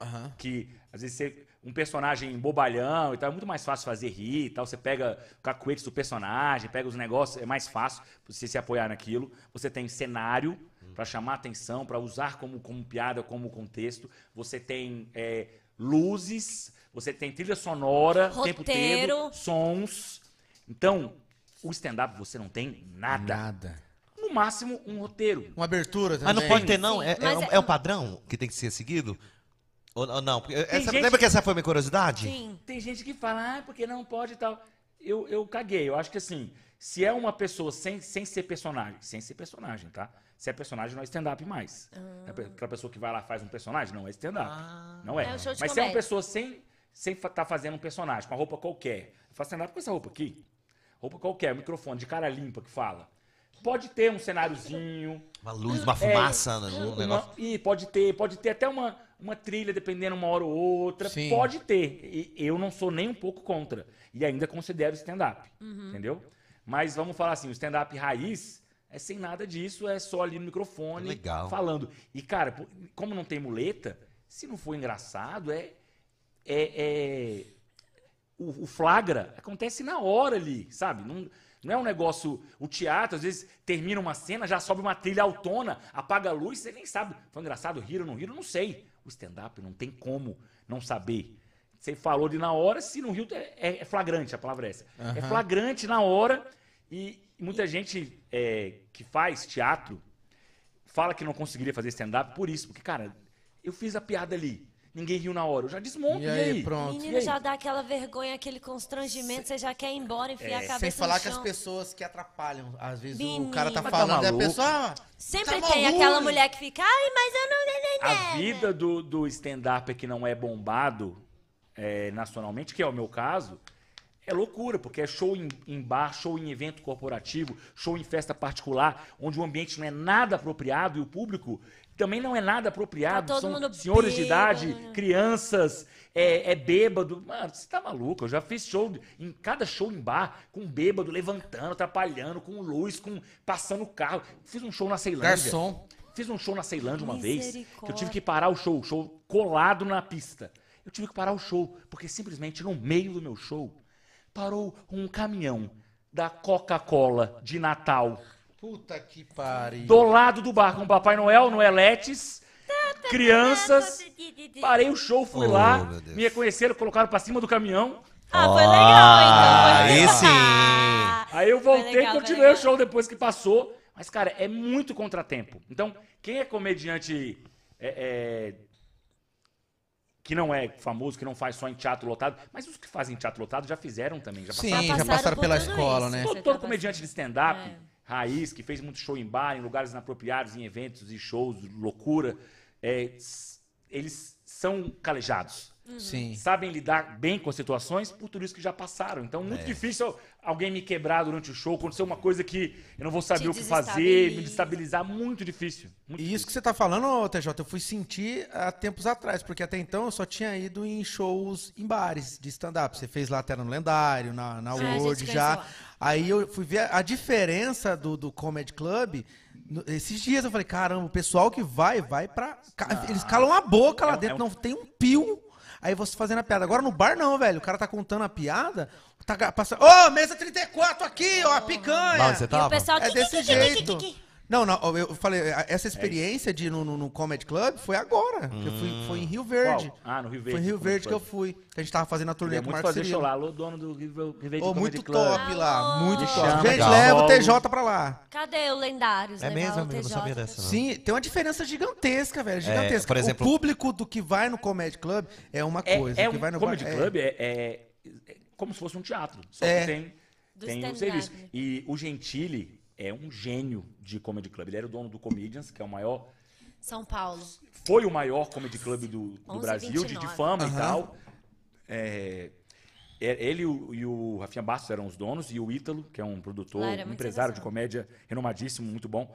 C: Aham.
F: que às vezes você, um personagem bobalhão e tal, é muito mais fácil fazer rir e tal. Você pega o cacuete do personagem, pega os negócios, é mais fácil você se apoiar naquilo. Você tem cenário pra chamar atenção, pra usar como, como piada, como contexto. Você tem é, luzes, você tem trilha sonora, o tempo
B: Roteiro.
F: todo, sons. Então, o stand-up você não tem nada.
C: Nada. Ah,
F: No máximo, um roteiro.
C: Uma abertura também.
E: Mas não pode ter, não?
B: Sim,
E: É, é,
B: mas
E: um,
B: é-
E: é um padrão que tem que ser seguido? Ou, ou não? Porque essa-
F: gente-
E: Lembra que essa foi minha curiosidade?
B: Sim.
F: Tem gente que fala, ah, porque não pode e tal. Eu, eu caguei. Eu acho que assim, se é uma pessoa sem, sem ser personagem, sem ser personagem, tá? Se é personagem, não é stand-up mais.
B: Ah.
F: É pe- Aquela pessoa que vai lá e faz um personagem, não é stand-up. não é.
B: É um show de
F: Mas se é uma
B: comédia.
F: pessoa sem, sem fa- tá fazendo um personagem, com uma roupa qualquer, faz stand-up com essa roupa aqui. Roupa qualquer, microfone de cara limpa que fala. Pode ter um cenáriozinho,
E: Uma luz, uma fumaça, né, um
F: Uhum. uma-
E: negócio.
F: e pode ter, pode ter até uma, uma trilha, dependendo uma hora ou outra.
C: Sim.
F: Pode ter. E eu não sou nem um pouco contra. E ainda considero stand-up. Entendeu? Mas vamos falar assim: o stand-up raiz é sem nada disso, é só ali no microfone
E: Legal.
F: falando. E, cara, pô, como não tem muleta, se não for engraçado, é. é, é- o, o flagra acontece na hora ali, sabe? Não, não é um negócio. O teatro, às vezes, termina uma cena, já sobe uma trilha autona, apaga a luz, você nem sabe. Foi engraçado, riram, não riram, não sei. O stand-up não tem como não saber. Você falou ali na hora, se não riu, é- é, é flagrante a palavra é essa. É flagrante na hora. E muita gente é, que faz teatro fala que não conseguiria fazer stand-up por isso, porque, cara, eu fiz a piada ali. ninguém riu na hora. Eu já desmonto,
C: E aí, pronto.
F: E
B: Menino,
F: aí?
B: já dá aquela vergonha, aquele constrangimento, você já quer ir embora, enfiar a cabeça
C: É, Sem falar
B: no
C: que as
B: chão.
C: pessoas que atrapalham. Às vezes
B: Menino.
C: o cara tá
B: Mas
F: tá
C: falando e a
F: maluco?
C: pessoa. ah,
B: Sempre
C: tá
B: tem
C: maluco.
B: aquela mulher que fica, ai, mas eu não... Ah,
F: A vida do, do stand-up é que não é bombado é, nacionalmente, que é o meu caso, é loucura, porque é show em, em bar, show em evento corporativo, show em festa particular, onde o ambiente não é nada apropriado e o público também não é nada apropriado.
B: Tá todo
F: São
B: mundo
F: senhores de idade,
B: bêbado. né?
F: crianças, é, é bêbado. Mano, você tá maluco? Eu já fiz show de- em cada show em bar, com bêbado, levantando, atrapalhando, com luz, com passando carro. Fiz um show na Ceilândia.
C: Garçom.
F: Fiz um show na Ceilândia uma vez, que eu tive
B: Misericórdia.
F: que parar o show, o show colado na pista. Eu tive que parar o show, porque simplesmente no meio do meu show, parou um caminhão da Coca-Cola de Natal,
C: Puta que pariu.
F: do lado do bar, com Papai Noel, Noeletes,
B: então,
F: crianças. Parei o show, fui
E: Oh,
F: lá,
E: meu Deus.
F: me reconheceram, colocaram pra cima do caminhão.
B: Ah, foi legal, então. Foi
E: aí
B: legal.
E: sim.
B: Ah,
F: Aí eu
B: foi
F: voltei e
B: legal, foi
F: continuei o
B: legal.
F: show depois que passou. Mas, cara, é muito contratempo. Então, quem é comediante é, é, que não é famoso, que não faz só em teatro lotado, mas os que fazem teatro lotado já fizeram também. Já passaram.
C: Sim, já
B: passaram
C: passaram
B: por
C: pela
B: tudo
C: escola,
B: isso.
C: né?
F: Todo,
B: Você
F: todo
B: tá
F: comediante de stand-up,
B: É.
F: raiz, que fez muito show em bar, em lugares inapropriados, em eventos e shows, loucura, é, s- eles são calejados
B: Uhum.
C: Sim.
F: sabem lidar bem com as situações por tudo isso que já passaram. Então,
C: É.
F: muito difícil alguém me quebrar durante o show, acontecer uma coisa que eu não vou saber
B: Te
F: o que fazer, me
B: desestabiliza.
F: destabilizar, muito difícil. Muito
C: E isso que você tá falando, ô, TJ, eu fui sentir há tempos atrás, porque até então eu só tinha ido em shows em bares de stand-up. Você fez lá até no Lendário, na, na
B: Sim, Ah, a gente
C: World
B: fez
C: já.
B: lá.
C: Aí eu fui ver a diferença do, do Comedy Club. no- Esses dias eu falei, caramba, o pessoal que vai, vai pra. ca- Eles calam a boca lá
F: Ah. É um-
C: dentro,
F: é um-
C: não tem um pio. Aí você fazendo a piada. Agora no bar não, velho. O cara tá contando a piada, tá ga- passando. Ô, mesa 34 aqui, ó, a picanha.
E: Mas você
B: E o
E: tava?
B: pessoal...
C: É
B: "Qui,
C: desse
B: qui, qui, qui, qui,
C: jeito.
B: qui".
C: Não, não, eu falei,
F: É
C: essa experiência de ir no, no, no Comedy Club foi agora. que eu fui, foi em Rio é Verde.
F: Qual? Ah, no Rio
C: Foi em
F: Verde,
C: Rio
F: Comedy
C: Verde que eu
F: Club.
C: fui. Que a gente tava fazendo a turnê
F: Queria
C: com o
F: muito
C: Marcos
F: fazer show
C: Cirilo.
F: lá. Alô, dono do River River
C: Ô,
F: Comedy
C: muito
F: Club.
C: top lá, muito
F: Me
C: top.
F: chama,
C: Gente,
E: legal.
F: um
C: leva o TJ pra lá.
B: Cadê o Lendários?
E: É
B: Levar
E: mesmo,
B: o
E: amigo? Eu não
B: TJ.
E: sabia dessa, não.
C: Sim, tem uma diferença gigantesca,
F: É,
C: velho, gigantesca.
E: por exemplo-
C: o público do que vai no Comedy Club é uma
F: É,
C: coisa.
F: é
C: o
F: um
C: que vai no
F: comedy
C: bar- é.
F: club, é, é- é como se fosse um teatro, só
C: É.
F: que tem,
B: Do
F: tem um
B: stand-up.
F: serviço. E o Gentili é um gênio de comedy club. Ele era o dono do Comedians, que é o maior
B: São Paulo.
F: foi o maior comedy club do, do
B: 11,
F: Brasil, de, de
B: 29.
F: fama e tal. É, é, ele e o, e o Rafinha Bastos eram os donos, e o Ítalo, que é um produtor,
B: Lá era
F: um
B: muito
F: empresário de
B: sensacional.
F: comédia renomadíssimo, muito bom.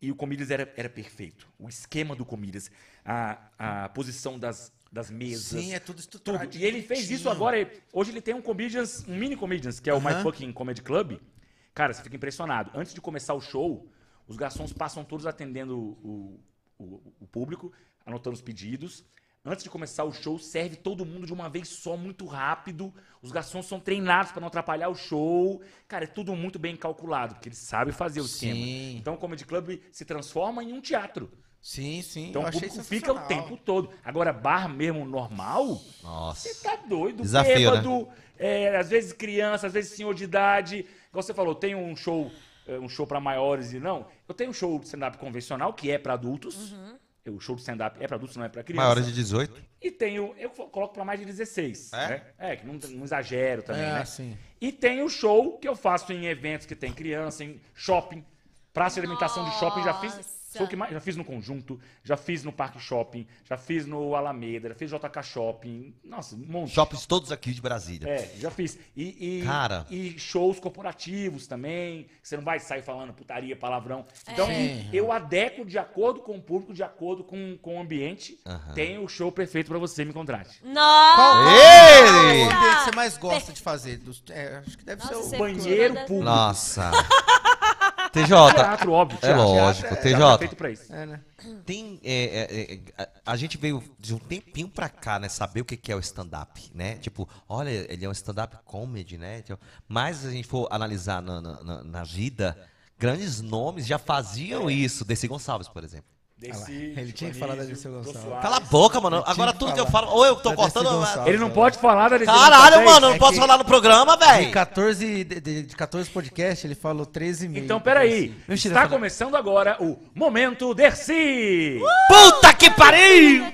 F: E o Comedians era, era perfeito. O esquema do Comedians, a, a posição das, das mesas.
C: Sim, é tudo estruturado.
F: tudo. E ele fez isso agora. ele- Hoje ele tem um Comedians, um mini Comedians, que é o My Fucking Comedy Club. Cara, você fica impressionado. Antes de começar o show, os garçons passam todos atendendo o, o- o público, anotando os pedidos. Antes de começar o show, serve todo mundo de uma vez só, muito rápido. Os garçons são treinados para não atrapalhar o show. Cara, é tudo muito bem calculado, porque eles sabem fazer o
C: Sim.
F: esquema. Então o Comedy Club se transforma em um teatro.
C: Sim, sim.
F: Então
C: eu
F: o
C: achei
F: público fica o
C: sensacional.
F: tempo todo. Agora, bar mesmo normal,
E: Nossa.
F: você tá doido,
E: Desafio, né?
F: bêbado. é, às vezes criança, às vezes senhor de idade. Igual você falou, tem um show, é, um show para maiores e não. Eu tenho um show de stand-up convencional, que é para adultos. O show de stand-up é para adultos, não é para criança.
E: Maior de 18.
F: E tenho. Eu coloco para mais de 16.
E: É?
F: né? É, que não, não exagero também,
C: É,
F: né?
C: sim.
F: E tem o show que eu faço em eventos que tem criança, em shopping, praça de alimentação de shopping. Já fiz,
B: Nossa.
F: show que mais- já fiz no Conjunto, já fiz no Parque Shopping, já fiz no Alameda, já fiz JK Shopping. Nossa, um monte.
E: Shoppings todos aqui de Brasília.
F: É, já fiz. E, e-
E: Cara.
F: e shows corporativos também. que Você não vai sair falando putaria, palavrão.
C: É.
F: Então,
C: Sim.
F: eu adequo de acordo com o público, de acordo com, com o ambiente.
E: Aham.
F: Tem o show perfeito pra você, me contrate.
B: Nossa!
C: Qual É o
E: Ele!
C: ambiente que você mais gosta de fazer? Dos- é, acho que deve
B: Nossa,
C: ser o
B: você-
F: Banheiro
B: Segura.
C: É. [laughs]
F: público.
E: Nossa. TJ,
F: Teatro, óbvio.
E: é
F: teatro.
E: lógico.
F: Teatro é
E: TJ,
F: feito pra isso.
C: É, né?
E: tem. é, é, é, a, a gente veio de um tempinho pra cá, né? Saber o que, que é o stand-up, né? Tipo, olha, ele é um stand-up comedy, né? Tipo, Mas se a gente for analisar na, na- na- na vida, grandes nomes já
C: É.
E: faziam isso. Desse Gonçalves, por exemplo.
F: Desse,
C: Ele tinha que falar da Dirceu
F: Jô
C: Gonçalves.
F: Soares.
E: Cala a boca, mano.
C: tinha
E: Agora
C: que
E: tudo que eu
C: falar.
E: falo. Ou eu tô
C: Da
E: cortando. né?
C: Dercy Gonçalves.
F: Ele não pode falar da Dirceu
E: Caralho,
F: Gonçalves.
E: mano, eu não
C: é
E: posso
C: que-
E: falar no programa,
C: De
F: É.
E: velho.
C: 14, de, de, de 14 podcasts, ele falou 13 mil.
F: Então, peraí.
C: Mentira, tá
F: Está
C: eu falei-
F: começando
C: Uh!
F: agora o Momento Dercy.
B: [laughs]
E: Puta que pariu!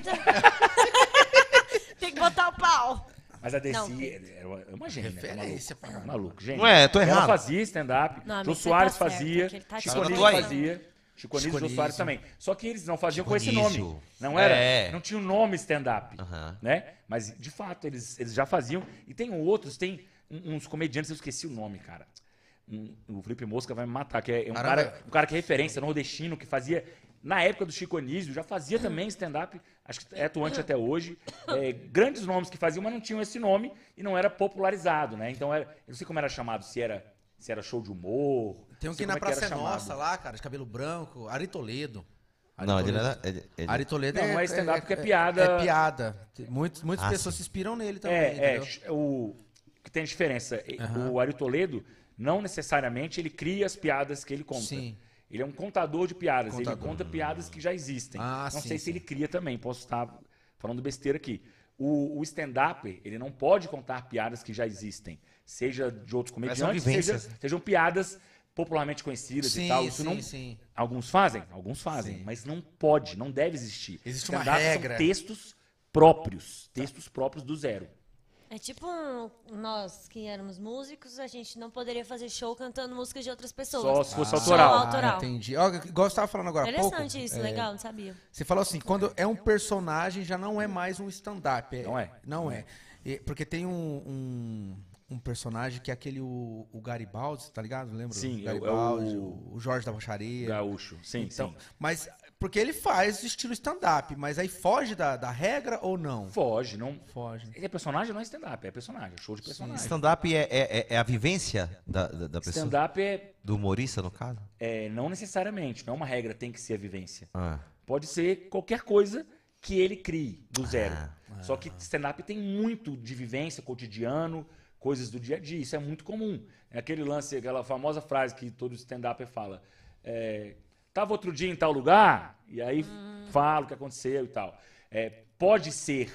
F: Mas a Desi
B: Não, tem.
F: é uma- é uma gênia.
C: Referência,
F: tá maluco. maluco, gente.
E: Não é, tô
F: Ela
E: errado.
F: fazia stand-up,
B: Não, amigo,
F: Jô
B: você
F: Soares
B: tá certo,
F: fazia,
B: que ele tá
F: Chico
B: certo.
F: Anísio
E: Agora tu aí.
F: fazia. Chico Anísio e Jô
C: Anísio.
F: Soares também. Só que eles não faziam
E: Chico
F: com esse
E: Anísio.
F: nome. Não era,
E: É.
F: não tinha o nome stand-up,
E: Aham.
F: né? Mas, de fato, eles, eles já faziam. E tem outros, tem um- uns comediantes, eu esqueci o nome, cara. Um- o Felipe Mosca vai me matar, que é um
C: Caramba.
F: cara, um cara que é referência, nordestino, que fazia... Na época do Chico Anísio, já fazia também stand-up, acho que é atuante até hoje. É, grandes nomes que faziam, mas não tinham esse nome e não era popularizado, né? Então, era, eu não sei como era chamado, se era, se era show de humor...
C: Tem um
F: não
C: que
F: sei
C: na
F: como é era
C: Praça é
F: chamado.
C: Nossa lá, cara, de cabelo branco. Ari Toledo. Ari
E: Não, ele
C: Toledo.
E: era. Ele, ele-
C: Ari Toledo
F: Não, não é stand-up porque é piada.
C: É piada. Tem- Muitos, muitas
E: Ah,
C: pessoas se inspiram nele também,
F: É, é,
C: entendeu?
F: ch- o que tem diferença. E- O Ari Toledo não necessariamente ele cria as piadas que ele conta.
C: Sim.
F: Ele é um contador de piadas, ele
C: Contador.
F: conta piadas que já existem.
C: Ah,
F: não
C: sim,
F: sei se
C: sim.
F: ele cria também, posso estar falando besteira aqui. O, o stand-up, ele não pode contar piadas que já existem, seja de outros comediantes, seja,
E: vivências.
F: sejam piadas popularmente conhecidas e
C: né? Sim,
F: tal. Isso
C: sim,
F: não,
C: sim.
F: Alguns fazem, alguns fazem, mas não pode, não deve existir.
C: Existe uma
F: Stand-up
C: regra.
F: São textos próprios, textos próprios do zero.
B: É tipo um- nós que éramos músicos, a gente não poderia fazer show cantando músicas de outras
F: Só
B: pessoas.
F: se fosse
B: Ah.
F: autoral.
B: Só autoral.
C: entendi. Ó, igual você tava falando agora há pouco.
B: Interessante isso,
C: é,
B: legal, não sabia.
C: Você falou assim, quando é um personagem, já não é mais um stand-up.
F: Não é.
C: Não é. E- porque tem um, um, um personagem que é aquele, o, o Garibaldi, tá ligado? Lembra?
F: Sim, é o- é
C: Garibaldi,
F: o-
C: o Jorge da Baixaria.
F: Gaúcho, sim,
C: Então,
F: sim.
C: mas porque ele faz o estilo stand-up, mas aí foge da, da regra ou não?
F: Foge, não.
C: Foge.
F: É personagem não é stand-up, é personagem, é show de personagem.
E: Stand-up é, é, é- é a vivência da, da, da pessoa.
F: Stand-up é,
E: Do humorista, no caso?
F: é, não necessariamente, não é uma regra, tem que ser a vivência.
E: Ah.
F: Pode ser qualquer coisa que ele crie do zero.
E: Ah,
F: Só que stand-up tem muito de vivência, cotidiano, coisas do dia a dia. Isso é muito comum. É aquele lance, aquela famosa frase que todo stand-up fala. É, Tava outro dia em tal lugar, e aí fala o que aconteceu e tal. É, pode ser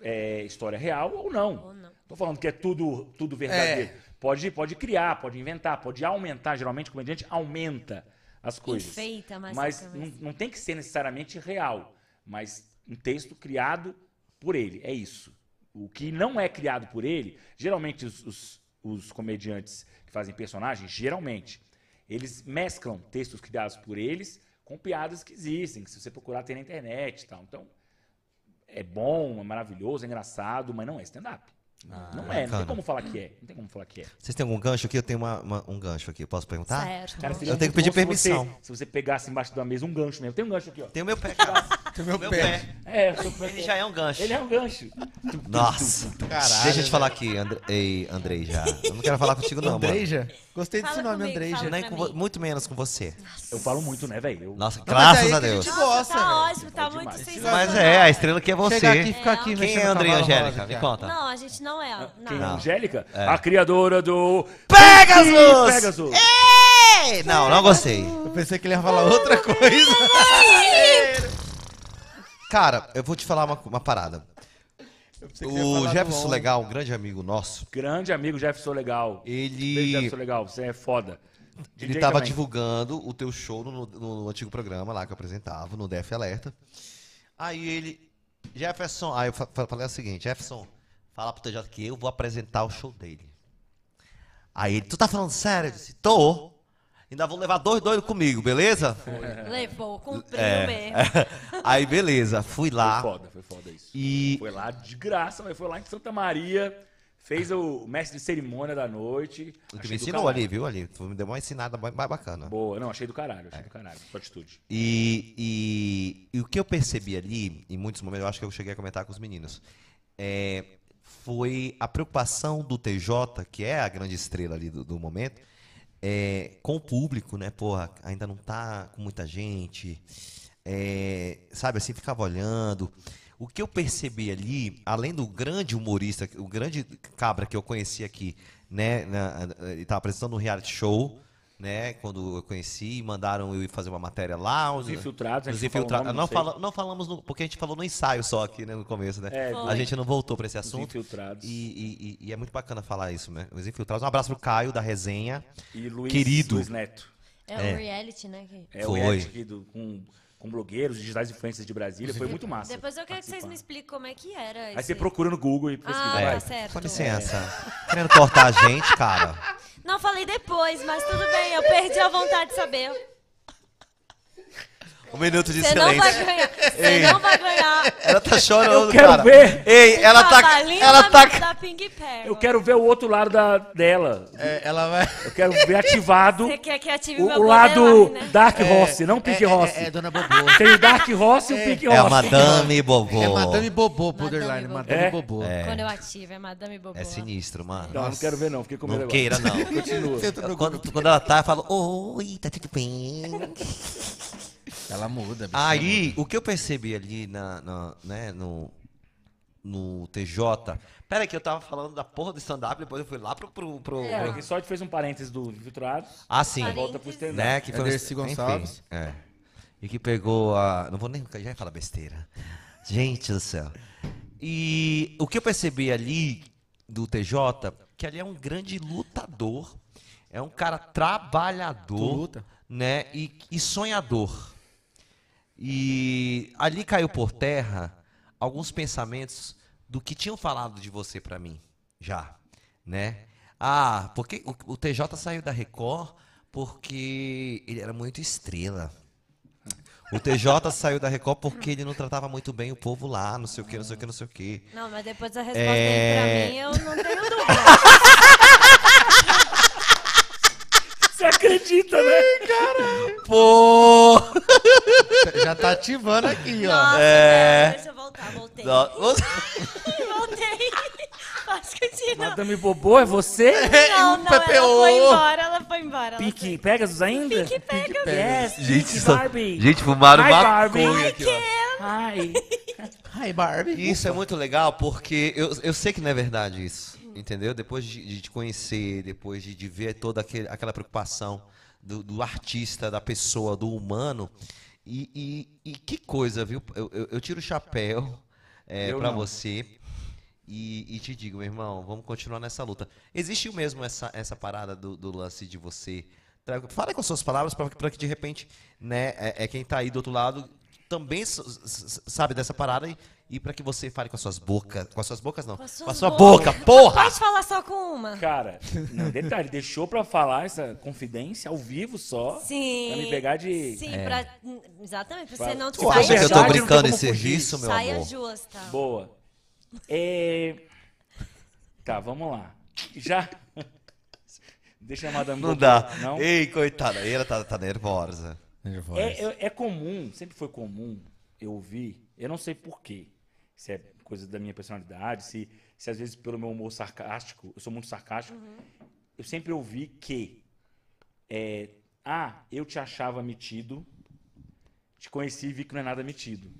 F: é, história real ou não.
B: não.
F: Tô falando que é tudo, tudo verdadeiro.
E: É.
F: Pode, pode criar, pode inventar, pode aumentar. Geralmente o comediante aumenta as coisas.
B: Enfeita mais a
F: Mas
B: cabeça.
F: não, não tem que ser necessariamente real, mas um texto criado por ele. É isso. O que não é criado por ele, geralmente os, os- os comediantes que fazem personagens, geralmente, eles mesclam textos criados por eles com piadas que existem, que se você procurar tem na internet e tal. Então, é bom, é maravilhoso, é engraçado, mas não é stand-up.
E: Ah,
F: não é, não
E: bacana.
F: tem como falar que é. Não tem como falar que é.
E: Vocês têm algum gancho aqui? Eu tenho uma- uma- um gancho aqui, posso perguntar?
B: Certo.
F: Cara, seria
E: Eu tenho
F: muito
E: que pedir
F: bom se você-
E: permissão.
F: Se você pegasse embaixo da mesa um gancho mesmo. Tem um gancho aqui, ó.
E: Tem o meu
C: [laughs]
E: pé, cara.
C: Então,
E: Tem o meu, pé.
F: É, eu sou-
E: Ele já é um gancho.
F: Ele é um gancho.
E: Nossa, deixa
C: né?
E: eu te falar aqui, André, ei, Andrei já. Eu não quero falar contigo não, mano.
C: Andreja? Gostei desse
B: Fala
C: nome,
B: comigo,
C: Andreja.
B: fala.
E: Nem
B: pra
E: com
B: mim.
E: vo- muito menos com você.
F: Eu falo muito, né, velho? Eu-
E: Nossa,
C: Não, mas
E: graças
C: é
E: a
C: aí que
E: Deus.
C: gente
B: Nossa,
C: gosta, velho.
B: tá ótimo, tá
F: né? Demais.
B: muito
F: Mas
B: sensacional.
E: Mas é, a estrela aqui é
C: Chega aqui,
E: você.
C: fica aqui.
E: Quem
C: mexendo
E: é
C: no
E: Andrei
C: cavalo
E: Angélica?
C: rosa,
E: Me
C: cara.
E: conta.
B: Não, a gente não é.
F: Quem é
B: Não.
F: a Angélica? A criadora do...
E: Pegasus! É.
F: Pegasus!
E: Ei, Não, não gostei.
C: Eu pensei que ele ia falar outra coisa.
E: Cara, eu vou te falar uma, uma parada.
C: pensei que ia falar
E: O
C: do
E: Jefferson
C: Lon.
E: Legal, um grande amigo nosso,
F: Grande amigo Jefferson Legal. Beijo,
E: ele,
F: Jefferson Legal, você é foda.
E: ele
F: DJ
E: tava
F: também.
E: divulgando o teu show no, no- no antigo programa lá que eu apresentava, no DF Alerta. Aí ele. Jefferson, aí eu fa- fa- falei o seguinte, Jefferson, fala pro TJ que eu vou apresentar o show dele. Aí ele, tu tá falando sério? Eu disse, tô. Ainda vou levar dois doidos comigo, beleza?
F: é?
B: Levou, cumpriu
E: É.
B: mesmo.
E: [laughs] Aí beleza, fui
F: Foi
E: lá.
F: foda, foi foda isso.
E: E
F: Foi lá de graça, mas foi lá em Santa Maria, fez o mestre de cerimônia da noite.
E: Tu
F: Achei
E: me
F: do
E: ensinou
F: caralho.
E: ali, viu, ali? Tu me deu uma ensinada ba- ba- bacana.
F: Boa, não, achei do caralho, achei do caralho, sua atitude.
E: E, e- e o que eu percebi ali, em muitos momentos, eu acho que eu cheguei a comentar com os meninos, é, foi a preocupação do TJ, que é a grande estrela ali do, do momento, é, com o público, né? Porra, ainda não tá com muita gente, é, sabe assim, ficava olhando. O que eu percebi ali, além do grande humorista, o grande cabra que eu conheci aqui, né? na- ele estava apresentando um reality show, né? Quando eu conheci, mandaram eu ir fazer uma matéria lá.
F: Os infiltrados, a
E: Os
F: gente não falou o
E: infiltrados.
F: nome,
E: Não,
F: não sei.
E: fala- não falamos, no- porque a gente falou no ensaio só aqui, né? No começo, né?
F: É,
E: a gente não voltou para esse
F: Os
E: assunto.
F: infiltrados.
E: E, e- e- e é muito bacana falar isso, né? Os infiltrados. Um abraço pro Caio, da resenha.
F: E Luiz,
E: Querido.
F: Luiz Neto.
B: É, o reality, né? que-
F: É
E: Foi.
F: o reality aqui do- com, com blogueiros, digitais influencers de Brasília. Foi muito massa.
B: Depois eu quero que vocês me
F: participar.
B: expliquem como é que era
F: Aí você
B: esse-
F: procura no Google e pesquisa.
B: Ah,
F: vai.
B: tá certo.
E: É, Com licença. Querendo cortar a gente, cara?
B: Não falei depois, mas tudo bem, eu perdi a vontade de saber.
E: Um minuto de
B: Você não
E: silêncio.
B: vai ganhar. Você
E: Ei.
B: não vai ganhar. um
E: Ela tá chorando,
F: Eu quero
E: cara.
F: ver.
E: Ei, ela
B: Por
E: tá.
B: favor, limpa
E: Ela
B: a
E: tá.
B: mesa Da Ping Pega.
F: Eu quero ver o outro lado da, dela.
C: É, ela vai.
F: Eu quero ver ativado
B: Você quer que ative
F: o,
B: meu
F: o lado
B: borderline, né?
F: Dark Rossi, não Pink
C: é,
F: Rossi.
C: É, é, Dona Bobô.
F: Tem o Dark Rossi e o Pink
E: É a
F: Rossi.
E: Madame Bobô.
C: É Madame Bobô, borderline.
B: Bobô.
C: Madame
F: É?
C: Bobô.
B: Quando eu ativo, é Madame Bobô.
E: É sinistro, mano.
F: Não, não quero ver não, fiquei com medo
E: Não
F: agora.
E: queira, não.
F: Continua.
E: Eu- Quando, quando ela tá, eu falo, oi, tá tudo bem?
C: Ela muda, bicho.
E: Aí, o que eu percebi ali na, na- né, no, no TJ. Pera que eu tava falando da porra do stand-up, depois eu fui lá pro. pro, pro-
F: É,
E: pro-
F: aqui só te fez um parênteses do infiltrado.
E: Ah, sim.
F: Volta pro stand-up.
E: Né, que foi um-
C: Anderson Gonçalves.
E: enfim, é. E que pegou a. Não vou nem. Já ia falar besteira. Gente do céu. E o que eu percebi ali do TJ, que ali é um grande lutador, é um cara trabalhador, né? E, e sonhador. E ali caiu por terra alguns pensamentos do que tinham falado de você pra mim, já, né? Ah, porque o, o TJ saiu da Record porque ele era muito estrela. O TJ saiu da Record porque ele não tratava muito bem o povo lá, não sei o que, não sei o que, não sei o que.
B: Não, mas depois da resposta dele
E: É.
B: pra mim, eu não tenho dúvida.
F: Você acredita, né?
E: Pô!
C: Já tá ativando aqui, ó.
B: Nossa, é... deixa eu voltar, voltei.
E: Não, você-
B: Voltei. [laughs] Pode continuar.
F: Madame Bobô, é você?
B: [laughs] Não,
E: um
B: não, ela foi embora, ela foi embora. Ela
F: Pink Pegasus ainda?
B: Pink Pegasus.
F: Yes, Pink
E: só-
F: Barbie.
E: gente, fumaram
F: Ai,
E: maconha
F: Barbie.
E: aqui, ó.
F: Ai,
C: Ai, Barbie.
E: E Isso é muito legal porque eu, eu sei que não é verdade isso, entendeu? Depois de, de te conhecer, depois de, de ver toda aquele- aquela preocupação do, do artista, da pessoa, do humano. E, e- e que coisa, viu? Eu, eu- eu tiro o chapéu é,
F: Eu
E: para
F: não.
E: você e, e te digo, meu irmão, vamos continuar nessa luta. Existe mesmo essa, essa parada do, do lance de você. tra- Fala com as suas palavras para que de repente, né, é, é quem tá aí do outro lado também s- s- sabe dessa parada e, e para que você fale com as suas bocas, com as suas bocas não, com,
B: as
E: a
B: suas
E: sua boca,
B: bocas.
E: porra.
B: Pode falar só com uma?
F: cara. Não, detalhe, deixou pra falar essa confidência ao vivo só.
B: Sim.
F: Pra me pegar de...
B: Sim, pra- Exatamente, pra você
F: Vai.
B: não te
E: Tu
F: Saia
E: acha É. que eu tô
F: justa.
E: brincando em
F: Não tem como fugir.
E: serviço, meu
B: Saia
E: amor?
B: justa.
F: Boa. É... Tá, vamos lá. Já... [laughs] Deixa a Madame
E: Não
F: Bobô,
E: dá.
F: Não?
E: Ei, coitada, ela tá, tá nervosa.
F: É, é- é comum, sempre foi comum eu ouvir, eu não sei porquê, se é coisa da minha personalidade, se, se às vezes pelo meu humor sarcástico, eu sou muito sarcástico, eu sempre ouvi que, é, ah, eu te achava metido, te conheci e vi que não é nada metido.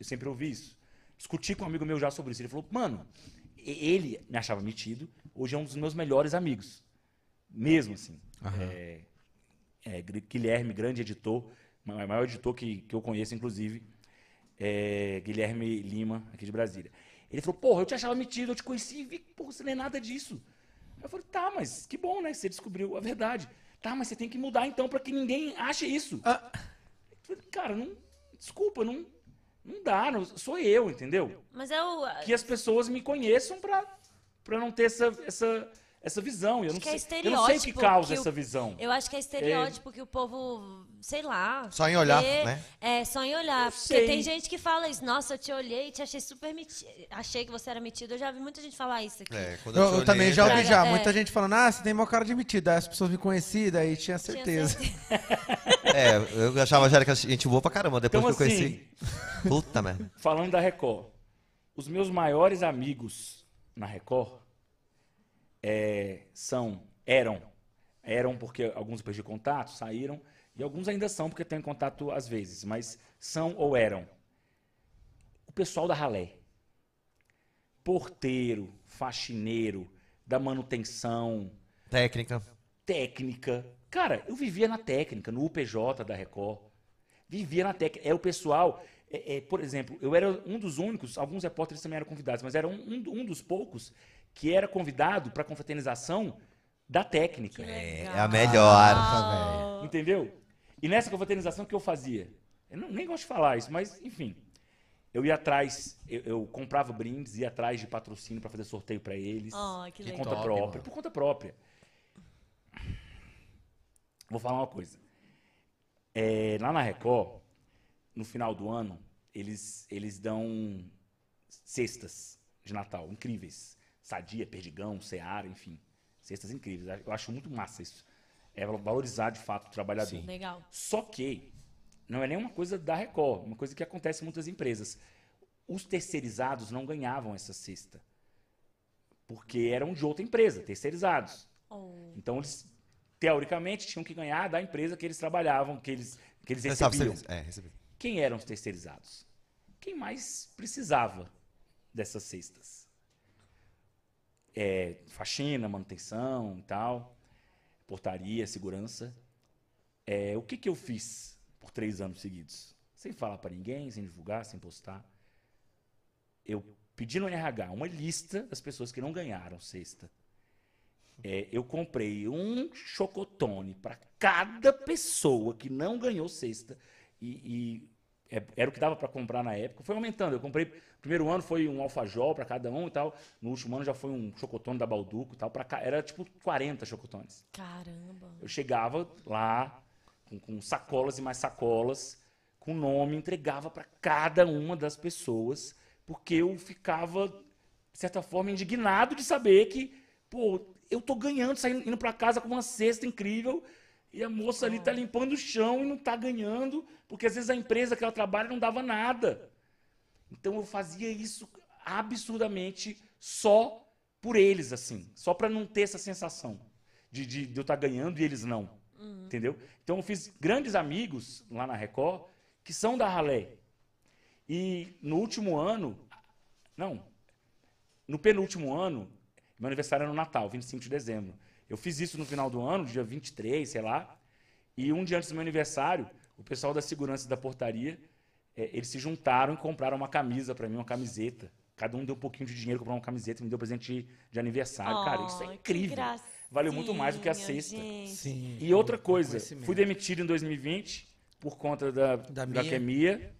F: Eu sempre ouvi isso. Discuti com um amigo meu já sobre isso, ele falou, mano, e- ele me achava metido, hoje é um dos meus melhores amigos, mesmo assim. É, é, Gri- Guilherme, grande editor, ma- é maior editor que, que eu conheço, inclusive, é, Guilherme Lima, aqui de Brasília. Ele falou, porra, eu te achava metido, eu te conheci e vi que porra, você não é nada disso. Eu falei, tá, mas que bom, né? que Você descobriu a verdade. Tá, mas você tem que mudar então pra que ninguém ache isso.
E: Ah.
F: Eu falei, cara, não. Desculpa, não. Não dá, não- sou eu, entendeu?
B: Mas é o.
F: Que as pessoas me conheçam pra, pra não ter essa, essa, essa visão. Eu não,
B: que é
F: sei, eu não sei o que
B: estereótipo
F: causa
B: que o-
F: essa visão.
B: Eu acho que é estereótipo que o povo, sei lá.
E: Só em olhar,
B: vê.
E: né?
B: É, só em olhar. Porque
F: sei.
B: tem gente que fala isso. Nossa, eu te olhei e te achei super metido. Achei que você era metido. Eu já vi muita gente falar isso aqui.
E: É, quando
C: Eu,
E: te
C: eu
E: olhei,
C: também já ouvi
B: Cara,
C: já.
B: é.
C: Muita gente falando, ah, você tem maior cara de metido. Aí as pessoas me conheciam, daí
B: Tinha
C: tinha certeza.
E: É, eu achava a Angélica gente boa pra caramba, depois
F: Então,
E: que eu
F: assim,
E: conheci. Puta merda.
F: falando da Record, os meus maiores amigos na Record é, são, eram, eram porque alguns eu perdi contato, saíram, e alguns ainda são porque eu tenho contato às vezes, mas são ou eram. O pessoal da ralé. Porteiro, faxineiro, da manutenção,
E: Técnica.
F: técnica. Cara, eu vivia na técnica, no UPJ da Record. Vivia na técnica. Era o pessoal. é, é, por exemplo, eu era um dos únicos, alguns repórteres também eram convidados, mas era um, um do- um dos poucos que
B: É
F: era convidado para confraternização da técnica.
E: É a É melhor.
B: Uau.
F: Entendeu? E nessa confraternização o que eu fazia? Eu não- nem gosto de falar isso, mas enfim. Eu ia atrás, eu, eu comprava brindes, ia atrás de patrocínio pra fazer sorteio pra eles.
B: Ah, que
F: de
B: legal.
F: conta
I: Top,
F: própria.
I: mano.
F: Por conta própria. Vou falar uma coisa. É, lá na Record, no final do ano, eles, eles dão cestas de Natal incríveis. Sadia, Perdigão, Seara, enfim. Cestas incríveis. Eu acho muito massa isso. É valorizar de fato o trabalhador.
B: Legal.
F: Só que não é nenhuma coisa da Record, uma coisa que acontece em muitas empresas. Os terceirizados não ganhavam essa cesta. Porque eram de outra empresa, terceirizados.
B: Oh.
F: Então eles, teoricamente, tinham que ganhar da empresa que eles trabalhavam, que eles, que eles
E: Você sabe,
F: recebiam.
E: você- é, recebi.
F: Quem eram os terceirizados? Quem mais precisava dessas cestas? É, faxina, manutenção e tal, portaria, segurança. É, o que, que eu fiz por três anos seguidos? Sem falar para ninguém, sem divulgar, sem postar. Eu pedi no RH uma lista das pessoas que não ganharam cesta. É, eu comprei um chocotone para cada pessoa que não ganhou cesta e, e é- era o que dava para comprar na época. Foi aumentando. Eu comprei. Primeiro ano foi um alfajol para cada um e tal. No último ano já foi um chocotone da Balduco e tal. Pra, ca- era tipo 40 chocotones.
B: Caramba.
F: Eu chegava lá com, com sacolas e mais sacolas, com nome, entregava para cada uma das pessoas, porque eu ficava, de certa forma, indignado de saber que, pô, eu tô ganhando, saindo, indo para casa com uma cesta incrível. E a moça ali tá limpando o chão e não tá ganhando, porque às vezes a empresa que ela trabalha não dava nada. Então eu fazia isso absurdamente só por eles, assim. Só pra não ter essa sensação de, de- de eu estar ganhando e eles não. Entendeu? Então eu fiz grandes amigos lá na Record que são da Ralé. E no último ano. Não. No penúltimo ano, meu aniversário era no Natal, 25 de dezembro. Eu fiz isso no final do ano, dia 23, sei lá. E um dia antes do meu aniversário, o pessoal da segurança e da portaria, eh, eles se juntaram e compraram uma camisa pra mim, uma camiseta. Cada um deu um pouquinho de dinheiro, comprou uma camiseta e me deu presente de, de aniversário. Cara, isso
B: Oh,
F: é
B: que
F: incrível. Valeu muito mais do que a
B: gracinha,
F: cesta.
B: gente.
C: Sim.
F: E outra coisa,
C: conhecimento.
F: fui demitido em 2020 por conta da, da,
C: minha?
F: leucemia.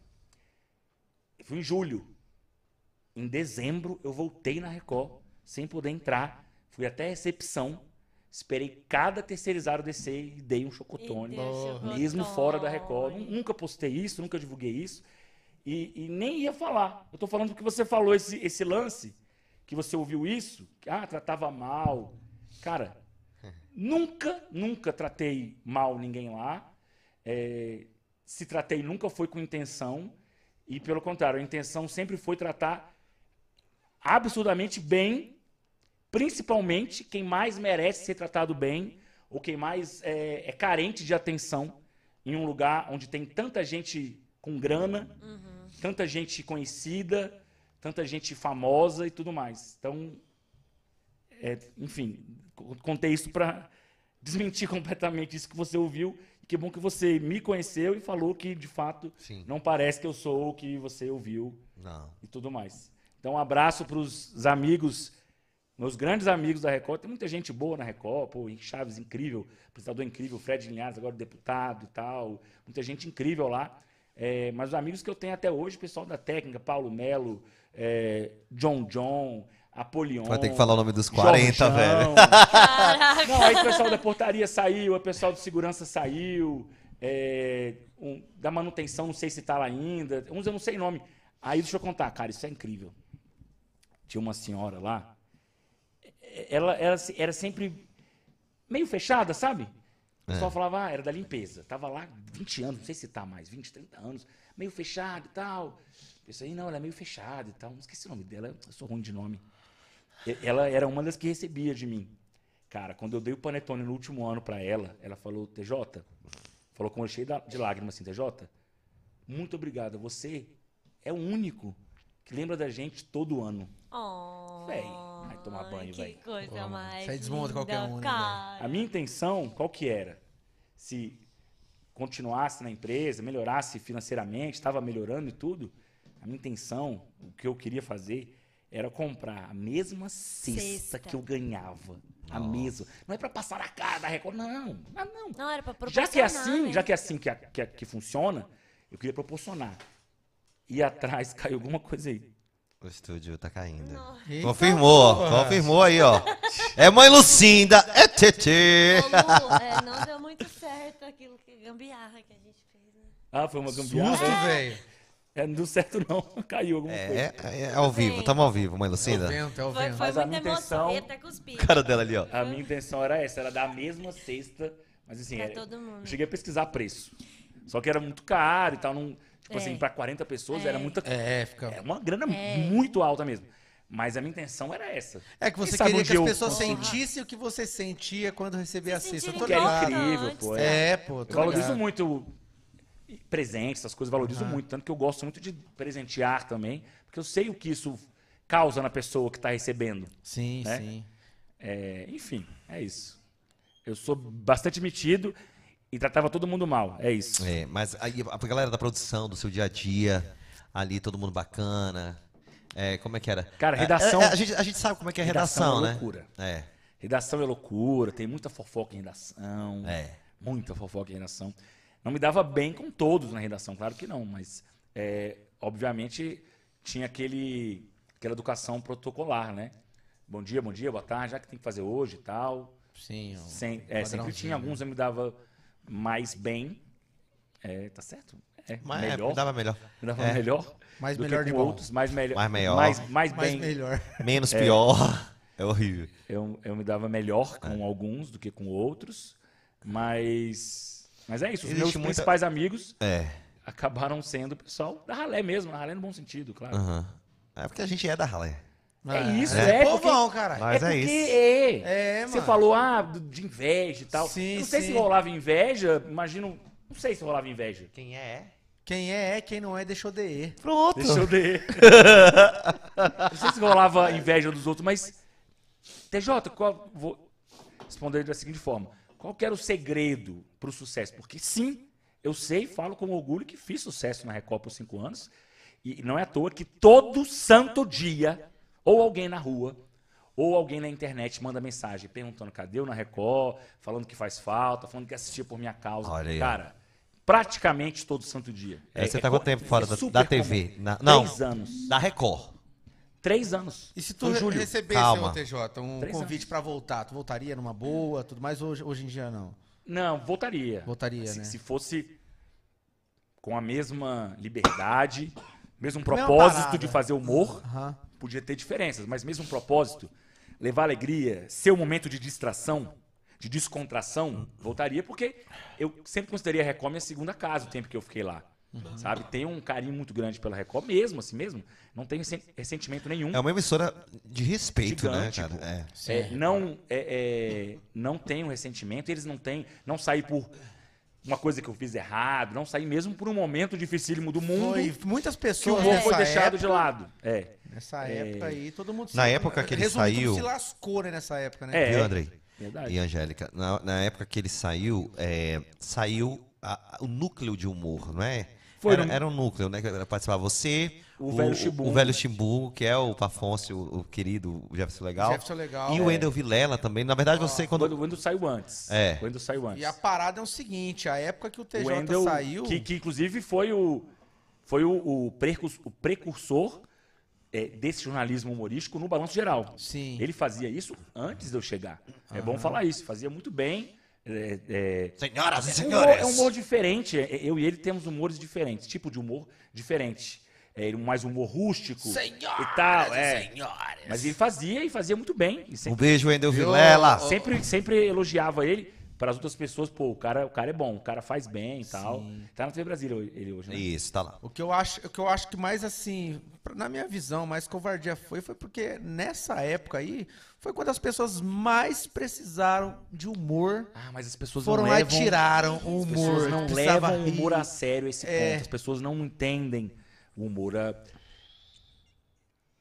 F: Fui em julho. Em dezembro, eu voltei na Record, sem poder entrar. Fui até a recepção, esperei cada terceirizado descer e dei um chocotone.
B: Deus,
F: Mesmo
B: chocotone.
F: fora da Record. Nun- Nunca postei isso, nunca divulguei isso. E, e nem ia falar. Eu tô falando porque você falou esse, esse lance, que você ouviu isso, que ah, tratava mal. Cara, nunca, nunca tratei mal ninguém lá. É, se tratei nunca foi com intenção. E pelo contrário, a intenção sempre foi tratar absurdamente bem, principalmente quem mais merece ser tratado bem, ou quem mais é, é carente de atenção em um lugar onde tem tanta gente com grana, tanta gente conhecida, tanta gente famosa e tudo mais. Então, é, enfim, co- contei isso para [laughs] desmentir completamente isso que você ouviu. E que bom que você me conheceu e falou que, de fato,
E: Sim.
F: não parece que eu sou o que você ouviu
E: Não.
F: e tudo mais. Então, um abraço para os amigos, meus grandes amigos da Record. Tem muita gente boa na Record, pô, Henrique Chaves incrível, apresentador incrível, Fred Linhares, agora deputado e tal. Muita gente incrível lá. É, mas os amigos que eu tenho até hoje, pessoal da técnica, Paulo Melo, é, John John, Apolion.
E: Vai ter que falar o nome dos 40,
F: Jorjão.
E: velho.
F: [laughs]
B: Caraca.
F: Não, aí o pessoal da portaria saiu, o pessoal de segurança saiu, é, um- da manutenção, não sei se tá lá ainda. Uns eu não sei nome. Aí deixa eu contar, cara, isso é incrível. Tinha uma senhora lá, é- ela, ela se- era sempre meio fechada, sabe? O pessoal falava, ah, era da limpeza. Tava lá 20 anos, não sei se tá mais, 20, 30 anos, meio fechado e tal. Pensei, não, ela é meio fechada e tal. Não esqueci o nome dela, eu sou ruim de nome. E- Ela era uma das que recebia de mim. Cara, quando eu dei o panetone no último ano pra ela, ela falou, TJ, falou com o olho cheio da- de lágrimas assim, TJ, muito obrigado, você é o único que lembra da gente todo ano.
B: Oh,
F: Véi, vai tomar banho,
B: que
F: véi.
B: coisa mais.
C: isso aí desmonta
B: linda,
C: qualquer um, né, véi?
B: cara.
F: A minha intenção, qual que era? Se continuasse na empresa, melhorasse financeiramente, estava melhorando e tudo, a minha intenção, o que eu queria fazer era comprar a mesma cesta,
B: Cesta.
F: que eu ganhava. A mesma. Não é pra passar na cara da Record, não. Ah, não.
B: Não, era pra
F: Já que é assim,
B: proporcionar,
F: já
B: né?
F: que é assim que, a- que, a- que funciona, eu queria proporcionar. E atrás [laughs] caiu alguma coisa aí.
E: O estúdio tá caindo.
C: Eita
E: confirmou,
C: porra.
E: confirmou aí, ó. É mãe Lucinda, é Tetê.
B: Ô, Lu, é, não deu muito certo aquilo que gambiarra que a gente fez. né?
F: Ah, foi uma
C: Justo,
F: gambiarra?
C: velho.
F: É, não deu certo, não. [laughs] Caiu alguma
E: É,
F: coisa.
E: é, é ao vivo, tamo ao vivo, mãe Lucinda.
C: Vento, é o
B: Foi,
C: vento.
B: foi
F: Mas a
B: muita
F: minha
B: emoção,
F: intenção-
B: eu até cuspi.
F: [laughs]
E: A cara dela ali, ó.
F: A minha intenção era essa, era dar a mesma cesta, mas assim,
B: Pra
F: era-
B: todo mundo.
F: eu cheguei a pesquisar preço. Só que era muito caro e tal, não, tipo
B: É.
F: assim, para 40 pessoas era muita
C: É, fica.
F: era uma grana muito alta mesmo. Mas a minha intenção era essa.
C: É que você
F: Quem sabe
C: queria
F: um
C: que
F: dia
C: as
F: eu
C: pessoas
F: consiga.
C: sentissem o que você sentia quando recebia a
B: Se
C: cesta. Eu
B: sentirem
C: tô
F: assim, Que era
C: ligado.
F: incrível, pô. é.
C: É, pô.
F: Eu
C: Tô
F: valorizo
C: ligado.
F: muito presentes, essas coisas, valorizo muito. Tanto que eu gosto muito de presentear também, porque eu sei o que isso causa na pessoa que está recebendo.
C: Sim,
F: né?
C: sim.
F: É, enfim, é isso. Eu sou bastante metido e tratava todo mundo mal. É isso.
E: É, mas aí, a galera da produção, do seu dia a dia, ali, todo mundo bacana. É, como é que era?
F: Cara,
E: É,
F: redação-
E: é, é, a, gente, a gente sabe como é que é a redação,
F: Redação é
E: né?
F: loucura.
E: É.
F: Redação é loucura, tem muita fofoca em redação.
E: É.
F: Muita fofoca em redação. Não me dava bem com todos na redação, claro que não, mas é, obviamente tinha aquele, aquela educação protocolar, né? Bom dia, bom dia, boa tarde, já que tem que fazer hoje e tal.
C: Sim, ó.
F: Sem, é, sempre
C: padrãozinho,
F: tinha
E: né?
F: alguns eu me dava mais bem. É, tá certo? É,
E: Mas
F: melhor.
E: é, dava melhor.
F: me dava
E: é.
F: melhor.
C: Mais
F: do que
C: melhor de
F: com
C: bom.
F: outros, mais melhor.
E: Mais melhor.
F: Mais, mais
C: Mas
F: bem.
C: melhor.
E: Menos pior. É horrível.
F: Eu, eu me dava
E: É.
F: melhor com alguns do que com outros, mas. Mas é isso. Os
E: Existe
F: meus
E: muita-
F: principais amigos
E: É.
F: acabaram sendo o pessoal da ralé mesmo, na ralé no bom sentido, claro.
E: aham. É porque a gente é da ralé.
F: É isso,
C: é.
F: é,
C: povão, caralho.
E: Mas
F: é
E: é,
F: porque
E: isso.
F: é.
C: É,
F: Você
C: mano.
F: falou, ah, do- de inveja e tal.
C: Sim,
F: Eu não sei
C: sim.
F: se rolava inveja, imagino. Não sei se rolava inveja.
E: Quem é?
C: Quem é, é. Quem não é, deixou de ir.
E: Pronto.
F: Deixa eu ver. não sei se rolava inveja dos outros, mas. TJ, qual- vou responder da seguinte forma: qual que era o segredo para o sucesso? Porque sim, eu sei, falo com orgulho que fiz sucesso na Recopa por cinco anos. E não é à toa que todo santo dia, ou alguém na rua, ou alguém na internet manda mensagem perguntando cadê eu na Record, falando que faz falta, falando que assistia por minha causa.
E: Olha aí, ó.
F: Cara, praticamente todo santo dia.
E: É, você tá quanto
F: co-
E: tempo fora da-
F: super
E: da TV?
F: comum.
E: Na- não.
F: Três anos.
E: Da Record.
F: Três anos.
C: E se tu
E: Ô,
C: re-
E: Júlio,
C: recebesse,
E: calma.
C: ô TJ, um
F: Três
C: convite
F: anos.
C: pra voltar, tu voltaria numa boa, tudo mais? Hoje, hoje em dia, não.
F: Não, voltaria.
C: Voltaria,
F: se,
C: né?
F: Assim se fosse com a mesma liberdade, mesmo
C: Mesma
F: um propósito
C: parada.
F: de fazer humor,
C: Aham.
F: podia ter diferenças, mas mesmo um propósito, levar alegria, ser um momento de distração, de descontração, voltaria porque eu sempre considerei a Record minha segunda casa, o tempo que eu fiquei lá.
C: Uhum.
F: Sabe? Tenho um carinho muito grande pela Record, mesmo assim mesmo. Não tenho sen- ressentimento nenhum.
E: É uma emissora de respeito,
F: Gigante,
E: né,
F: pô.
E: cara? É.
F: É, não, é, é, não tem um ressentimento, eles não têm, não saí por uma coisa que eu fiz errado, não saí mesmo por um momento dificílimo do mundo
C: Foi muitas
F: que o
C: pessoas
F: humor
C: nessa
F: foi deixado
C: época,
F: de lado. É,
C: Nessa época aí, todo mundo
E: Na época que ele
C: Resumindo, todo mundo
E: saiu-
C: se lascou, né, nessa época, né?
F: É.
E: Viu, Andrei?
F: verdade.
E: E é Angélica, na, na época que ele saiu, é, saiu a- a- o núcleo de humor, não é?
F: Foi,
E: era,
F: não?
E: era um núcleo, né? que Era participar você,
F: O velho né? Chimbum.
E: o velho Chimbum, que é o Pafonce, o, o querido o Jefferson Legal.
C: Jefferson Legal,
E: E
C: é.
E: o Wendel Vilela também. Na verdade, você
F: Quando,
E: quando.
F: o Wendel saiu antes.
E: É.
F: Quando saiu
C: E
F: antes.
C: a parada é o seguinte, a época que o TJ
F: o Wendel,
C: saiu...
F: que, que inclusive foi o, foi o, o precurs- o precursor é, desse jornalismo humorístico no Balanço Geral.
C: Sim.
F: Ele fazia isso antes de eu chegar. É bom falar isso, fazia muito bem. é, é,
E: Senhoras e
F: É um humor-
E: senhores!
F: É um humor diferente. É, Eu e ele temos humores diferentes, tipo de humor diferente. É ele mais humor rústico e tal. É. Mas ele fazia e fazia muito bem. E
E: Um
F: sempre,
E: beijo, Wendel Vilela!
F: sempre, sempre elogiava ele para as outras pessoas. Pô, o cara, o cara é bom, o cara faz bem e tal. Tá na TV Brasília ho- ele hoje, né?
E: Isso, tá lá.
C: O que eu acho, o que eu acho que mais assim, pra- na minha visão, mais covardia foi foi porque nessa época aí foi quando as pessoas mais precisaram de humor.
F: Ah, mas as pessoas
C: Foram
F: não
C: lá e
F: levam...
C: tiraram o
F: As pessoas
C: humor.
F: não
C: precisava
F: levam um o
C: rir.
F: humor a sério a esse
C: É.
F: ponto. As pessoas não entendem o humor. a-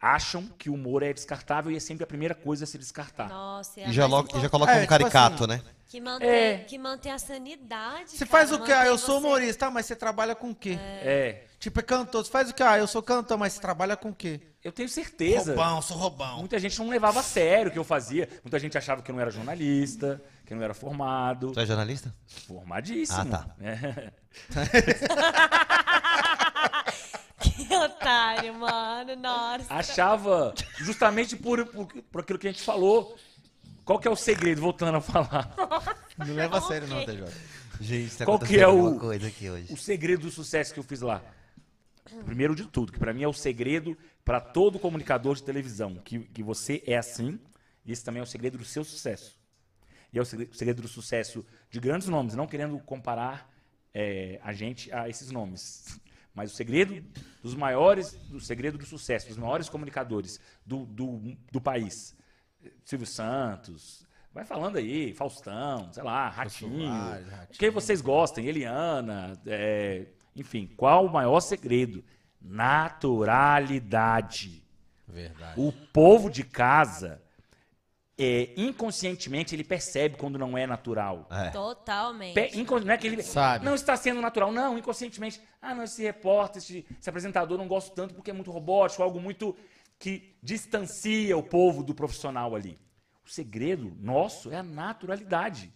F: Acham que o humor é descartável e é sempre a primeira coisa a se descartar.
B: Nossa, é a
E: E já,
B: mais
E: logo, já
B: importante.
E: coloca
C: É,
E: um
C: tipo
E: caricato, né?
B: Que mantém,
F: É.
B: que mantém a sanidade.
C: Você
B: cara,
C: faz o que? Ah,
B: mantém
C: eu sou
B: você-
C: humorista, Ah, mas você trabalha com o quê?
F: É.
C: Tipo, é cantor. Você faz o que? Ah, eu sou cantor, mas você trabalha com o quê?
F: Eu tenho certeza.
I: Roubão, sou roubão.
F: Muita gente não levava a sério o que eu fazia. Muita gente achava que eu não era jornalista, que eu não era formado.
E: Tu
I: Tá.
E: é jornalista?
F: Formadíssimo.
E: Ah, tá.
F: É.
B: [laughs]
F: [laughs]
B: Que otário, mano.
E: Ah,
B: Nossa.
F: Achava, justamente por, por, por aquilo que a gente falou. Qual que é o segredo, voltando a falar?
C: Não
E: é
C: leva a sério, não,
B: Ok.
C: TJ.
E: Gente, tá
F: Qual que
E: acontecendo
F: é o-
E: alguma coisa aqui hoje.
F: O segredo do sucesso que eu fiz lá. Primeiro de tudo, que pra mim é o segredo pra todo comunicador de televisão, que, que você é assim, e esse também é o segredo do seu sucesso. E é o segre- segredo do sucesso de grandes nomes, não querendo comparar eh, a gente a esses nomes. Mas o segredo dos maiores, o segredo do sucesso, dos maiores comunicadores do, do, do país. Silvio Santos, vai falando aí, Faustão, sei lá, Ratinho. Quem vocês gostem, Eliana, eh, enfim, qual o maior segredo? Naturalidade.
C: Verdade.
F: O povo de casa, é, inconscientemente, ele percebe quando não é natural.
E: É.
B: Totalmente.
F: Pe- incon- Não é que ele
C: Sabe.
F: não está sendo natural, não, inconscientemente. Ah, não, esse repórter, esse, esse apresentador não gosto tanto porque é muito robótico, algo muito que distancia o povo do profissional ali. O segredo nosso é a naturalidade.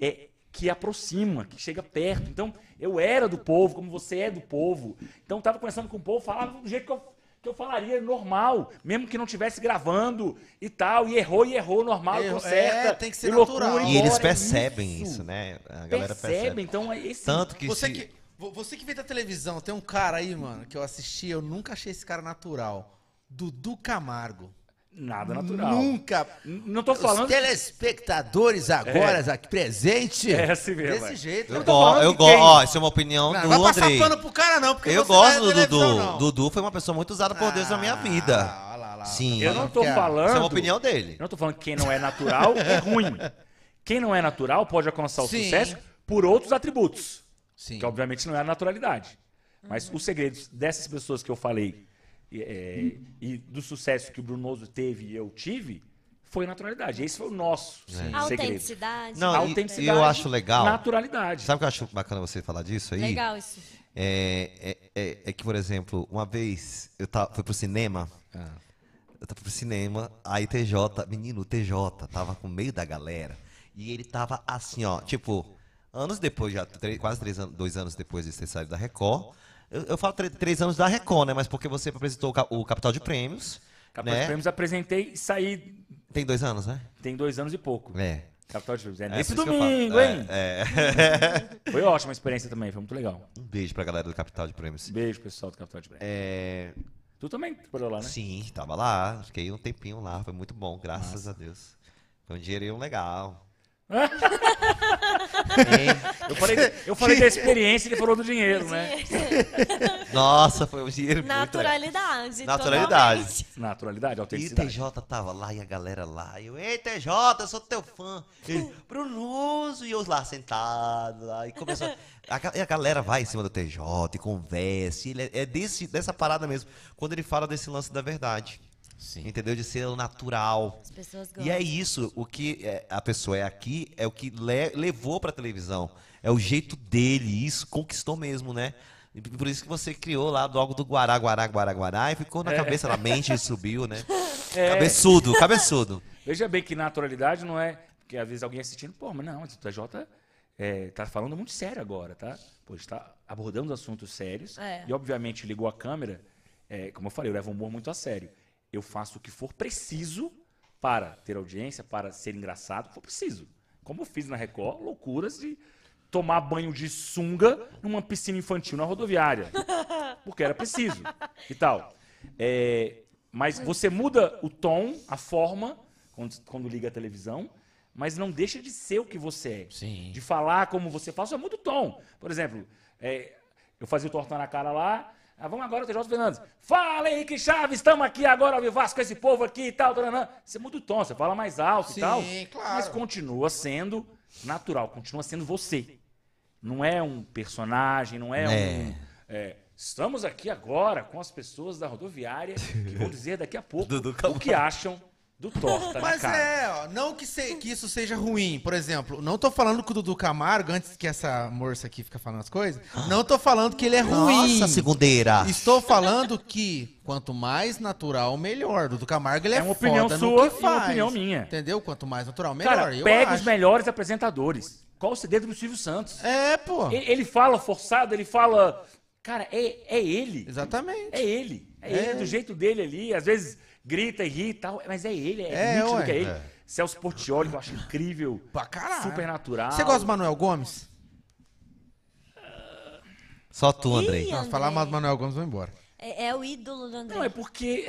F: É que aproxima, que chega perto. Então, eu era do povo, como você é do povo. Então, estava conversando com o povo, falava do jeito que eu, que eu falaria, normal, mesmo que não estivesse gravando e tal, e errou, e errou, normal,
G: Erro-
F: conserta.
G: é, tem que ser
F: e loucura,
G: natural.
E: E eles
F: embora, é
E: percebem isso, né? A galera
F: percebe,
E: percebe.
F: então é esse.
E: Tanto que
G: Você
E: se-
G: que, vo- você que vem da televisão, tem um cara aí, mano, que eu assisti, eu nunca achei esse cara natural. Dudu Camargo.
F: Nada natural.
G: Nunca.
F: N- Não tô
G: Os
F: falando.
G: telespectadores agora aqui presente.
F: É assim mesmo,
G: Desse
F: é.
G: jeito.
E: Eu
G: Não,
E: gosto, eu
F: de quem-
E: gosto. Ó, isso é uma opinião
G: não
E: do
G: vai
E: Andrei.
G: passar pano pro cara, não, porque
E: Eu
G: você não é
E: gosto do
G: televisão,
E: Dudu.
G: não.
E: Dudu foi uma pessoa muito usada por Deus na minha vida.
G: Ah, olha lá, olha lá.
E: Sim.
F: Eu não tô falando.
E: Isso é uma opinião dele.
F: Eu não tô falando que quem não é
E: [laughs]
F: natural é ruim. Quem não é natural pode alcançar o
G: Sim.
F: sucesso por outros atributos.
G: Sim.
F: Que obviamente não é a naturalidade. Mas os segredos dessas pessoas que eu falei e, é, e do sucesso que o Brunoso teve e eu tive foi naturalidade. Esse foi o nosso segredo.
B: Autenticidade.
E: É. Não, e-
F: Autenticidade,
E: e eu acho legal.
F: Naturalidade.
E: Sabe o que eu acho bacana você falar disso aí?
B: Legal
E: [laughs]
B: isso.
E: É, é, é- é que, por exemplo, uma vez eu tava, fui pro cinema.
F: Ah.
E: Eu tava pro cinema, aí TJ, menino, o TJ tava com meio da galera. E ele tava assim, ó, tipo, anos depois, já três- quase três anos, dois anos depois de ter saído da Record. Eu, eu falo tre- três anos da Record, né? Mas porque você apresentou o, ca- o Capital de Prêmios.
F: Capital
E: né?
F: de Prêmios apresentei e saí
E: Tem dois anos, né?
F: tem dois anos e pouco.
E: É.
F: Capital de Prêmios. É
E: É,
F: nesse
E: por isso que eu falo.
F: domingo,
E: É,
F: hein?
E: é. [laughs]
F: Foi ótima a experiência também, foi muito legal.
E: um beijo pra galera do Capital de Prêmios.
F: Beijo, pessoal do Capital de Breve.
E: É,
F: Tu também trabalhou lá, né?
E: Sim, tava lá, fiquei um tempinho lá, foi muito bom, graças a Deus. Foi um dinheirinho legal. Hein?
F: Eu falei, eu
E: [laughs]
F: falei da experiência e ele falou do dinheiro, né?
E: Nossa, foi um dinheiro muito legal.
B: Naturalidade.
E: Naturalidade.
B: totalmente.
F: Naturalidade,
E: E o
F: autenticidade.
E: TJ tava lá e a galera lá. E eu, ei, TJ, eu sou teu fã. Ele, Brunoso. E eu lá sentado. Lá, e começou. A, [laughs] ga- e a galera vai em cima do TJ e conversa. e ele é é desse, dessa parada mesmo. Quando ele fala desse lance da verdade. Entendeu? De ser o natural.
B: As pessoas gostam.
E: E é isso, o que é, a pessoa é aqui é o que le- levou pra televisão. É o jeito dele, isso conquistou mesmo, né? E p- Por isso que você criou lá do algo do Guará, Guará, Guará, Guará, e ficou na
F: É.
E: cabeça, na mente e subiu,
F: [laughs]
E: né? Cabeçudo, cabeçudo.
F: Veja bem que naturalidade não é. Porque às vezes alguém assistindo, pô, mas não, mas o TJ é, tá falando muito sério agora, tá? Pô, está abordando assuntos sérios.
B: É.
F: E obviamente ligou a câmera, é, como eu falei, eu levo o humor muito a sério. Eu faço o que for preciso para ter audiência, para ser engraçado, for preciso. Como eu fiz na Record, loucuras de tomar banho de sunga numa piscina infantil na rodoviária. porque era preciso e tal. É, mas você muda o tom, a forma, quando, quando liga a televisão, mas não deixa de ser o que você é.
C: Sim.
F: De falar como você fala, só muda o tom. Por exemplo, é, eu fazia o tortão na cara lá, ah, vamos agora, TJ Fernandes. Fala, Henrique Chaves, estamos aqui agora ao Vivasco com esse povo aqui e tal. taranã. Você muda o tom, você fala mais alto e
G: Sim,
F: tal.
G: claro.
F: Mas continua sendo natural, continua sendo você. Não é um personagem, não é, um. é, estamos aqui agora com as pessoas da rodoviária que vão dizer daqui a pouco
E: Dudu
F: o que acham do torta na
G: Mas
F: cara.
G: é, ó, não que, se- que isso seja ruim. Por exemplo, não tô falando que o Dudu Camargo, antes que essa moça aqui fica falando as coisas, não tô falando que ele é ruim.
E: Nossa, segundeira.
G: Estou falando que quanto mais natural, melhor. Dudu Camargo, ele é,
F: É uma opinião
G: foda
F: sua
G: no que
F: e uma
G: faz.
F: opinião minha.
G: Entendeu? Quanto mais natural, melhor.
F: Cara,
G: eu
F: pega os
G: acho.
F: melhores apresentadores. Qual o segredo do Silvio Santos?
G: É, pô.
F: Ele, ele fala forçado, ele fala. Cara, é, é ele.
G: Exatamente.
F: É ele. É, ele, do jeito dele ali. Às vezes grita e ri e tal, mas é ele. É,
G: É,
F: nítido
G: ué.
F: que é ele. Celso Portioli, que eu acho incrível.
G: Pra caralho.
F: Super natural.
G: Você gosta do Manuel Gomes?
E: Só tu, Andrei.
B: Ih,
G: Não,
B: Andrei.
G: falar mal do Manuel Gomes, vou embora.
B: É, é o ídolo do André.
F: Não, é porque.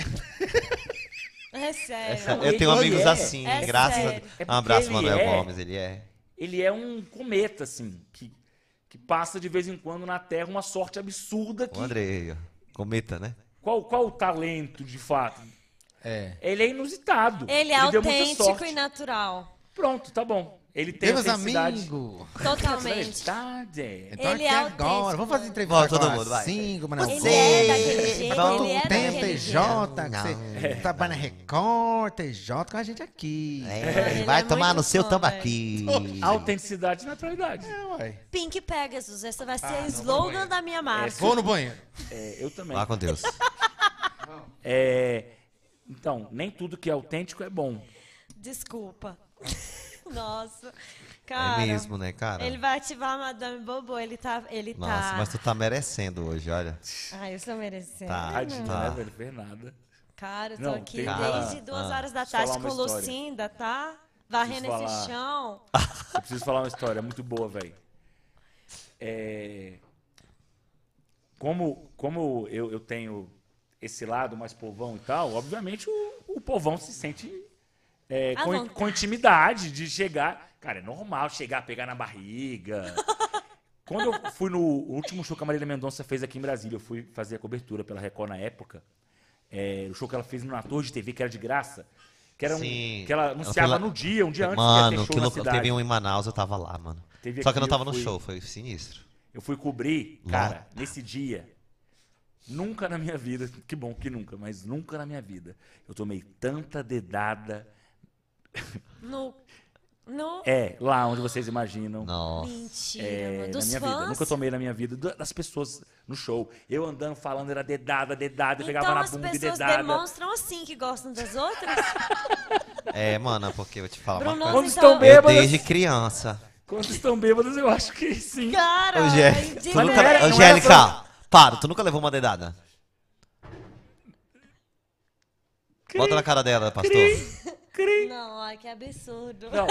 B: é... sério.
E: Essa-
F: ele
E: eu tenho amigos
F: é.
E: assim,
B: É
E: graças
B: sério.
E: a
F: É
E: Um abraço,
F: porque ele
E: Manuel
F: é.
E: Gomes, ele é.
F: Ele é um cometa, assim, que, que passa de vez em quando na Terra uma sorte absurda. Que...
E: O Andrei, ó, cometa, né?
F: Qual, qual o talento, de fato?
G: É.
F: Ele é inusitado.
B: Ele é
F: deu muita
B: autêntico
F: sorte.
B: e
F: [laughs]
B: natural.
F: Pronto, tá bom. Ele tem
G: Meus
F: autenticidade.
G: amigos.
F: Tá,
B: Totalmente.
F: Verdade.
G: Então
B: Ele
G: aqui
B: é
G: agora.
B: autêntico.
G: Vamos fazer entrevista
E: Vai, todo
G: com a
E: mundo, vai.
G: Cinco, Manuel
B: Ele
G: Gomes.
B: é daquele jeito, ele é
G: Tem
B: daquele
G: TJ,
B: jeito.
G: que você [laughs] trabalha na Record, TJ com a gente aqui.
E: É,
B: Ele
E: vai
B: é
E: tomar
B: muito
E: no seu
B: fã,
E: tambaqui.
G: Então,
F: Autenticidade e naturalidade.
G: É, ué.
B: Pink Pegasus, essa
F: Ah,
B: vai ser a slogan da minha marca.
G: Vou no banheiro.
F: É, eu também.
E: Vá com
F: [laughs]
E: Deus.
F: É, então, nem tudo que é autêntico é bom.
B: Desculpa. [laughs] Nossa. Cara.
E: É mesmo, né, cara?
B: Ele vai ativar a Madame Bobo, ele tá. Ele
E: Nossa,
B: tá.
E: mas tu tá merecendo hoje, olha.
B: Ai, eu sou merecendo.
E: Tá,
F: Tadinho, né,
E: tá.
F: velho? Fez nada.
B: Cara, eu tô
F: Não,
B: aqui
F: tem-
B: desde
F: Ah,
B: duas
E: ah.
B: horas da
F: Deixa eu
B: tarde
F: falar
B: com
F: uma história.
B: Lucinda, tá? Varrendo
F: Preciso
B: esse
F: falar.
B: chão.
F: [laughs] Eu preciso falar uma história muito boa, velho. É, Como, como eu, eu tenho esse lado mais povão e tal, obviamente o, o povão se sente é,
B: À
F: com,
B: vontade.
F: com intimidade de chegar. Cara, é normal chegar, pegar na barriga.
B: [laughs]
F: Quando eu fui no último show que a Marília Mendonça fez aqui em Brasília, eu fui fazer a cobertura pela Record na época. É, o show que ela fez numa torre de TV que era de graça. Que, era um-
E: Sim.
F: que ela
E: Ela
F: anunciava
E: foi lá-
F: no dia, um dia antes que ia
E: Mano,
F: ter
E: que
F: show na
E: louco.
F: cidade.
E: Teve um em Manaus, eu tava lá, mano. Só
F: Teve
E: que eu
F: aqui,
E: não tava
F: eu
E: no
F: fui-
E: show, foi sinistro.
F: Eu fui cobrir,
E: Lá.
F: cara, nesse dia. Nunca na minha vida, que bom que nunca, mas nunca na minha vida. Eu tomei tanta dedada.
B: No. No.
F: É, lá onde vocês imaginam.
E: Nossa.
B: Mentira,
F: É,
B: mano.
F: na
B: Dos
F: minha vida.
B: fãs.
F: Nunca tomei na minha vida. da- Das pessoas no show. Eu andando, falando, era dedada, dedada, eu pegava
B: então
F: na
B: as
F: bunda e
B: pessoas
F: dedada.
B: demonstram assim que gostam das outras.
E: É, mano, porque eu vou te falar uma
B: Bruno,
E: coisa.
F: Quando
B: Nossa,
F: estão
B: então-
E: Eu
F: bêbadas.
E: desde criança.
F: Quando estão bêbadas, eu acho que sim.
B: Cara,
E: Angélica,
B: de
E: tu nunca...
F: não era- não
E: Angélica, para, tu nunca levou uma dedada? Bota na cara dela, pastor.
B: Não, ai, que absurdo.
F: Não,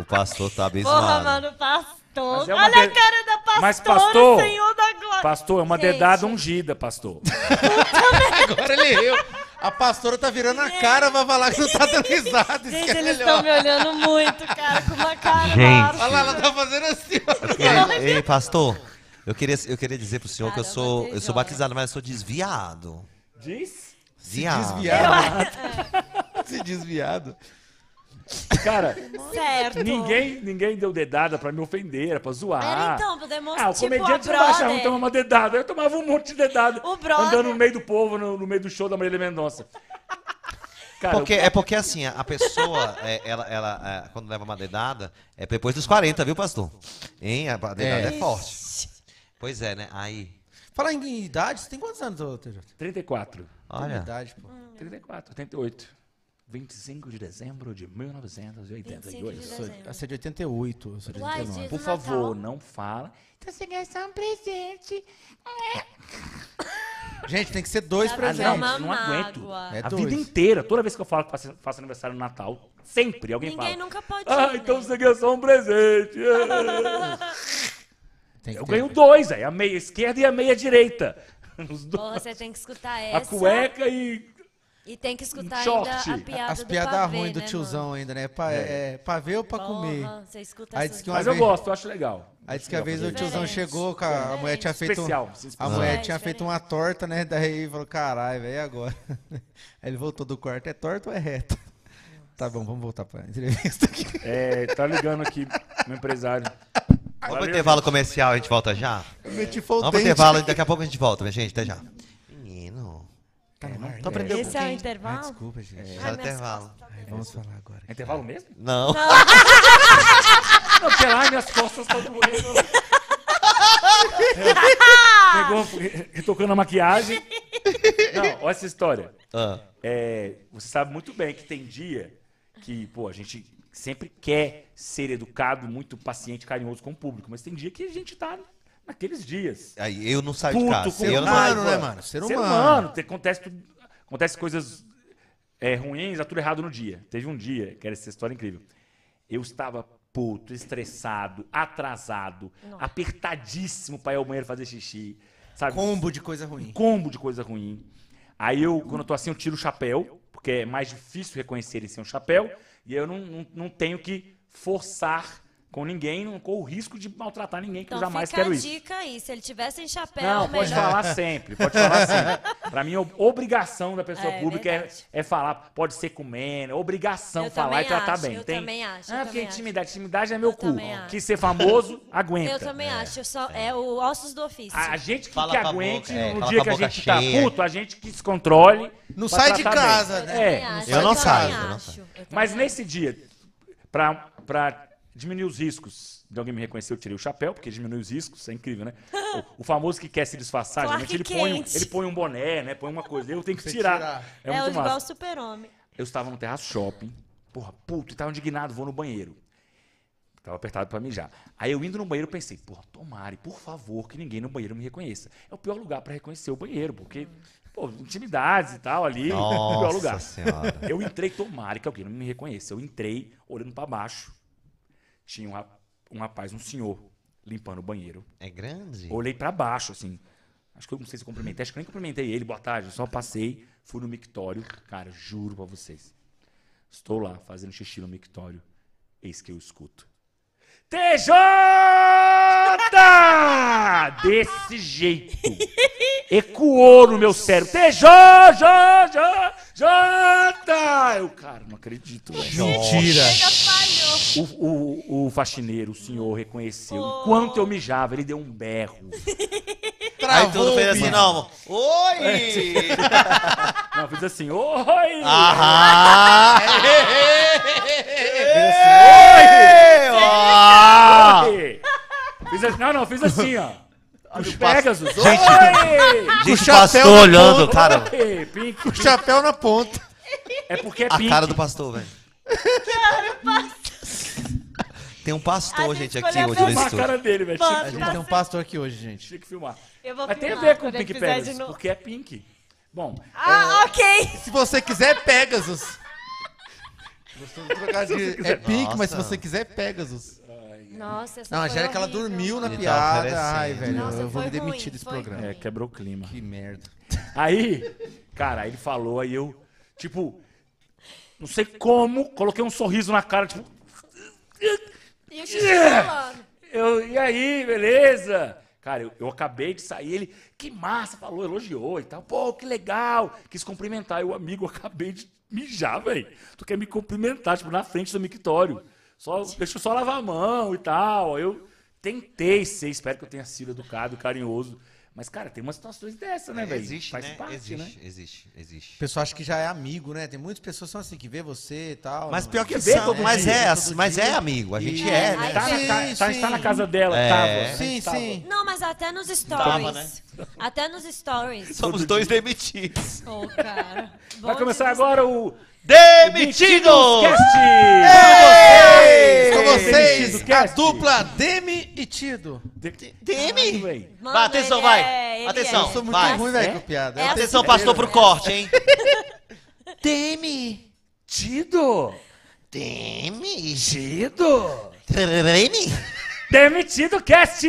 E: O pastor tá abismado.
B: Porra, mano, pastor.
F: Mas é uma
B: Olha a
F: de-
B: cara da pastora,
F: Mas, pastor,
B: senhor da glória.
F: pastor, é uma
B: Gente.
F: dedada ungida, pastor.
G: Agora ele riu. A pastora tá virando a cara, vai falar que não tá dando risada. Isso que
B: Gente,
G: é
B: eles
G: melhor.
B: estão me olhando muito, cara, com uma cara
E: Gente.
B: da
G: Olha lá, ela tá fazendo assim. ó.
E: Ei, ei, pastor, eu queria, eu queria dizer pro senhor que eu
B: Caramba,
E: sou, eu
B: Dejola.
E: sou batizado, mas eu sou desviado. É
F: Diz?
E: Viado.
G: Desviado. Se desviado.
F: Cara,
B: Certo.
F: ninguém, ninguém deu dedada pra me ofender, era pra zoar.
B: Era então, pra demonstrar,
F: Ah, o
B: tipo, a
F: comediante não
B: brother.
F: achava um tomava uma dedada. Eu tomava um monte de
B: [laughs]
F: dedada.
B: O brother.
F: Andando no meio do povo, no, no meio do show da Marília Mendonça. Cara,
E: Porque, é porque assim, a pessoa, é, ela, ela, é, quando leva uma dedada, é depois dos 40, viu, pastor? Hein? A dedada é, forte. Pois é, né? Aí,
G: Fala em idade, você tem quantos anos, ô, TJ?
F: 34.
E: olha.
G: Idade, pô.
F: 34, 88. 25 de dezembro de 1988.
B: 25 de dezembro.
G: Você é de 88, eu sou de
B: Uai,
G: 89.
B: gente.
F: Por
B: Do
F: favor,
B: Natal.
F: não fala.
J: Então você ganhou só um presente.
G: Gente, tem que ser dois
B: Tá
G: presentes.
B: É
F: Ah, não,
B: uma
F: eu não aguento.
B: mágoa.
G: É
F: a
G: dois.
F: vida inteira, toda vez que eu falo que faço, faço aniversário no Natal, sempre alguém
B: Ninguém
F: fala.
B: nunca pode
F: Ah,
B: ir,
F: então
B: né?"
F: você ganhou só
B: [laughs]
F: um presente.
G: Tem que
F: Eu
G: ter.
B: um
F: ganho dois, aí a meia esquerda e a meia direita. [laughs] Os dois.
B: Porra, você tem que escutar
F: A
B: essa.
F: cueca e.
B: E tem que escutar
F: um short.
B: ainda a piada
G: As
B: do
G: piadas
B: pavê,
G: ruins do
B: né,
G: tiozão ainda, né? Pra, é, pra ver ou pra
B: mano?
G: comer?
B: Porra, você escuta
G: Aí
B: essas
G: diz que uma
F: Mas eu
G: vez-
F: gosto, eu acho legal.
G: é Aí disse que a vez o
B: Diferente.
G: tiozão chegou, com a, a mulher tinha feito. um-
F: Especial.
G: A
F: especial.
G: mulher
B: É,
G: tinha
B: diferente.
G: feito uma torta, né? Daí ele falou, caralho, velho, e agora? [laughs] Aí ele voltou do quarto, é torta ou é reto? [laughs] Tá bom, vamos voltar pra entrevista aqui.
F: É, tá ligando aqui, meu empresário.
E: Vamos pro intervalo comercial, a gente volta já?
G: [laughs] Eu meti foi o
E: Vamos pro
G: dente.
E: intervalo, daqui a pouco a gente volta, minha gente, até já. Menino.
C: Tá no ar.
E: Tu aprendeu
B: Esse
E: com
B: é o
E: quem?
G: Ah,
B: intervalo?
G: desculpa, gente.
E: Só
B: Ai, minhas
E: intervalo.
G: Vamos falar agora.
F: É intervalo mesmo?
E: Não.
F: Não, sei lá, minhas costas estão [laughs] doendo. Pegou, retocando a maquiagem. Não, olha essa história.
E: Ah,
F: É, você sabe muito bem que tem dia que, pô, a gente sempre quer ser educado, muito paciente, carinhoso com o público, mas tem dia que a gente tá naqueles dias.
E: aí eu não saio de
F: Puto
E: casa.
F: com
E: eu não
F: raiva.
E: saio.
C: Mano, né, mano? Ser humano.
F: te- acontece, tudo- acontece coisas é, ruins, dá tudo errado no dia. Teve um dia, que era essa história incrível. Eu estava puto, estressado, atrasado, apertadíssimo para ir ao banheiro fazer xixi. Sabe? Um
C: Combo de coisa ruim.
F: combo de coisa ruim. Aí eu, quando eu tô assim, eu tiro o chapéu, porque é mais difícil reconhecer ele sem um chapéu, e eu não, não, não tenho que forçar com ninguém, não corro o risco de maltratar ninguém, que
B: Então
F: eu jamais
B: fica
F: quero
B: a
F: isso.
B: dica aí. Se ele tivesse em chapéu,
F: Não, pode
B: é melhor.
F: falar sempre, pode
B: [laughs]
F: falar sempre. Pra mim, a obrigação da pessoa
B: É,
F: pública é,
B: verdade.
F: é falar, pode ser comendo, é obrigação
B: Eu
F: falar e
B: também
F: tratar
B: acho,
F: bem.
B: eu
F: tem?
B: também acho, eu
F: Ah, porque
B: também
F: intimidade, intimidade é meu
B: Eu
F: cu.
B: também acho.
F: Que ser famoso, aguenta.
B: [laughs] Eu também acho. Só, é o ossos do ofício.
F: A gente que,
E: Fala
F: que
E: com a
F: aguente,
E: boca, é,
F: no
E: fala
F: dia
E: com
F: que
E: a
F: a
E: boca
F: gente tá
E: cheia.
F: puto, a gente que se controle.
C: Não
F: pra
C: sai de
F: tratar bem.
C: casa,
B: Eu
C: né?
B: também
F: É,
B: acho,
E: eu não saio,
B: também
E: eu não
B: acho,
E: saio.
B: eu também
F: Mas
B: acho.
F: nesse dia, pra, pra diminuir os riscos de alguém me reconhecer, eu tirei o chapéu, porque diminui os riscos, é
B: [laughs]
F: incrível, né? O, o famoso que quer se disfarçar,
B: Clark
F: geralmente ele põe, um-
B: Kent.
F: ele põe um boné, né? Põe uma coisa, eu tenho que tirar. É,
B: É,
F: muito massa. É
B: igual o super-homem.
F: Eu estava no terraço shopping, porra, puto, e tava indignado, vou no banheiro. Tava apertado pra mijar. Aí eu indo no banheiro pensei, porra, tomare, por favor, que ninguém no banheiro me reconheça. É o pior lugar pra reconhecer o banheiro, porque, pô, intimidades e tal ali, [laughs] é o pior
E: Nossa
F: lugar.
E: senhora.
F: Eu entrei, tomara que alguém não me reconheça. Eu entrei olhando pra baixo. Tinha um, ra- um rapaz, um senhor, limpando o banheiro.
E: É grande?
F: Olhei pra baixo, assim. Acho que eu não sei se eu cumprimentei, acho que eu nem cumprimentei ele, boa tarde. Eu só passei, fui no mictório. Cara, juro pra vocês. Estou lá fazendo xixi no mictório. Eis que eu escuto. TJ! Desse jeito. Ecoou no meu cérebro. TJ! J, J! Eu, cara, não acredito. velho.
C: Mentira.
B: Já falhou.
F: O, o- o faxineiro, o senhor, reconheceu. Enquanto eu mijava, ele deu um berro.
E: Aí tudo fez assim,
C: bicho.
E: não. Oi!
F: Não, eu fiz assim, oi!
E: Ah, Aham! Ei, ó!
F: assim, Oi! Fiz assim, não, não, fiz assim, ó. Os Pegasus,
E: Gente,
F: oi!
E: Gente, o
I: chapéu
E: pastor
I: no
E: olhando, cara.
F: Oi, Pink,
I: O chapéu na ponta.
F: É porque é
E: A
F: pink.
E: cara do pastor, velho. Tem um
B: A
E: pastor,
B: gente
E: gente,
B: escolheu
E: aqui
B: a
E: hoje no
F: Filmar a
E: estúdio.
F: cara dele, velho.
B: Mano,
F: Tinha,
C: A
F: que-
C: gente tem um pastor aqui hoje, gente.
F: tinha que filmar.
B: Eu vou
F: Mas tem a
B: filmar
F: ver com o
B: quando eu
F: Pink
B: fizer de
F: Pegasus,
B: novo.
F: porque é pink. Bom,
B: Ah, ok.
C: Se você quiser, Pegasus. É Pink, mas se
E: Nossa.
C: você quiser, é Pegasus.
B: Nossa, essa
C: Não, a
B: foi
C: Angélica, ela
B: horrível.
C: dormiu né? na
E: Ele tá
C: piada.
E: oferecendo.
C: Ai, velho,
B: Nossa,
C: eu vou
B: foi
C: me
B: ruim,
C: demitir desse
B: foi
C: programa.
B: ruim.
F: é, quebrou o clima.
C: Que merda.
F: Aí, cara, aí ele falou, aí eu, tipo, não sei como, coloquei um sorriso na cara, tipo,
B: E o xixi rolando.
F: eu, e aí, beleza? Cara, eu, eu acabei de sair, ele, que massa, falou, elogiou e tal, pô, que legal, quis cumprimentar, eu, amigo, [laughs] eu acabei de mijar, velho, tu quer me cumprimentar, tipo, na frente do mictório, só, deixa eu só lavar a mão e tal, eu tentei ser, espero que eu tenha sido educado, carinhoso, mas, cara, tem umas situações dessa, né, velho?
E: Existe,
F: Faz
E: né?
F: parte, né?
E: Existe, existe,
C: O
E: existe.
C: pessoal acha que já é amigo, né? Tem muitas pessoas que são assim, que vê você e tal.
E: Mas pior que
F: vê
E: são,
F: todo
E: mas
F: dia,
E: é,
C: todo
E: assim, mas
C: dia.
E: é, amigo, a gente
B: E-
E: é,
B: Ai,
E: né?
F: Tá na,
C: Sim,
F: ca- tá-
C: sim.
F: está na casa dela,
E: É.
F: tava. né?
C: Sim,
F: Tava.
C: sim.
B: Não, mas até nos stories.
E: Tava, né?
B: Até nos stories.
E: Somos dois demitidos.
B: Ô, cara.
F: Vai
B: Bom
F: começar
B: Jesus.
F: agora o
E: Demitidos!
F: Cast!
C: É! Ei, Com
F: Demitido
C: vocês, a
F: Cast.
C: dupla Demi e Tido.
F: Tudo bem.
B: Mano,
E: Vai, atenção,
B: ele
E: vai.
B: é- ele
E: Atenção.
B: é.
C: Eu sou muito
E: Vai.
C: ruim, velho, com piada.
B: É
C: Eu
E: Atenção,
C: tenho
E: pastor, pro corte, hein?
F: Demi! Tido! Demitido!
E: Treme?
F: Demitido Cast!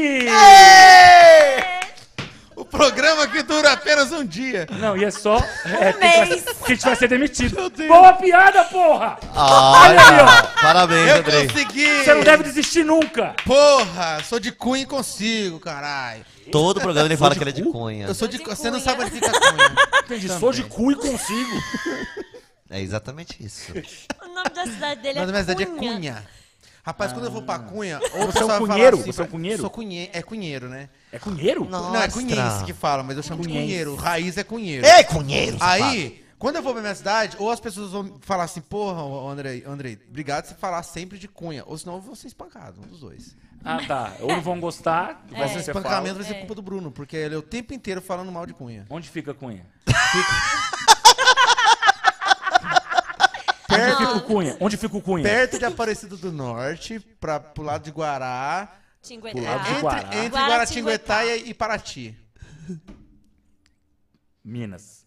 C: O programa que dura apenas um dia.
F: Não, e é só. É,
B: Um
F: tem que-
B: mês.
F: que a gente vai ser demitido. Boa piada, porra!
E: Olha, parabéns,
C: Eu
E: Andrei.
C: consegui!
F: Você não deve desistir nunca!
C: Porra, sou de cunha e consigo, caralho.
E: Todo programa ele fala que ele é de cunha.
C: Eu sou de,
B: de
C: cunha. Você não
B: cunha.
C: sabe onde
B: [laughs]
C: fica cunha.
F: Entendi, sou de cu e consigo.
E: É exatamente isso.
B: O nome da cidade dele
C: O nome da
B: é
C: minha cidade é
B: Cunha.
C: Cunha.
G: Rapaz, quando eu vou pra Cunha, ou
F: Você é um
G: pessoal vai falar
F: cunheiro? Você é um cunheiro?
G: Sou cunhe... É cunheiro, né?
F: É cunheiro?
G: Não, é cunhense que fala, mas eu chamo de cunheiro. Raiz é cunheiro.
E: Ei, cunheiro! safado.
G: Aí, quando eu vou pra minha cidade, ou as pessoas vão falar assim, porra, ô, Andrei, Andrei, obrigado por você falar sempre de cunha, ou senão eu vou ser espancado, um dos dois.
F: Ah, tá. Ou não vão gostar,
B: É.
F: do
G: Vai ser um
F: você
G: espancamento,
F: fala.
G: vai ser culpa do Bruno, porque ele é o tempo inteiro falando mal de cunha.
F: Onde fica a cunha? Onde
G: Perto,
F: fica o cunha? Onde fica o cunha?
G: perto de Aparecido do Norte, pra, pro lado de Guará, É,
B: Tinguetá.
F: Lado de
G: entre,
F: Guará.
G: entre
B: Guaratinguetá.
G: Guaratinguetá e, e Paraty.
F: Minas.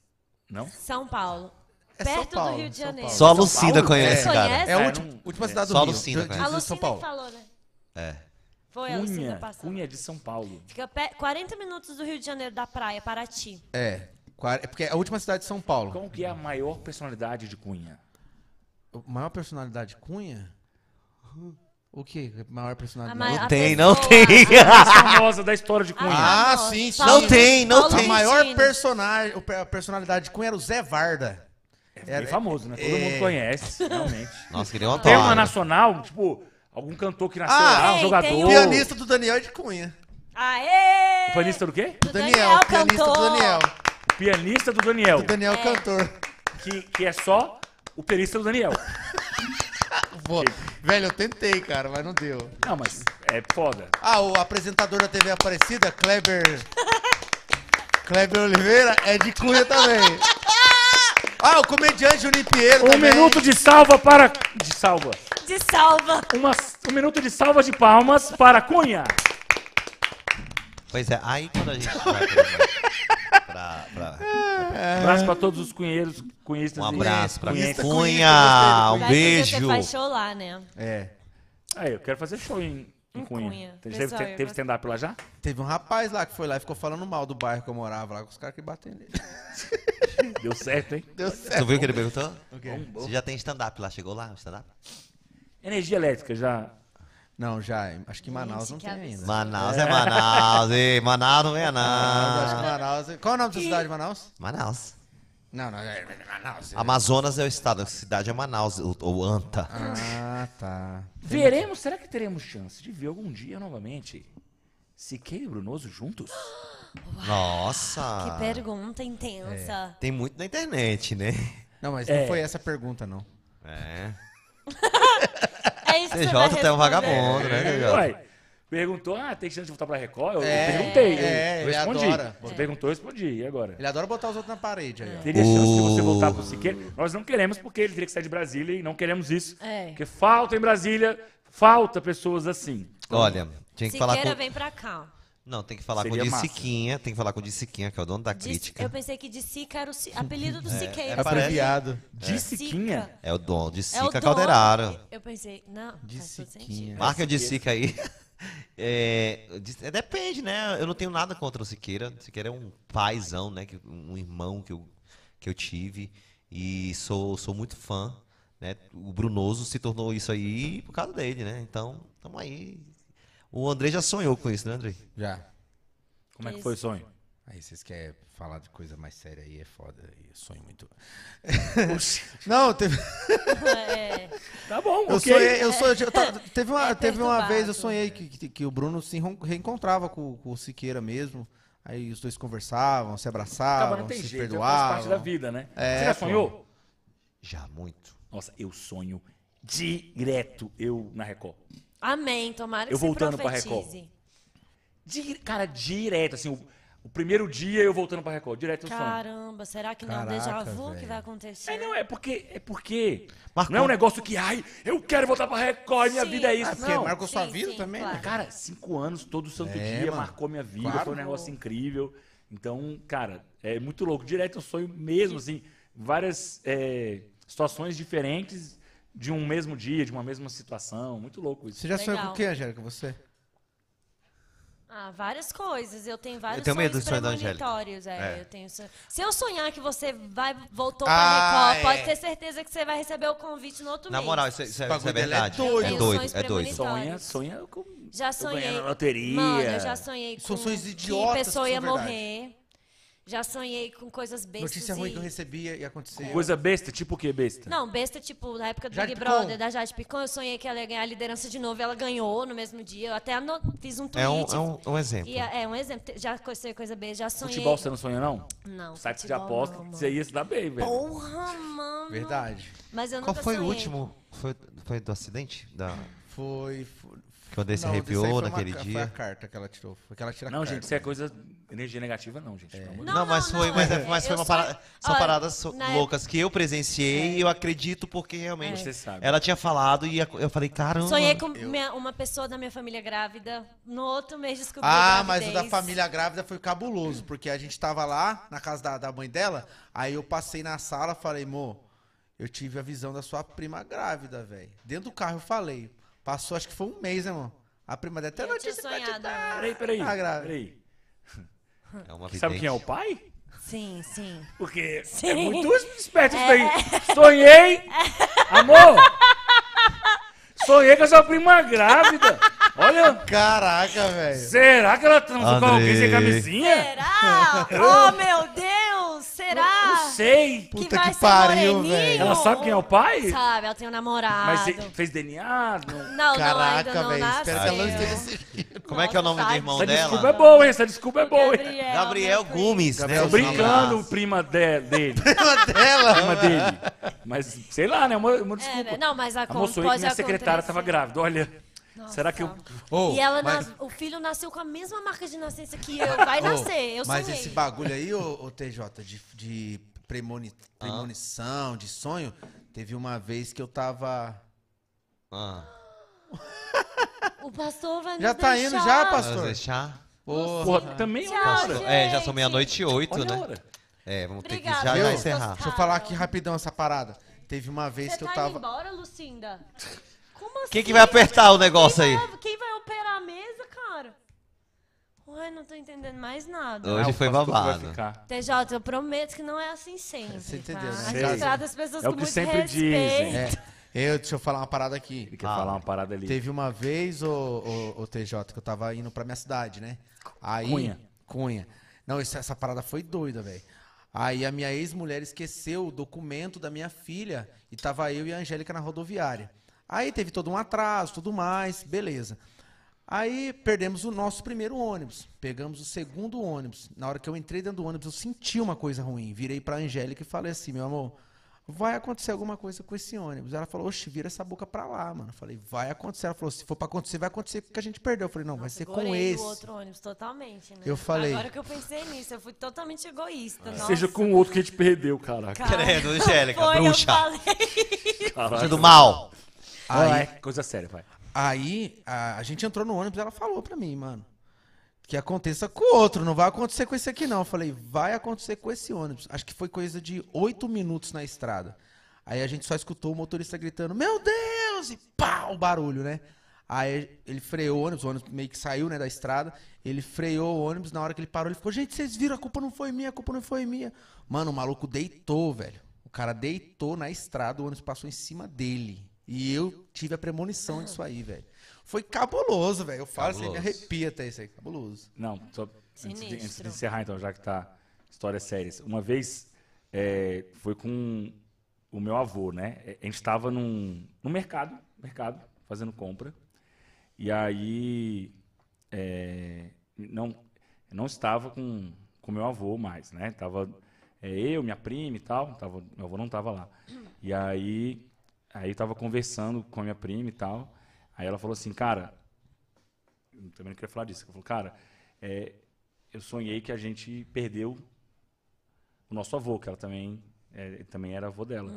F: Não?
B: São Paulo.
G: É São
B: perto
G: Paulo,
B: do Rio de
G: São
B: Janeiro.
G: Paulo.
E: Só a Lucinda
F: Paulo?
E: conhece,
B: É.
E: cara.
B: Conhece?
G: É a
F: É,
G: última,
F: não-
G: última cidade do
E: Só
G: Rio,
E: Lucina,
G: de- de
E: né?
B: A
G: São
B: Lucina
G: Paulo.
B: que falou, né?
E: É.
B: Foi a Lucina
F: Cunha.
B: passada.
F: Cunha de São Paulo.
B: Fica pe- 40 minutos do Rio de Janeiro da praia, Paraty.
G: É. Quar- É porque é a última cidade de São Paulo.
F: Qual que é a maior personalidade de Cunha?
G: A maior personalidade Cunha? O que? Maior
B: A
G: personalidade?
B: maior- a
E: Tem, não
B: pessoa-
E: tem.
F: Mais famosa da história de Cunha.
G: Ah,
B: famosa.
G: sim, sim.
B: Paulo-
E: Não tem, não
B: Paulo
G: A
E: tem.
G: maior
B: Vicini.
G: personagem, o pe- a personalidade de Cunha era o Zé Varda.
F: Bem famoso, né? Todo mundo
E: [laughs]
F: conhece, realmente.
E: Nossa, queria uma
F: Tem uma
E: toalha.
F: nacional, tipo, algum cantor que nasceu
G: Ah,
F: lá, um
B: tem,
F: jogador.
B: tem um-
G: Pianista do Daniel de Cunha.
B: Aê!
F: Pianista do quê?
B: Do
G: Daniel, pianista do Daniel.
F: O pianista do Daniel.
G: Daniel cantor.
F: Que, que é só o pianista do Daniel.
G: Pô, velho, eu tentei, cara, mas não deu.
F: Não, mas é foda.
G: Ah, o apresentador da TV Aparecida, Kleber. Kleber Oliveira é de Cunha também. Ah, o comediante Juninho Pinheiro
F: Um
G: também.
F: minuto de salva para. De salva.
B: De salva.
F: Uma, um minuto de salva de palmas para Cunha.
E: Pois é, aí quando a gente vai pra- pra- pra-
F: Abraço para todos os cunheiros, cunhistas.
E: Um
F: e-
E: abraço pra minha
F: cunhenses.
E: cunha. Um
B: Vai
E: beijo.
B: Você faz show lá, né?
G: É.
F: Aí, Ah, eu quero fazer show em, em
B: Em
F: Cunha.
B: Cunha.
F: Teve,
B: Pessoal,
F: teve-
B: eu
F: teve
B: gosto-
F: stand-up lá já?
G: Teve um rapaz lá que foi lá e ficou falando mal do bairro que eu morava lá, com os caras que batem nele.
F: Deu certo,
B: [laughs]
F: hein?
G: Deu certo.
E: Tu viu o que ele perguntou? Você já tem stand-up lá? Chegou lá o stand-up?
F: Energia elétrica já.
G: Não, já. Acho que em Manaus
B: Assim
G: não
B: que
G: tem
B: absurdo.
G: ainda.
E: Manaus é Manaus. Ei, Manaus não é
G: Mas acho que
E: não.
G: Manaus- Qual é o nome da cidade de Manaus?
E: Manaus.
G: Não, não, é é Manaus.
E: Amazonas é o estado, a cidade é Manaus, ou, ou Anta.
G: Ah, tá.
F: Veremos, será que teremos chance de ver algum dia novamente Siqueira e Brunoso juntos?
E: Nossa. Ah.
B: Ah, Que pergunta intensa.
E: Tem muito na internet, né?
G: Não, mas
F: É.
G: não foi essa a pergunta, não.
E: É.
B: É, isso que você vai
E: TJ até
B: responder.
E: um vagabundo, né, TJ?
F: Ué, perguntou, ah, tem chance de voltar pra Record? Eu
G: É,
F: perguntei, eu,
G: é,
F: eu
G: ele
F: respondi.
G: adora. É.
F: Você perguntou, eu respondi, e agora?
G: Ele adora botar os outros na parede aí, ó.
F: Teria chance de você
E: O-
F: voltar pro Siqueira? Nós não queremos, porque ele teria que sair de Brasília e não queremos isso.
B: É.
F: Porque falta em Brasília, falta pessoas assim.
E: Olha, tinha que falar
B: Siqueira,
E: com.
B: vem pra cá.
E: Não, tem que falar com o
F: Seria massa.
E: Disiquinha, tem que falar com o Disiquinha, que é o dono da
B: De-
E: crítica.
B: eu pensei que de Sica era o si- apelido do
F: [laughs]
E: é
B: Siqueira.
E: parece-
G: Abreviado.
F: De Siquinha?
E: É o dono de
B: É o
E: Sica
B: dono.
E: Calderaro.
B: Eu pensei, não,
G: De
B: faz todo
G: Siquinha.
B: sentido.
E: Marca o de Sica aí. [laughs] É, de- é, depende, né? Eu não tenho nada contra o Siqueira. O Siqueira é um paizão, né? que- Um irmão que eu, que eu tive. E sou, sou muito fã. Né? O Brunoso se tornou isso aí por causa dele, né? Então, tamo aí. O André já sonhou com isso, né, André?
G: Já.
F: Como é que foi o sonho?
G: Aí vocês querem falar de coisa mais séria aí, é foda. aí Eu sonho muito. [laughs] não, teve,
B: É,
F: Tá bom,
G: eu
F: ok.
G: sonhei, eu sonhei,
B: [laughs]
G: eu tava- teve uma,
B: É
G: teve uma
B: perturbado.
G: vez eu sonhei que, que, que o Bruno se ren- reencontrava com, com o Siqueira mesmo. Aí os dois conversavam, se
F: Acaba,
G: abraçavam,
F: Tá, não tem
G: Ah, se
F: jeito, faz parte da
G: perdoavam.
F: vida, né?
G: É,
F: Você já
G: pô.
F: sonhou?
E: Já, muito.
F: Nossa, eu sonho direto eu na Record.
B: Amém, tomara que
F: Eu
B: se
F: voltando pra
B: profetize.
F: Di- cara, direto, assim, o, o primeiro dia eu voltando pra Record, direto eu sonho.
B: Caramba, será que não é um déjà
G: Caraca,
B: vu
G: velho.
B: que vai acontecer?
F: É, não, é porque, é porque
E: Marcou.
F: não é um negócio que, ai, eu quero voltar pra Record, minha
B: Sim.
F: vida é isso.
G: Ah, porque
F: não.
G: marcou sua
B: Sim,
G: vida
B: sim,
G: também?
B: claro.
F: né, Cara, cinco anos, todo santo
G: É,
F: dia,
G: mano.
F: marcou minha vida,
G: Claro.
F: foi um negócio incrível. Então, cara, é muito louco. Direto eu sonho mesmo, assim, várias é, situações diferentes de um mesmo dia, de uma mesma situação. Muito louco isso.
G: Você já sonhou com
B: Legal.
G: o quê, Angélica? Você?
B: Ah, várias coisas. Eu tenho vários
E: Eu tenho medo
B: sonhos
E: do sonho da Angélica.
B: premonitórios. É, Eu tenho sonho. Se eu sonhar que você vai, voltou pra
G: Ah,
B: Record,
G: é.
B: pode ter certeza que você vai receber o convite no outro
E: Na
B: mês.
E: moral, isso, isso é-
G: bagulho
E: isso é
G: dele é
E: verdade.
G: doido.
E: É
B: Eu tenho
E: doido,
B: sonhos
E: é doido.
B: premonitórios.
F: Sonha, sonha com.
B: Já
F: Eu
B: sonhei.
F: ganhando loteria.
B: Mano, eu já sonhei com
G: São sonhos
B: que
G: idiotas que
B: pessoa
G: são
B: ia
G: verdade.
B: morrer. Já sonhei com coisas bestas.
G: Notícia ruim
B: e-
G: que eu recebia e acontecia.
F: Coisa besta, tipo o que besta?
B: Não, besta, tipo, na época do
G: Jade
B: Big
G: Picon.
B: Brother, da Jade Picon, eu sonhei que ela ia ganhar a liderança de novo. e Ela ganhou no mesmo dia. Eu até ano- fiz um tweet.
E: É um, é um, um exemplo.
B: E é, é um exemplo. Te- Já sonhei coisa besta, já sonhei.
F: Futebol você não sonha, não?
B: Não,
F: Site de
B: futebol
F: aposta,
B: não,
F: você ia se dar bem, velho.
B: Porra, mano.
G: Verdade.
B: Mas eu
E: Qual
B: nunca
E: foi o
B: sonhei.
E: último? Foi, foi do acidente? Da...
G: Foi. foi
E: Quando esse
G: Não, disso aí
E: arrepiou
G: foi uma
E: naquele
G: ca- Foi a
E: dia.
G: carta que ela tirou. Foi que ela tira a
F: Não,
G: carta.
F: gente, isso é coisa. Energia negativa, não, gente. pelo amor de
E: Não, mas foi, mas, é- mas foi
B: eu
E: uma
B: sonhei-
E: parada. São
B: Olha,
E: paradas so-
B: na É. época-
E: loucas que eu presenciei e eu acredito porque realmente.
F: Você sabe.
E: Ela tinha falado e a- eu falei, caramba.
B: Sonhei com minha- uma pessoa da minha família grávida. No outro mês descobri
G: Ah,
B: a
G: mas o da
B: gravidez.
G: família grávida foi cabuloso, porque a gente tava lá na casa da, da mãe dela, aí eu passei na sala falei, amor, eu tive a visão da sua prima grávida, velho. Dentro do carro eu falei. Passou, acho que foi um mês, né, irmão? A prima dela até
B: Eu tinha
G: notícia pra te
B: sonhado,
G: dar.
B: amor.
F: Peraí, peraí.
G: Ah, grave.
F: peraí.
E: É uma
F: Sabe
E: vidente.
F: quem é o pai?
B: Sim, sim.
F: Porque é
B: Sim. É.
F: muito esperto isso daí.
B: [laughs]
F: Sonhei! Amor! Sonhei com a sua prima grávida. Olha,
G: Caraca, velho.
F: será que ela transou com alguém sem
E: Andrei.
F: camisinha?
B: Será?
G: É.
B: oh, meu Deus! Será?
F: Não sei.
B: Que
G: Puta
B: vai
G: que
B: ser
G: pariu,
B: moreninho?
G: velho.
F: Ela sabe quem é o pai?
B: Sabe, ela tem um namorado.
F: Mas você fez DNA? Não.
B: Não,
G: Caraca,
B: não, ainda não
G: velho,
B: nasceu.
G: espero que ela não esteja
E: Como é que é o nome do
B: Nossa,
E: irmão
F: Essa desculpa é
E: dela?
F: boa, hein? Essa desculpa é boa, hein?
B: Gabriel,
E: Gabriel
B: né?
E: Gomes, né?
G: Gabriel
F: Tô
E: o
F: brincando,
E: nome da-
F: prima
E: [laughs]
F: de- dele.
G: prima dela.
F: Prima dele. Mas, sei lá, né? Uma, uma
B: É,
F: desculpa.
B: né? não, mas a
F: Amor,
B: pode
F: sonhei que minha secretária
B: acontecer.
F: tava grávida. Olha,
B: Nossa.
F: será que eu...
G: Ô,
B: e ela
G: mas-
B: nas- o filho nasceu com a mesma marca de nascença que eu. Vai
G: Ô,
B: nascer, eu
G: Mas
B: sonhei.
G: esse bagulho aí, ô, ô, TJ, de, de premoni- premonição, de sonho, teve uma vez que eu tava.
E: Ah,
B: O pastor vai nos
G: Já tá
B: deixar.
G: indo, já,
E: vamos
G: pastor?
E: deixar?
G: Porra.
F: Porra, também é uma
B: Tchau,
F: hora.
B: Ah, gente.
E: É, já são meia-noite e oito,
F: Olha a
E: né?
F: hora.
E: É, vamos ter que
B: Obrigada, Tá
E: já, já
G: Viu?
E: encerrar.
G: Deixa eu falar aqui rapidão essa parada. Teve uma vez
B: Ah, Você
G: que
B: tá
G: eu
B: indo
G: tava.
B: embora, Lucinda? Como assim?
E: Quem que vai apertar o negócio aí?
B: Quem vai- Quem vai operar a mesa, cara? Ué, não tô entendendo mais nada.
E: Hoje foi
F: Ah, o pastor vai
E: babado.
F: ficar.
B: TJ, eu prometo que não é assim sempre.
G: Você
B: tá?
G: entendeu, né?
B: A
F: Sei.
B: gente trata as pessoas
F: É o
B: com
F: que
B: muito
F: sempre
B: respeito.
F: dizem.
G: É, eu, deixa eu falar uma parada aqui.
F: Ele quer
E: Ah.
F: falar uma parada ali.
G: Teve uma vez, ô, ô, ô, TJ, que eu tava indo pra minha cidade, né? Aí,
F: Cunha.
G: Cunha. Não, isso- essa parada foi doida, velho. Aí a minha ex-mulher esqueceu o documento da minha filha e tava eu e a Angélica na rodoviária. Aí teve todo um atraso, tudo mais, beleza. Aí perdemos o nosso primeiro ônibus, pegamos o segundo ônibus. Na hora que eu entrei dentro do ônibus, eu senti uma coisa ruim. Virei pra Angélica e falei assim, meu amor, vai acontecer alguma coisa com esse ônibus. Ela falou, oxe, vira essa boca pra lá, mano. Eu falei, vai acontecer. Ela falou, se for pra acontecer, vai acontecer porque a gente perdeu. Eu falei, não, vai ser com
B: Gorei
G: esse.
B: do é outro ônibus totalmente, né?
G: Eu falei.
B: Agora que eu pensei nisso, eu fui totalmente egoísta. Nossa,
F: Seja com o outro que a gente perdeu, caraca.
B: cara.
E: Credo, Angélica,
B: Foi,
E: bruxa.
B: Eu falei.
E: Você
F: caraca.
E: é do mal.
G: Aí,
F: Vai, Coisa séria, vai.
G: aí a, a gente entrou no ônibus ela falou pra mim, mano, que aconteça com o outro, não vai acontecer com esse aqui não. Eu falei, vai acontecer com esse ônibus. Acho que foi coisa de oito minutos na estrada. Aí a gente só escutou o motorista gritando, meu Deus! E pá, o barulho, né? Aí ele freou o ônibus, o ônibus meio que saiu né, da estrada. Ele freou o ônibus, na hora que ele parou, ele ficou, gente, vocês viram, a culpa não foi minha, a culpa não foi minha. Mano, o maluco deitou, velho. O cara deitou na estrada, o ônibus passou em cima dele. E eu tive a premonição disso aí, velho. Foi cabuloso, velho. Eu falo assim, me
E: Cabuloso.
G: arrepia até isso aí, cabuloso.
F: Não, só antes de,
B: Sinistro.
F: antes de encerrar, então, já que tá histórias sérias. Uma vez é, foi com o meu avô, né? É, A gente estava num, num mercado, mercado, fazendo compra. E aí é, não, não estava com com meu avô mais, né? Tava é, eu, minha prima e tal. Tava, meu avô não estava lá. E aí, aí eu tava conversando com a minha prima e tal. Aí ela falou assim, cara, eu também não queria falar disso. Ela falou, cara, é, eu sonhei que a gente perdeu o nosso avô, que ela também, é, ele também era avô dela.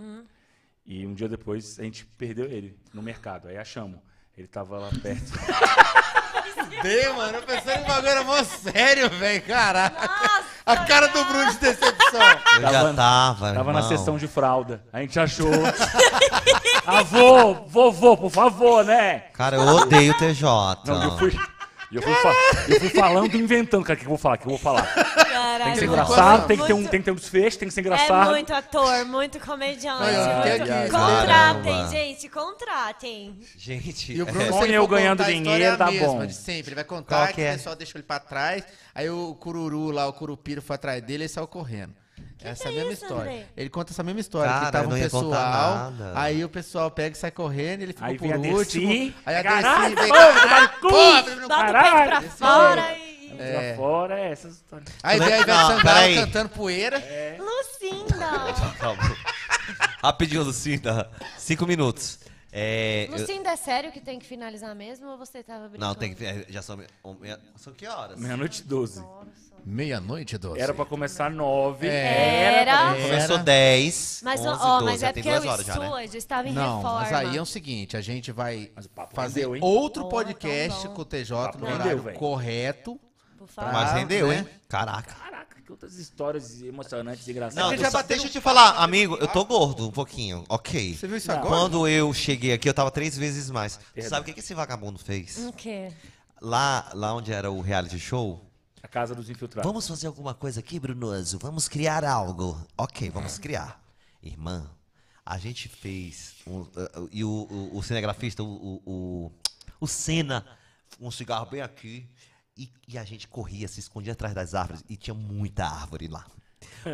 F: E um dia depois a gente perdeu ele no mercado. Aí achamos. Ele tava lá
C: [laughs]
F: perto.
G: Deu, mano. Eu pensei no bagulho era mó sério, velho. Caraca.
B: Nossa,
G: A cara do Bruno de decepção.
E: Eu já tava,
F: Tava na
E: irmão.
F: sessão de fralda. A gente achou. [laughs] avô, vovô, por favor, né?
E: Cara, eu odeio o TJ.
F: Não, eu fui. E eu fui, fa- eu fui falando e inventando, cara, o que eu vou falar, o que eu vou falar.
B: Caraca,
F: Tem que ser
B: muito
F: engraçado, tem que ter um,
B: muito-
F: tem que ter um desfecho, tem que ser
B: É
F: engraçado.
B: muito ator, muito comediante.
G: Olha,
B: muito-
G: que-
B: Contratem,
E: caramba.
B: gente, contratem.
E: Gente,
C: E o
E: é.
C: Bruno,
F: Põe
C: se ele
F: eu
C: for
F: ganhando
C: contar a história,
F: dinheiro,
C: é a
F: tá
C: mesma
F: bom.
C: de sempre. Ele vai
E: Qual
C: contar
E: que
C: que,
E: é?
C: o pessoal deixou ele pra trás, aí o cururu lá, o curupira foi atrás dele e saiu correndo. essa
B: que é
C: mesma
B: isso,
C: história.
B: André?
C: Ele conta essa mesma história,
E: Cara,
C: que tava
E: eu
C: um
E: não ia
C: pessoal,
E: contar nada.
C: aí o pessoal pega e sai correndo, ele ficou
F: Aí vem
C: por
F: a Dercy,
C: último. Aí a
F: caraca, tá
C: Dercy vem,
F: ô,
C: caralho,
F: caralho,
C: pobre, tá
B: Bota o
C: não-
B: peito
F: Caralho,
B: pra
F: esse
C: é
B: fora e...
F: Pra fora é essas histórias.
C: Aí vem a Ivete
E: Não,
C: Sangalo
E: peraí.
C: cantando poeira.
B: Lucinda.
E: Calma. Tá Rapidinho, Lucinda. Cinco minutos. É, eu-
B: Lucinda, é sério que tem que finalizar mesmo ou você tava brincando?
E: não, tem que. é, Já são. um, meia- São que horas?
F: Meia-noite e doze.
C: Meia-noite, doce.
F: Era pra começar nove.
E: É.
B: Era...
E: Ah, Começou 10.
B: Mas,
E: 11,
B: ó,
E: 12,
B: mas
E: já
B: é
E: tem
B: porque o
E: duas horas já, né?
B: Stuart estava em
C: Não,
B: reforma.
C: mas aí é o seguinte, a gente vai
F: papo
C: fazer
F: rendeu, hein?
C: outro
B: Ó,
C: podcast
B: então bom.
C: com o TJ
F: Papo
C: no
F: rendeu,
C: horário
F: velho.
C: correto.
B: Por favor.
E: Mas
C: Ah,
E: rendeu,
C: né?
E: hein? Caraca.
F: Caraca, que outras histórias emocionantes e
E: Não,
F: engraçadas.
E: eu só- deixa eu te falar, amigo, eu tô gordo um pouquinho, ok.
G: Você viu isso
F: Não.
G: agora?
E: Quando eu cheguei aqui, eu tava três vezes mais. Tu
F: Perdão.
E: sabe o que que esse vagabundo fez?
B: O quê?
E: Lá, lá onde era o reality show,
F: A casa dos infiltrados.
E: Vamos fazer alguma coisa aqui, Brunoso? Vamos criar algo. Ok, vamos
F: É.
E: criar. Irmã, a gente fez. um- uh, uh, e o, o- o cinegrafista, o, o, o, o Senna, um cigarro bem aqui. E, e a gente corria, se escondia atrás das árvores. E tinha muita árvore lá.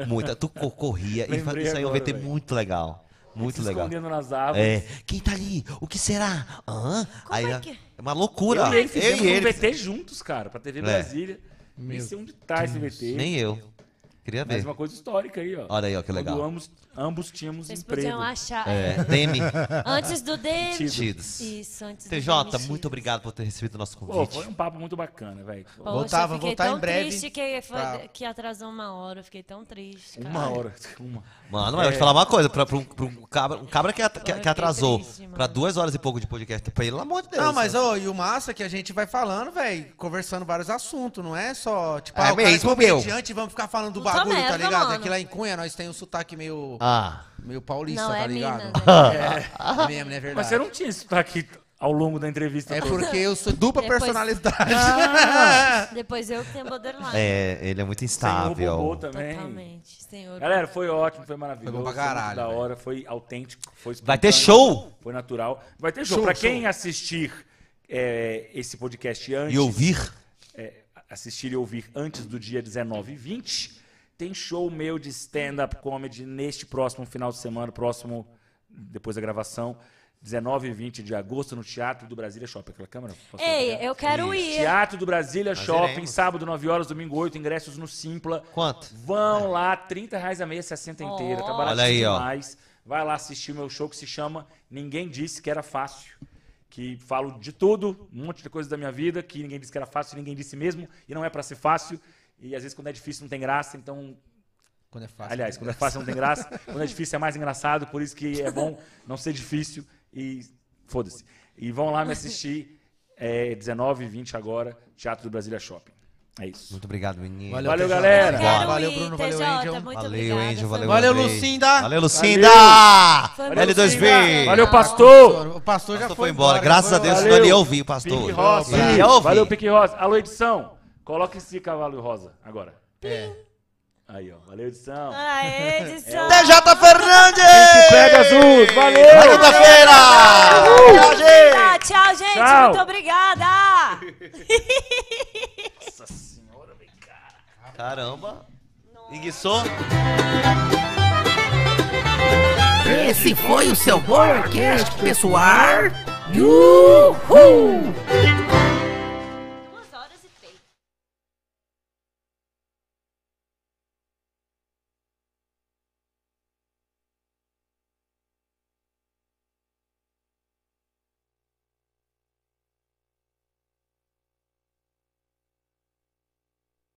E: Muita. Tu co- corria e fa-
F: Lembrei
E: isso aí eu
F: agora,
E: VT
F: velho.
E: muito legal. Muito
F: Se
E: legal.
F: escondendo nas árvores.
E: É, quem tá ali? O que será? Hã?
B: Como
E: Aí,
B: é
E: a-
B: que-
E: é uma loucura.
F: Eu e ele
E: Eu
F: fizemos
E: e
F: um
E: ele. É.
F: VT juntos, cara, pra TV Brasília. Nem sei onde tá esse VT.
E: Nem eu. Queria ver.
F: Mas uma coisa histórica aí, ó.
E: Olha aí, ó, que legal.
F: Quando ambos, ambos tínhamos
B: Vocês
F: emprego.
B: podiam achar.
E: É, Teme.
F: [laughs]
B: Antes do David.
E: Metidos.
B: Isso, antes do
E: TJ,
B: Demitidos.
E: muito obrigado por ter recebido o nosso
F: Pô,
E: convite.
F: foi um papo muito bacana, velho.
B: Poxa,
C: Voltava,
B: eu fiquei
C: voltar
B: tão
C: em breve
B: triste que, foi-
C: pra-
B: que atrasou uma hora. Eu fiquei tão triste. cara.
F: Uma hora. [laughs] Uma.
E: Mano, mas eu vou
F: É.
E: te falar uma coisa, pra, pra um, pra um cabra, um cabra que, at- que-
B: Pô,
E: que atrasou
B: eu fiquei triste,
E: pra
B: mano.
E: duas horas e pouco de podcast, pra ele, pelo amor de Deus.
G: Não, mas ô, e o massa é que a gente vai falando, velho, conversando vários assuntos, não é só, tipo,
E: É
G: ah, o cara
E: mesmo, meu.
G: comediante, vamos ficar falando do
B: Não
G: bagulho,
B: começa,
G: tá ligado?
B: mano.
G: É que lá em Cunha nós tem um sotaque meio,
E: Ah,
G: meio paulista,
B: Não,
G: tá
B: é
G: ligado?
B: Minas.
C: [laughs]
G: É mesmo, né, verdade?
F: Mas você não tinha isso aqui ao longo da entrevista.
G: É
F: toda.
G: porque eu sou dupla
B: Depois-
G: personalidade.
B: é. Depois eu que tenho borderline.
E: é, ele é muito
F: Senhor Bobô
E: instável.
F: também.
B: Totalmente. Senhor.
F: Galera, foi ótimo, foi maravilhoso.
G: Foi bom pra
F: muito
G: caralho,
F: da
G: velho.
F: hora, foi autêntico, foi
E: Vai ter
F: espontâneo,
E: show?
F: Foi natural. Vai ter show.
G: Show,
F: pra
G: show.
F: quem assistir é, esse podcast antes.
E: E ouvir?
F: é, assistir e ouvir antes do dia 19 e 20, tem show meu de stand-up comedy neste próximo final de semana, próximo, depois da gravação, 19 e 20 de agosto, no Teatro do Brasília Shopping. Aquela câmera? Posso
B: Ei,
F: colocar?
B: eu quero ir.
F: Teatro do Brasília Shopping,
E: iremos.
F: sábado, 9 horas, domingo 8, ingressos no Simpla.
E: Quanto?
F: Vão lá, 30 reais a meia, 60 inteira. Tá
B: Ó.
F: barato
E: Olha aí, ó.
F: demais. Vai lá assistir o meu show que se chama Ninguém Disse Que Era Fácil. Que falo de tudo, um monte de coisa da minha vida, que ninguém disse que era fácil, ninguém disse mesmo, e não é pra ser fácil. E às vezes quando é difícil não tem graça, então.
G: Quando é fácil.
F: Aliás, quando é fácil não tem graça, quando é difícil é mais engraçado, por isso que é bom não ser difícil e foda-se. E vão lá me assistir é, 19 e 20 agora, Teatro do Brasília Shopping. É isso.
E: Muito obrigado, menino.
F: Valeu,
C: TJ.
F: galera.
B: Eu quero
C: Valeu,
B: ir,
C: Bruno.
B: TJ,
C: Valeu, Angel.
B: Muito
E: Valeu,
B: obrigada, foi
E: Angel. Valeu,
B: muito
C: Valeu,
E: Andrei.
C: Lucinda.
E: Valeu, Lucinda!
B: Foi muito
E: L2B!
B: obrigado.
F: Valeu, pastor!
C: O pastor já
E: Pastor
C: foi embora.
E: Graças
C: já
E: a Deus,
C: foi
E: senão
F: Valeu.
E: ele ia ouvir, pastor.
F: Pique Rosa.
E: Ele ia ouvir.
F: Valeu, Pique Rosa. Alô, edição. Coloca esse cavalo rosa agora. É. Aí, ó. Valeu, edição.
B: Aê, Ah, é,
C: É.
B: edição.
E: TJ Fernandes!
F: Pega Jesus.
E: Na
F: Valeu.
E: quinta-feira! Tchau, gente!
B: Tá, tchau, gente.
F: Tchau.
B: Muito obrigada.
E: Caramba! Enguiçou?
D: Esse foi o seu Boracast, pessoal. Uhul!